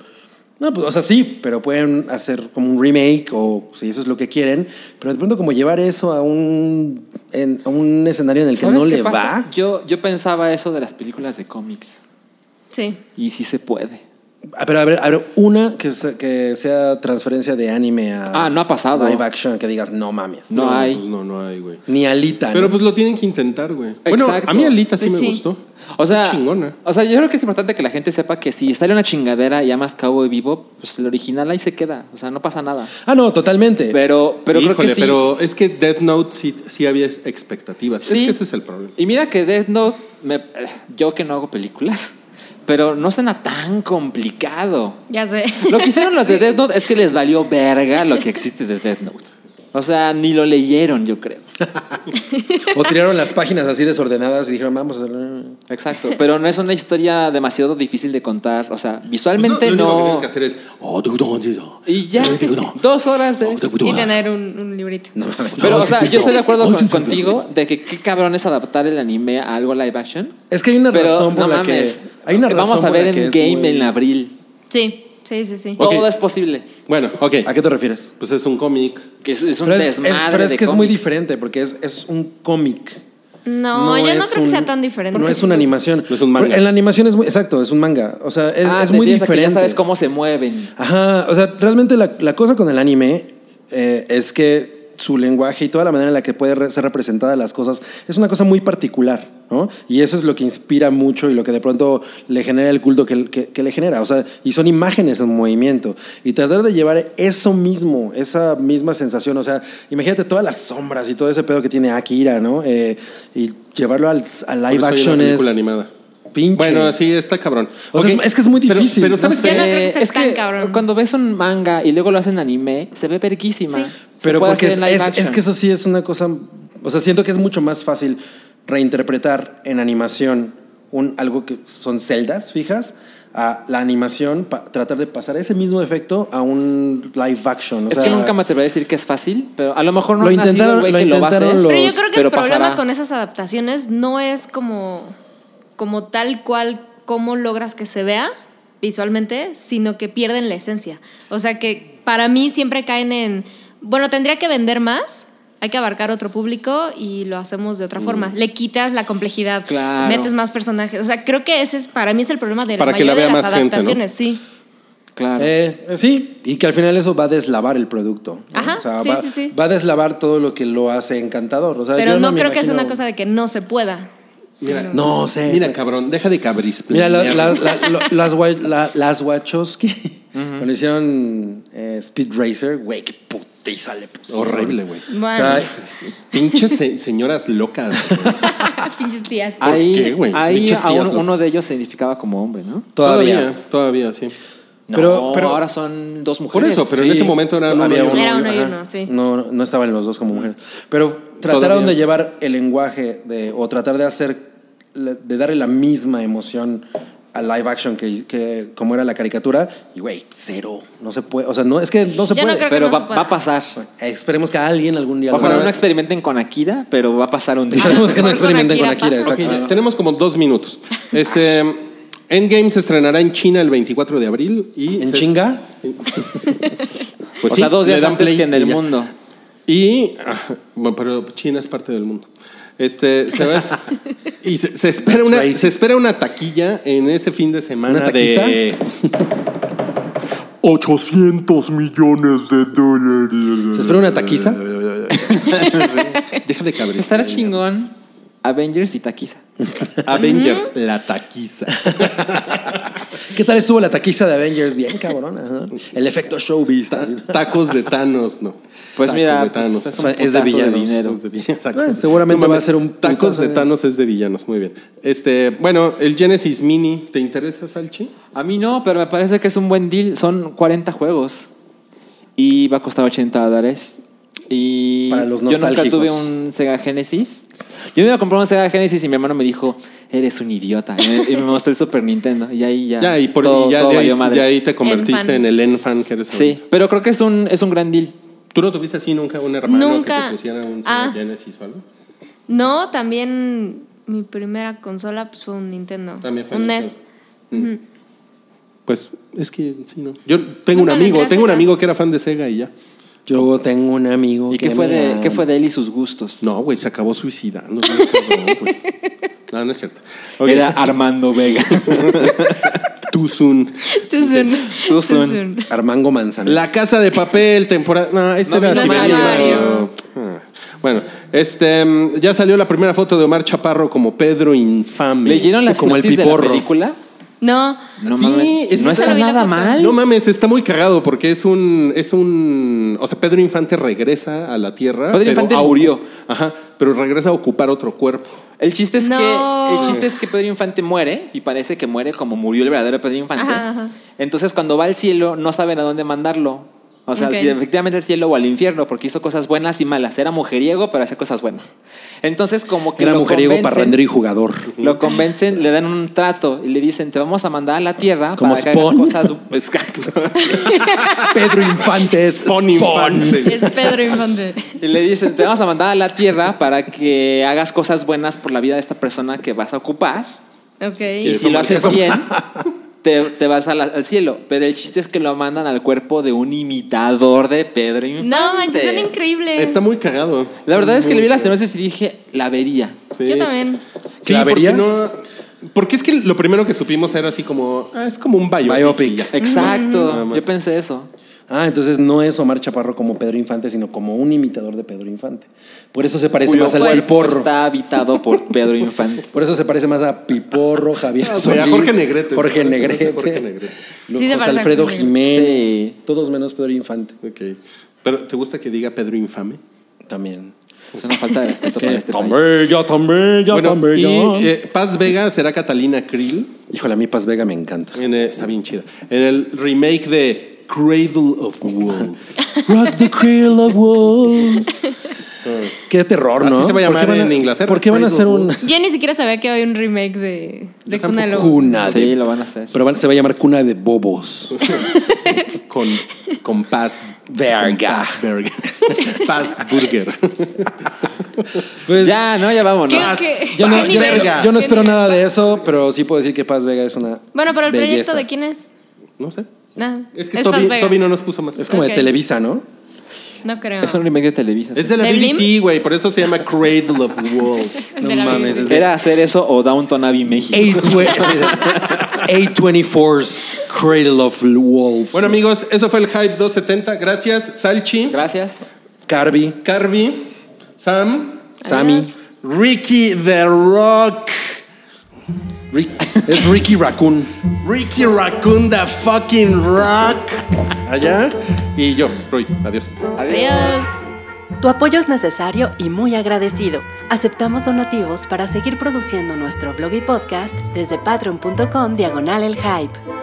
Speaker 3: No, pues, o sea, sí, pero pueden hacer como un remake o si eso es lo que quieren. Pero de pronto, como llevar eso a un, en- a un escenario en el que
Speaker 6: ¿Sabes
Speaker 3: no
Speaker 6: qué
Speaker 3: le
Speaker 6: pasa?
Speaker 3: va.
Speaker 6: Yo, yo pensaba eso de las películas de cómics.
Speaker 5: Sí.
Speaker 6: Y sí se puede.
Speaker 3: Ah, Pero a ver, a ver una que, se- que sea transferencia de anime a.
Speaker 6: Ah, no ha pasado.
Speaker 3: Live action, que digas, no mames.
Speaker 6: No, hay.
Speaker 2: Pues no, no hay, güey.
Speaker 3: Ni Alita.
Speaker 2: Pero
Speaker 3: ¿no?
Speaker 2: pues lo tienen que intentar, güey. Bueno,
Speaker 6: Exacto.
Speaker 2: a mí Alita sí
Speaker 5: Pues
Speaker 2: me
Speaker 5: sí.
Speaker 2: gustó.
Speaker 6: O sea,
Speaker 2: Chingona.
Speaker 6: o sea, yo creo que es importante que la gente sepa que si sale una chingadera y amas Cowboy Bebop, pues el original ahí se queda. O sea, no pasa nada.
Speaker 3: Ah, no, totalmente.
Speaker 6: Pero, pero creo
Speaker 2: Híjole,
Speaker 6: que sí.
Speaker 2: pero es que Death Note sí, sí había expectativas. Es
Speaker 6: Sí. Pues
Speaker 2: que ese es el problema.
Speaker 6: Y mira que Death Note, me- yo que no hago películas, *laughs* pero no suena tan complicado.
Speaker 5: Ya sé.
Speaker 6: Lo que hicieron los de Death Note es que les valió verga lo que existe de Death Note. O sea, ni lo leyeron, yo creo.
Speaker 3: O tiraron las páginas así desordenadas y dijeron, vamos a hacer.
Speaker 6: Exacto. Pero no es una historia demasiado difícil de contar. O sea,
Speaker 2: Pues
Speaker 6: visualmente
Speaker 2: Lo único que
Speaker 6: no.
Speaker 2: tienes que hacer es. "Oh, du- du- du- du".
Speaker 6: Y ya, dos horas de eso.
Speaker 5: *laughs* y tener un, un librito.
Speaker 6: Pero, o sea, yo estoy de acuerdo con- contigo de que qué cabrón es adaptar el anime a algo live action.
Speaker 3: Es que hay una
Speaker 6: Pero
Speaker 3: razón por
Speaker 6: no
Speaker 3: la
Speaker 6: mames.
Speaker 3: que. Hay una razón
Speaker 6: Vamos a
Speaker 3: por
Speaker 6: ver
Speaker 3: la que
Speaker 6: en
Speaker 3: es
Speaker 6: game
Speaker 3: muy-
Speaker 6: en abril.
Speaker 5: Sí, sí, sí, sí.
Speaker 2: Ok.
Speaker 6: Todo es posible.
Speaker 2: Bueno, ok.
Speaker 3: ¿A qué te refieres?
Speaker 2: Pues es un cómic.
Speaker 6: Que es, es un
Speaker 3: Pero es, es-
Speaker 6: desmadre.
Speaker 3: pero es
Speaker 6: de
Speaker 3: que es muy
Speaker 6: cómic.
Speaker 3: diferente porque es, es un cómic.
Speaker 5: No, yo no
Speaker 3: es
Speaker 5: creo
Speaker 3: un-
Speaker 5: que sea tan diferente.
Speaker 3: No es una animación.
Speaker 2: No es un manga.
Speaker 3: Pero En la animación es muy. Exacto, es un manga. O sea, es,
Speaker 6: Ah,
Speaker 3: es
Speaker 6: te
Speaker 3: muy
Speaker 6: fijas que
Speaker 3: diferente.
Speaker 6: Ya sabes cómo se mueven.
Speaker 3: Ajá, o sea, realmente la, la cosa con el anime eh, es que su lenguaje y toda la manera en la que puede re- ser representada las cosas es una cosa muy particular, ¿no? Y eso es lo que inspira mucho y lo que de pronto le genera el culto que, que- que le genera, o sea, y son imágenes en movimiento. Y tratar de llevar eso mismo, esa misma sensación, o sea, imagínate todas las sombras y todo ese pedo que tiene Akira, ¿no? Eh, y llevarlo al, al
Speaker 2: Por
Speaker 3: live
Speaker 2: eso hay una
Speaker 3: action es...
Speaker 2: película animada.
Speaker 3: Pinche.
Speaker 2: Bueno, así está cabrón.
Speaker 3: O sea,
Speaker 2: Ok.
Speaker 3: es- es que es muy
Speaker 2: Pero-
Speaker 3: difícil.
Speaker 2: Pero,
Speaker 3: No
Speaker 2: ¿sabes
Speaker 5: sé.
Speaker 2: qué?
Speaker 5: Yo no creo que sea
Speaker 6: es
Speaker 5: tan cabrón.
Speaker 6: Cuando ves un manga y luego lo hacen anime, se ve verguísima.
Speaker 5: Sí.
Speaker 6: Se
Speaker 3: Pero
Speaker 6: puede
Speaker 3: porque es,
Speaker 6: hacer en live
Speaker 3: es- es
Speaker 6: action.
Speaker 3: que eso sí es una cosa. O sea, siento que es mucho más fácil reinterpretar en animación un, algo que son celdas fijas a la animación, pa- tratar de pasar ese mismo efecto a un live action. O
Speaker 6: Es
Speaker 3: sea,
Speaker 6: que nunca me atreveré a decir que es fácil, pero a lo mejor no
Speaker 3: Lo
Speaker 6: ha nacido el
Speaker 3: intentaron-
Speaker 6: güey
Speaker 3: lo
Speaker 6: que va a
Speaker 3: intentaron
Speaker 6: hacer,
Speaker 3: los-
Speaker 5: Pero yo creo que el
Speaker 6: pero
Speaker 5: problema
Speaker 6: pasará.
Speaker 5: con esas adaptaciones no es como, como tal cual cómo logras que se vea visualmente, sino que pierden la esencia. O sea que para mí siempre caen en, bueno, tendría que vender más hay que abarcar otro público y lo hacemos de otra forma. Le quitas la complejidad,
Speaker 6: Claro.
Speaker 5: metes más personajes. O sea, creo que ese es, para mí es el problema de la
Speaker 2: Para que la
Speaker 5: mayoría de
Speaker 2: vea
Speaker 5: las
Speaker 2: más gente, ¿no?
Speaker 5: adaptaciones, sí.
Speaker 6: Claro.
Speaker 3: Eh, eh, sí, y que al final eso va a deslavar el producto. ¿no?
Speaker 5: Ajá,
Speaker 3: O sea,
Speaker 5: sí,
Speaker 3: va,
Speaker 5: sí, sí.
Speaker 3: va a deslavar todo lo que lo hace encantador. O sea,
Speaker 5: Pero
Speaker 3: yo
Speaker 5: no,
Speaker 3: me
Speaker 5: creo que sea
Speaker 3: imagino-
Speaker 5: una cosa de que no se pueda.
Speaker 2: Mira,
Speaker 3: No sé.
Speaker 2: Mira, cabrón, deja de cabris.
Speaker 3: Mira, la- la- la- lo- las, Wa- la- las Wachowski, *laughs* cuando hicieron eh, Speed Racer, güey, qué putiza le pusieron.
Speaker 2: Horrible, güey.
Speaker 3: pues, O
Speaker 5: Bueno,
Speaker 3: sea,
Speaker 2: Pinches se- señoras locas. güey.
Speaker 5: *laughs* pinches tías.
Speaker 6: Ahí,
Speaker 2: qué, güey?
Speaker 6: ahí
Speaker 2: Pinches
Speaker 6: aún
Speaker 2: tías, ¿no?
Speaker 6: uno de ellos se identificaba como hombre, ¿no?
Speaker 3: *laughs* todavía.
Speaker 2: Todavía, sí.
Speaker 3: Pero-
Speaker 6: No,
Speaker 3: pero-
Speaker 6: ahora son dos
Speaker 2: Por
Speaker 6: mujeres.
Speaker 2: eso, pero en
Speaker 3: Sí,
Speaker 2: ese momento eran
Speaker 3: todavía
Speaker 2: uno y uno.
Speaker 5: Era uno y
Speaker 3: Ajá.
Speaker 5: uno, sí.
Speaker 3: No, no, no estaban los dos como mujeres. Pero trataron
Speaker 2: Todavía.
Speaker 3: de llevar el lenguaje de, o tratar de hacer, de darle la misma emoción a live action que, que como era la caricatura. Y güey, cero. No se puede. O sea, no, es que no se
Speaker 5: Yo
Speaker 3: puede.
Speaker 5: no creo que
Speaker 6: Pero
Speaker 5: se
Speaker 6: va,
Speaker 5: pueda.
Speaker 6: va a pasar.
Speaker 3: Esperemos que alguien algún día. lo
Speaker 6: Ojalá
Speaker 3: haga.
Speaker 6: no experimenten con Akira, pero va a pasar un día.
Speaker 3: Esperemos que no
Speaker 5: Mejor con
Speaker 3: experimenten con
Speaker 5: Akira
Speaker 3: Akira.
Speaker 5: pasa.
Speaker 2: Ok,
Speaker 3: exacto.
Speaker 2: ya, tenemos como dos minutos. Este, Endgame se estrenará en China el 24 de abril. Y
Speaker 3: ¿En
Speaker 2: se-
Speaker 3: chinga?
Speaker 2: Pues
Speaker 6: o
Speaker 2: sí,
Speaker 6: sea, dos
Speaker 2: le
Speaker 6: días
Speaker 2: dan
Speaker 6: antes
Speaker 2: play
Speaker 6: que en el
Speaker 2: y ya.
Speaker 6: mundo.
Speaker 2: Y, ah, bueno, pero China es parte del mundo. Este, se va-
Speaker 6: *laughs*
Speaker 2: y se, se espera una,
Speaker 3: Racist.
Speaker 2: se espera una taquilla en ese fin de semana
Speaker 3: ¿Una
Speaker 2: de...
Speaker 12: 800 millones de dólares.
Speaker 3: ¿Se espera una
Speaker 2: *laughs*
Speaker 3: taquiza?
Speaker 2: Deja de cabrear.
Speaker 6: Pues Estará chingón Avengers y Taquiza.
Speaker 2: Avengers, la taquiza.
Speaker 3: ¿Qué tal estuvo la taquiza de Avengers? Bien, cabrona. ajá. El efecto showbiz.
Speaker 2: Ta-
Speaker 3: así.
Speaker 2: tacos de Thanos, no.
Speaker 6: Pues
Speaker 2: Tacos
Speaker 6: mira,
Speaker 2: de
Speaker 6: pues,
Speaker 2: Thanos.
Speaker 6: es
Speaker 3: un O sea, es de
Speaker 6: putazo de
Speaker 3: villanos.
Speaker 6: dinero.
Speaker 2: Tacos de villanos.
Speaker 3: Pues, seguramente va a
Speaker 2: mames,
Speaker 3: ser un
Speaker 2: Tacos
Speaker 3: putazo
Speaker 2: de
Speaker 3: de-
Speaker 2: Thanos es de villanos, muy bien. Este, bueno, el Genesis Mini, ¿te interesa, Salchi?
Speaker 6: A mí no, pero me parece que es un buen deal. Son 40 juegos y va a costar 80 dólares. Y
Speaker 3: Para los
Speaker 6: yo nunca
Speaker 3: nostálgicos.
Speaker 6: tuve un Sega Genesis. Yo me iba a comprar un Sega Genesis y mi hermano me dijo, eres un idiota. Y me- Y me mostró el Super Nintendo. Y ahí ya.
Speaker 2: Ya, y, por,
Speaker 6: todo-
Speaker 2: y ya,
Speaker 6: todo
Speaker 2: de ahí,
Speaker 6: valió madres.
Speaker 2: de ahí te convertiste
Speaker 5: En fan.
Speaker 2: en el Enfan que eres
Speaker 6: Sí,
Speaker 2: ahorita.
Speaker 6: pero creo que es un, es un gran deal.
Speaker 2: ¿Tú no tuviste así nunca un hermano
Speaker 5: Nunca.
Speaker 2: que te pusiera un
Speaker 5: Ah.
Speaker 2: Genesis o algo?
Speaker 5: No, también mi primera consola pues, fue un Nintendo.
Speaker 2: También fue
Speaker 5: un E
Speaker 2: Nintendo.
Speaker 5: NES.
Speaker 2: Pues es que sí, no. Yo tengo un
Speaker 5: Nunca le entré
Speaker 2: amigo,
Speaker 5: a
Speaker 2: tengo un
Speaker 5: Sega.
Speaker 2: amigo que era fan de Sega y ya.
Speaker 3: Yo tengo un amigo.
Speaker 6: ¿Y qué
Speaker 3: que
Speaker 6: fue,
Speaker 3: me
Speaker 6: de,
Speaker 3: ama.
Speaker 6: qué fue de él y sus gustos?
Speaker 2: No, güey, se acabó suicidando. *laughs* cabrón, güey. No, no es cierto. Ok,
Speaker 11: Era Armando Vega.
Speaker 2: Tuzun.
Speaker 5: *laughs* Too soon. Too soon.
Speaker 3: Armango Manzana.
Speaker 2: La casa de papel, temporada. No, este
Speaker 6: No,
Speaker 2: era
Speaker 5: no,
Speaker 2: Siberia.
Speaker 5: Siberia.
Speaker 2: Ah. Bueno, este mm, ya salió la primera foto de Omar Chaparro como Pedro infame.
Speaker 6: ¿Leyeron las
Speaker 2: como el
Speaker 6: sinopsis de la
Speaker 2: piporro.
Speaker 6: película?
Speaker 5: No.
Speaker 6: No,
Speaker 2: Sí,
Speaker 6: mames,
Speaker 2: es-
Speaker 6: no está
Speaker 5: Solo vi la
Speaker 6: nada
Speaker 5: foto.
Speaker 6: mal.
Speaker 2: No mames, está muy cagado porque es un es un, o sea, Pedro Infante regresa a la Tierra,
Speaker 6: Pedro
Speaker 2: pero
Speaker 6: Infante
Speaker 2: a-
Speaker 6: murió.
Speaker 2: ajá, pero regresa a ocupar otro cuerpo.
Speaker 6: El chiste, es
Speaker 5: No.
Speaker 6: que, el chiste es que Pedro Infante muere y parece que muere como murió el verdadero Pedro Infante.
Speaker 5: Ajá, ajá.
Speaker 6: Entonces cuando va al cielo no saben a dónde mandarlo. O sea,
Speaker 5: Ok.
Speaker 6: si efectivamente al cielo o al infierno, porque hizo cosas buenas y malas. Era mujeriego, pero hacía cosas buenas. Entonces como que...
Speaker 3: Era
Speaker 6: lo
Speaker 3: mujeriego,
Speaker 6: convencen-
Speaker 3: parrandero y jugador.
Speaker 6: Lo convencen, le dan un trato y le dicen, te vamos a mandar a la tierra
Speaker 3: Como
Speaker 6: para que hagas
Speaker 3: Spawn.
Speaker 6: cosas... Exacto.
Speaker 3: Pedro Infante es
Speaker 2: Spawn Infante.
Speaker 5: Es Pedro Infante.
Speaker 6: Y le dicen, te vamos a mandar a la tierra para que hagas cosas buenas por la vida de esta persona que vas a ocupar. Y
Speaker 5: ok.
Speaker 6: si lo haces
Speaker 5: *laughs*
Speaker 6: bien, te, te vas a la- al cielo. Pero el chiste es que lo mandan al cuerpo de un imitador de Pedro Infante.
Speaker 5: No, manches, son increíbles.
Speaker 2: Está muy cagado.
Speaker 6: La verdad es que le vi las tendencias y dije, la vería.
Speaker 2: Sí.
Speaker 5: Yo también.
Speaker 2: Sí,
Speaker 3: ¿La
Speaker 2: porque
Speaker 3: vería?
Speaker 2: no porque es que lo primero que supimos era así como, ah, es como un biopic.
Speaker 3: Biopic.
Speaker 2: y ya. Nada
Speaker 6: Exacto.
Speaker 2: más.
Speaker 6: Yo pensé eso.
Speaker 3: Ah, entonces no es Omar Chaparro como Pedro Infante, sino como un imitador de Pedro Infante. Por eso se parece
Speaker 6: Cuyo
Speaker 3: más al
Speaker 6: cuerpo
Speaker 3: Piporro.
Speaker 6: Está habitado por
Speaker 2: *laughs*
Speaker 6: Pedro Infante.
Speaker 3: Por eso se parece más a Piporro, Javier
Speaker 2: Ah, güey,
Speaker 3: Solís,
Speaker 2: a Jorge Negrete.
Speaker 3: Jorge
Speaker 2: Se parece más a
Speaker 3: Negrete.
Speaker 2: Jorge Negrete.
Speaker 3: Lu-
Speaker 5: Sí, se
Speaker 3: José
Speaker 5: parece a
Speaker 3: Alfredo
Speaker 5: Jorge
Speaker 3: Jiménez.
Speaker 6: Sí.
Speaker 3: Todos menos Pedro Infante
Speaker 2: Ok. Pero ¿te gusta que diga Pedro infame?
Speaker 3: también.
Speaker 6: Es una falta de respeto para este país.
Speaker 3: bella, tan bella,
Speaker 2: bueno,
Speaker 3: tan bella.
Speaker 2: y eh, Paz Vega será Catalina Krill
Speaker 3: Híjole, a mí Paz Vega me encanta.
Speaker 2: en el- está bien chida. En el remake de Cradle of
Speaker 3: *laughs*
Speaker 2: Wool.
Speaker 3: Rock the cradle of wolves. Qué terror, ¿no?
Speaker 2: Así se va a
Speaker 3: ¿Por qué
Speaker 2: llamar
Speaker 3: van
Speaker 2: en Inglaterra,
Speaker 3: ¿Por qué van a
Speaker 2: Cradle
Speaker 3: hacer
Speaker 2: of
Speaker 3: un
Speaker 2: Wolves.
Speaker 5: Yo ni siquiera sabía que había un remake de, de Cuna de Lobos.
Speaker 3: cuna de-
Speaker 6: Sí, lo van a hacer.
Speaker 3: Pero van- se va a llamar cuna de bobos.
Speaker 2: con, con Paz
Speaker 3: Verga.
Speaker 2: Paz
Speaker 3: *laughs*
Speaker 2: Burger. Paz Burger.
Speaker 3: Pues,
Speaker 6: Ya, no, ya vámonos.
Speaker 5: Creo que-
Speaker 3: Yo no,
Speaker 5: ¿Qué
Speaker 3: yo-
Speaker 5: nivel?
Speaker 3: yo no
Speaker 5: ¿Qué
Speaker 3: espero
Speaker 5: nivel?
Speaker 3: nada de eso, pero sí puedo decir que Paz Vega es una.
Speaker 5: Bueno, pero el
Speaker 3: belleza.
Speaker 5: proyecto de quién es?
Speaker 2: No sé.
Speaker 5: Nada.
Speaker 2: Es que
Speaker 5: Paz
Speaker 2: Toby,
Speaker 5: Vega.
Speaker 2: Toby no nos puso más.
Speaker 3: Es como
Speaker 5: Ok.
Speaker 3: de Televisa, ¿no?
Speaker 5: No creo.
Speaker 6: Es un remake de Televisa.
Speaker 2: Es de la
Speaker 5: ¿De
Speaker 2: BBC, güey, por eso se llama Cradle of Wolves. No
Speaker 5: *laughs* De la
Speaker 2: mames,
Speaker 5: BBC.
Speaker 2: es de-
Speaker 6: Era hacer eso o Downton Abbey México.
Speaker 3: *laughs* 824's Cradle of Wolves.
Speaker 2: Bueno, amigos, eso fue el Hype 270. Gracias, Salchi,
Speaker 6: Gracias.
Speaker 3: Carby,
Speaker 2: Carby, Sam,
Speaker 3: Sammy.
Speaker 2: Ricky The Rock,
Speaker 3: Rick- es Ricky Raccoon.
Speaker 2: Ricky Raccoon The Fucking Rock. Allá. Y yo, Roy. Adiós.
Speaker 5: Adiós.
Speaker 1: Tu apoyo es necesario y muy agradecido. Aceptamos donativos para seguir produciendo nuestro blog y podcast desde patreon.com diagonal el hype.